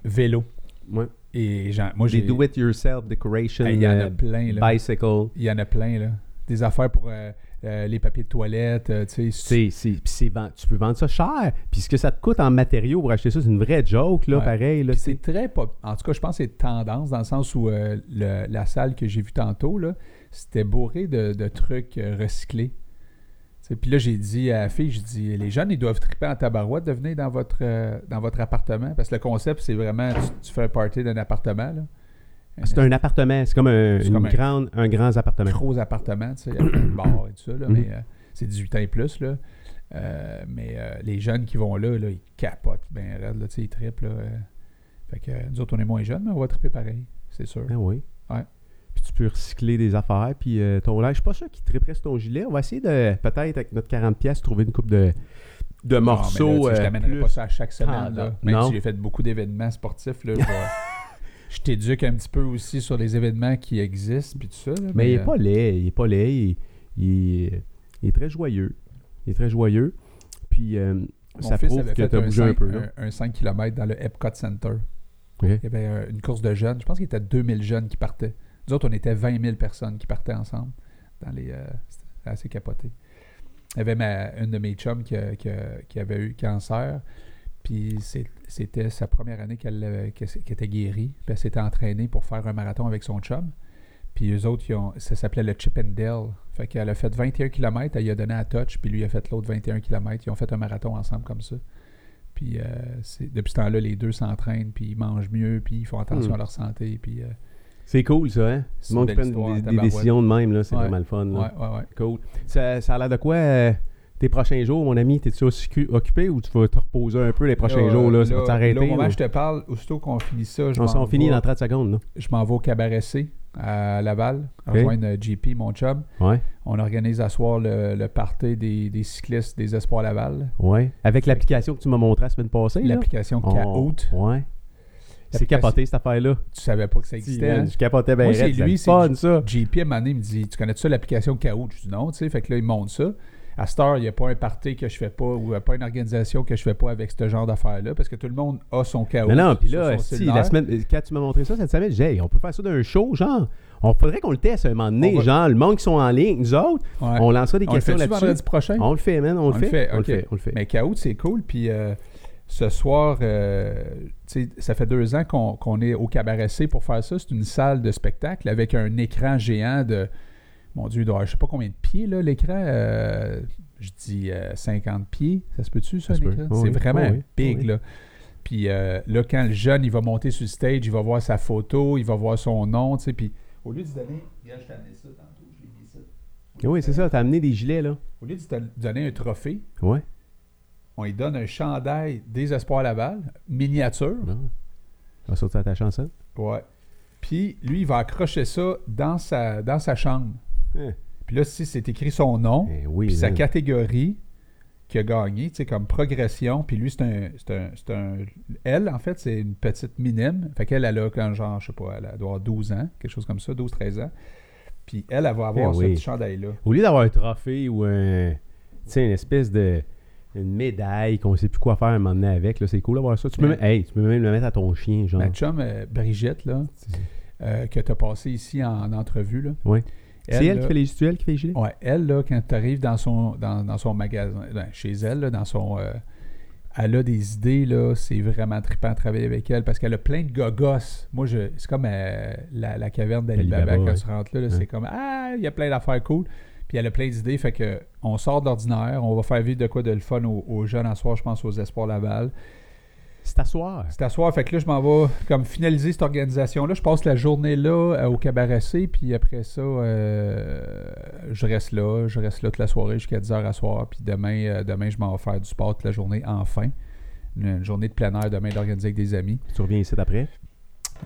Speaker 1: vélo.
Speaker 2: Ouais.
Speaker 1: Et genre, moi, j'ai...
Speaker 2: Des do-it-yourself decoration,
Speaker 1: Hey, Il y en
Speaker 2: euh,
Speaker 1: a plein, là.
Speaker 2: bicycle.
Speaker 1: Il y en a plein, là. Des affaires pour euh, euh, les papiers de toilette, euh, tu sais. si-
Speaker 2: C'est, c'est, puis c'est vend- tu peux vendre ça cher. Puis ce que ça te coûte en matériaux pour acheter ça, c'est une vraie joke, là,
Speaker 1: Ouais.
Speaker 2: pareil. Là,
Speaker 1: Puis c'est très pop. En tout cas, je pense que c'est tendance dans le sens où euh, le- la salle que j'ai vue tantôt, là, c'était bourré de, de trucs euh, recyclés. Tu Tu sais, Puis là, j'ai dit à la fille, j'ai dit, les jeunes, ils doivent triper en tabarouette de venir dans votre, euh, dans votre appartement. Parce que le concept, c'est vraiment, tu, tu fais un party d'un appartement, là.
Speaker 2: Ah, C'est un appartement, c'est comme, un,
Speaker 1: C'est
Speaker 2: une
Speaker 1: comme un-
Speaker 2: grande, un grand appartement.
Speaker 1: gros appartement, tu sais, avec un bar et tout ça, là,
Speaker 2: Mhm.
Speaker 1: mais euh, c'est 18 ans et plus, là. Euh, mais euh, les jeunes qui vont là, là, ils capotent bien raide, là, tu sais, ils trippent, là. euh. Fait que euh, nous autres, on est moins jeunes, mais on va tripper pareil, c'est sûr.
Speaker 2: Ah oui.
Speaker 1: Ouais.
Speaker 2: Puis tu peux recycler des affaires, puis euh, ton linge. Je suis pas sûr qu'il triperait sur ton gilet. On va essayer de, peut-être, avec notre 40$, piastres, trouver une coupe de, de
Speaker 1: Non,
Speaker 2: morceaux.
Speaker 1: mais là, tu sais, je
Speaker 2: euh,
Speaker 1: t'amènerai
Speaker 2: plus.
Speaker 1: pas ça à chaque
Speaker 2: Ah,
Speaker 1: semaine, là.
Speaker 2: non.
Speaker 1: Même
Speaker 2: Non.
Speaker 1: si j'ai fait beaucoup d'événements sportifs, là, je vais- je t'éduque un petit peu aussi sur les événements qui existent, puis tout ça, là,
Speaker 2: Mais il
Speaker 1: euh,
Speaker 2: est pas laid, il est pas laid, il, il- il est très joyeux. Il est très joyeux. Puis euh,
Speaker 1: mon
Speaker 2: ça
Speaker 1: fils
Speaker 2: prouve
Speaker 1: avait
Speaker 2: que
Speaker 1: fait
Speaker 2: t'as
Speaker 1: un,
Speaker 2: bougé un
Speaker 1: 5,
Speaker 2: peu. là.
Speaker 1: un- un 5 km dans le Epcot Center.
Speaker 2: Ok.
Speaker 1: Il y avait euh, une course de jeunes. Je pense qu'il y était 2000 jeunes qui partaient. Nous autres, on était 20 000 personnes qui partaient ensemble. Dans les, euh, c'était assez capoté. Il y avait ma- une de mes chums qui, a- qui a- qui avait eu cancer. Puis c'est- c'était sa première année qu'elle l'avait- qu'elle s- qu'elle était guérie. Puis elle s'était entraînée pour faire un marathon avec son chum. Puis eux autres, ils ont- ça s'appelait le Chip and Dale. Fait qu'elle a fait 21 km, elle lui a donné à touch, puis lui a fait l'autre 21 km. Ils ont fait un marathon ensemble comme ça. Puis euh, c'est- depuis ce temps-là, les deux s'entraînent, puis ils mangent mieux, puis ils font attention
Speaker 2: Mm.
Speaker 1: à leur santé. Puis, euh,
Speaker 2: C'est cool, ça, hein?
Speaker 1: C'est
Speaker 2: Le monde
Speaker 1: une
Speaker 2: qui
Speaker 1: belle
Speaker 2: prenne
Speaker 1: histoire,
Speaker 2: des, des
Speaker 1: tabarouette.
Speaker 2: décisions de même, là, c'est
Speaker 1: Ouais.
Speaker 2: vraiment le fun. là.
Speaker 1: ouais, ouais, ouais.
Speaker 2: Cool. Ça, ça a l'air de quoi euh, tes prochains jours, mon ami? T'es-tu occu- occupé ou tu vas te reposer un peu les prochains
Speaker 1: Là,
Speaker 2: jours? Là,
Speaker 1: euh,
Speaker 2: ça va
Speaker 1: Là, au
Speaker 2: t'arrêter?
Speaker 1: moment où
Speaker 2: ou-
Speaker 1: je te parle, aussitôt qu'on finit ça, je
Speaker 2: On s'en
Speaker 1: m'en
Speaker 2: finit
Speaker 1: vais-
Speaker 2: dans 30 secondes, là.
Speaker 1: je m'en vais au cabaret C à Laval, rejoindre euh, JP, mon chum.
Speaker 2: Ouais,
Speaker 1: On organise à soir le, le party des, des cyclistes des Espoirs Laval.
Speaker 2: ouais. Avec l'application que tu m'as montrée la semaine passée, là.
Speaker 1: L'application
Speaker 2: On-
Speaker 1: Kahoot.
Speaker 2: Ouais. C'est
Speaker 1: L'application-
Speaker 2: capoté, cette affaire-là.
Speaker 1: Tu savais pas que ça existait. hein?
Speaker 2: Je capotais bien
Speaker 1: Moi, c'est
Speaker 2: raide,
Speaker 1: lui,
Speaker 2: le
Speaker 1: c'est
Speaker 2: fun,
Speaker 1: du-
Speaker 2: ça.
Speaker 1: JP, à un moment donné, il me dit Tu connais-tu ça, l'application Kahoot Je dis non, tu sais. Fait que là, il monte ça. À cette heure, il n'y a pas un party que je fais pas ou euh, pas une organisation que je fais pas avec ce genre d'affaires-là parce que tout le monde a son Kahoot.
Speaker 2: Non, non, puis là,
Speaker 1: sur son
Speaker 2: si,
Speaker 1: cellulaire.
Speaker 2: la semaine, quand tu m'as montré ça cette semaine, j'ai dit, hey, on peut faire ça d'un show, genre. On faudrait qu'on le teste à un moment donné,
Speaker 1: On va-
Speaker 2: genre, le monde qui sont en ligne, nous autres,
Speaker 1: Ouais.
Speaker 2: on lancera des
Speaker 1: On le
Speaker 2: questions
Speaker 1: fait-tu
Speaker 2: là-dessus.
Speaker 1: vendredi prochain
Speaker 2: On le fait, man, on,
Speaker 1: On
Speaker 2: le
Speaker 1: le
Speaker 2: fait.
Speaker 1: fait,
Speaker 2: on le
Speaker 1: ok.
Speaker 2: fait, on le fait.
Speaker 1: Mais Kahoot, c'est cool. Puis euh, ce soir, euh, tu sais, ça fait deux ans qu'on qu'on est au Cabaret C pour faire ça. C'est une salle de spectacle avec un écran géant de. Mon Dieu, il doit avoir je sais pas combien de pieds, là, l'écran. euh, je dis euh, 50 pieds. Ça se peut-tu, ça,
Speaker 2: Ça se
Speaker 1: un
Speaker 2: peut.
Speaker 1: écran?
Speaker 2: Oh
Speaker 1: c'est
Speaker 2: oui,
Speaker 1: vraiment
Speaker 2: oh oui,
Speaker 1: big,
Speaker 2: oh oui.
Speaker 1: là. Puis euh, là, quand le jeune, il va monter sur le stage, il va voir sa photo, il va voir son nom, tu sais. Puis au lieu de donner. Regarde, je t'ai amené ça tantôt, je l'ai mis ça.
Speaker 2: Oui, c'est ça, t'as amené des gilets, là.
Speaker 1: Au lieu de te donner un trophée,
Speaker 2: Ouais.
Speaker 1: on lui donne un chandail des Espoirs Laval, miniature.
Speaker 2: Non. On va sortir ta chanson.
Speaker 1: Ouais. Puis lui, il va accrocher ça dans sa, dans sa chambre.
Speaker 2: Hein.
Speaker 1: Puis là, si c'est écrit son nom,
Speaker 2: Eh oui,
Speaker 1: puis sa
Speaker 2: man.
Speaker 1: catégorie qu'il a gagné, tu sais, comme progression. Puis lui, c'est un, c'est un, c'est un- Elle, en fait, c'est une petite minime. Fait qu'elle, elle a quand genre, je sais pas, elle doit avoir 12 ans, quelque chose comme ça, 12-13 ans. Puis elle, elle va avoir
Speaker 2: Eh
Speaker 1: ce
Speaker 2: oui.
Speaker 1: petit chandail-là.
Speaker 2: Au lieu d'avoir un trophée ou un, tu sais, une espèce de une médaille qu'on sait plus quoi faire à un moment donné avec, là, c'est cool d'avoir ça. Tu peux,
Speaker 1: Ouais.
Speaker 2: même- hey, tu peux même le mettre à ton chien, genre.
Speaker 1: Ma chum, euh, Brigitte, là, euh, que tu as passé ici en entrevue, là.
Speaker 2: Ouais. C'est elle,
Speaker 1: là,
Speaker 2: qui fait les c'est elle qui fait les gilets?
Speaker 1: Ouais, elle, là, quand tu arrives dans son, dans, dans son magasin, ben, chez elle, là, dans son. euh, elle a des idées, là. C'est vraiment trippant à travailler avec elle parce qu'elle a plein de gogosses. Moi, je, c'est comme euh, la, la caverne d'Alibaba
Speaker 2: Alibaba,
Speaker 1: quand
Speaker 2: ouais.
Speaker 1: tu rentres là. là, C'est comme Ah, il y a plein d'affaires cool. Puis elle a plein d'idées. Fait que on sort d'ordinaire. On va faire vivre de quoi de le fun aux, aux jeunes en soir, je pense, aux Espoirs Laval.
Speaker 2: C'est à soir.
Speaker 1: C'est à soir, fait que là, je m'en vais comme finaliser cette organisation-là. Je passe la journée là euh, au cabaret C, puis après ça, euh, je reste là. Je reste là toute la soirée jusqu'à 10h à soir. Puis demain, euh, demain, je m'en vais faire du sport toute la journée, enfin. Une, une journée de plein air demain d'organiser avec des amis.
Speaker 2: Tu reviens ici après.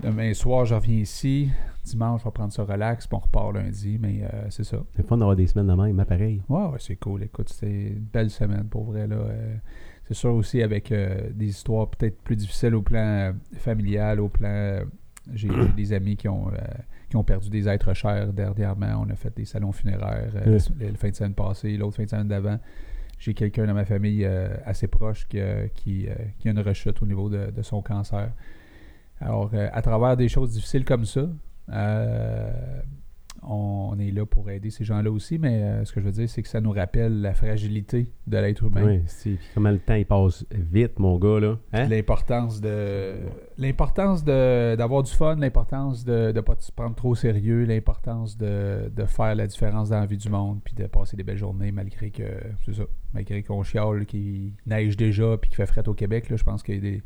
Speaker 1: Demain soir, je reviens ici. Dimanche, on va prendre ça relax, puis on repart lundi, mais euh, c'est ça.
Speaker 2: C'est le fun d'avoir des semaines de même, hein, pareil.
Speaker 1: Ouais, ouais, c'est cool. Écoute, c'est une belle semaine pour vrai. Là. Euh, c'est sûr aussi avec euh, des histoires peut-être plus difficiles au plan euh, familial, au plan. euh, j'ai j'ai des amis qui ont, euh, qui ont perdu des êtres chers dernièrement. On a fait des salons funéraires euh,
Speaker 2: Ouais.
Speaker 1: la, la fin de semaine passée, l'autre fin de semaine d'avant. J'ai quelqu'un dans ma famille euh, assez proche qui, euh, qui, euh, qui a une rechute au niveau de, de son cancer. Alors, euh, à travers des choses difficiles comme ça, euh, on est là pour aider ces gens-là aussi, mais euh, ce que je veux dire, c'est que ça nous rappelle la fragilité de l'être humain.
Speaker 2: Oui, c'est- puis comment le temps il passe vite, mon gars, là. Hein?
Speaker 1: L'importance de l'importance de d'avoir du fun, l'importance de ne pas se prendre trop au sérieux, l'importance de, de faire la différence dans la vie du monde, puis de passer des belles journées malgré que c'est ça, malgré qu'on chiale, qu'il neige déjà, puis qu'il fait fret au Québec, là, je pense qu'il y a des,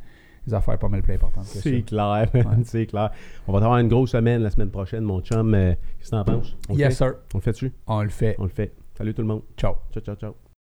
Speaker 1: des affaires pas mal plus importantes que ça.
Speaker 2: C'est clair, man, c'est clair. On va avoir une grosse semaine la semaine prochaine, mon chum. euh, Qu'est-ce que t'en penses? On le
Speaker 1: Yes
Speaker 2: fait?
Speaker 1: sir,
Speaker 2: On le fait dessus?
Speaker 1: on le fait.
Speaker 2: On le fait. Salut tout le monde.
Speaker 1: Ciao.
Speaker 2: Ciao, ciao, ciao.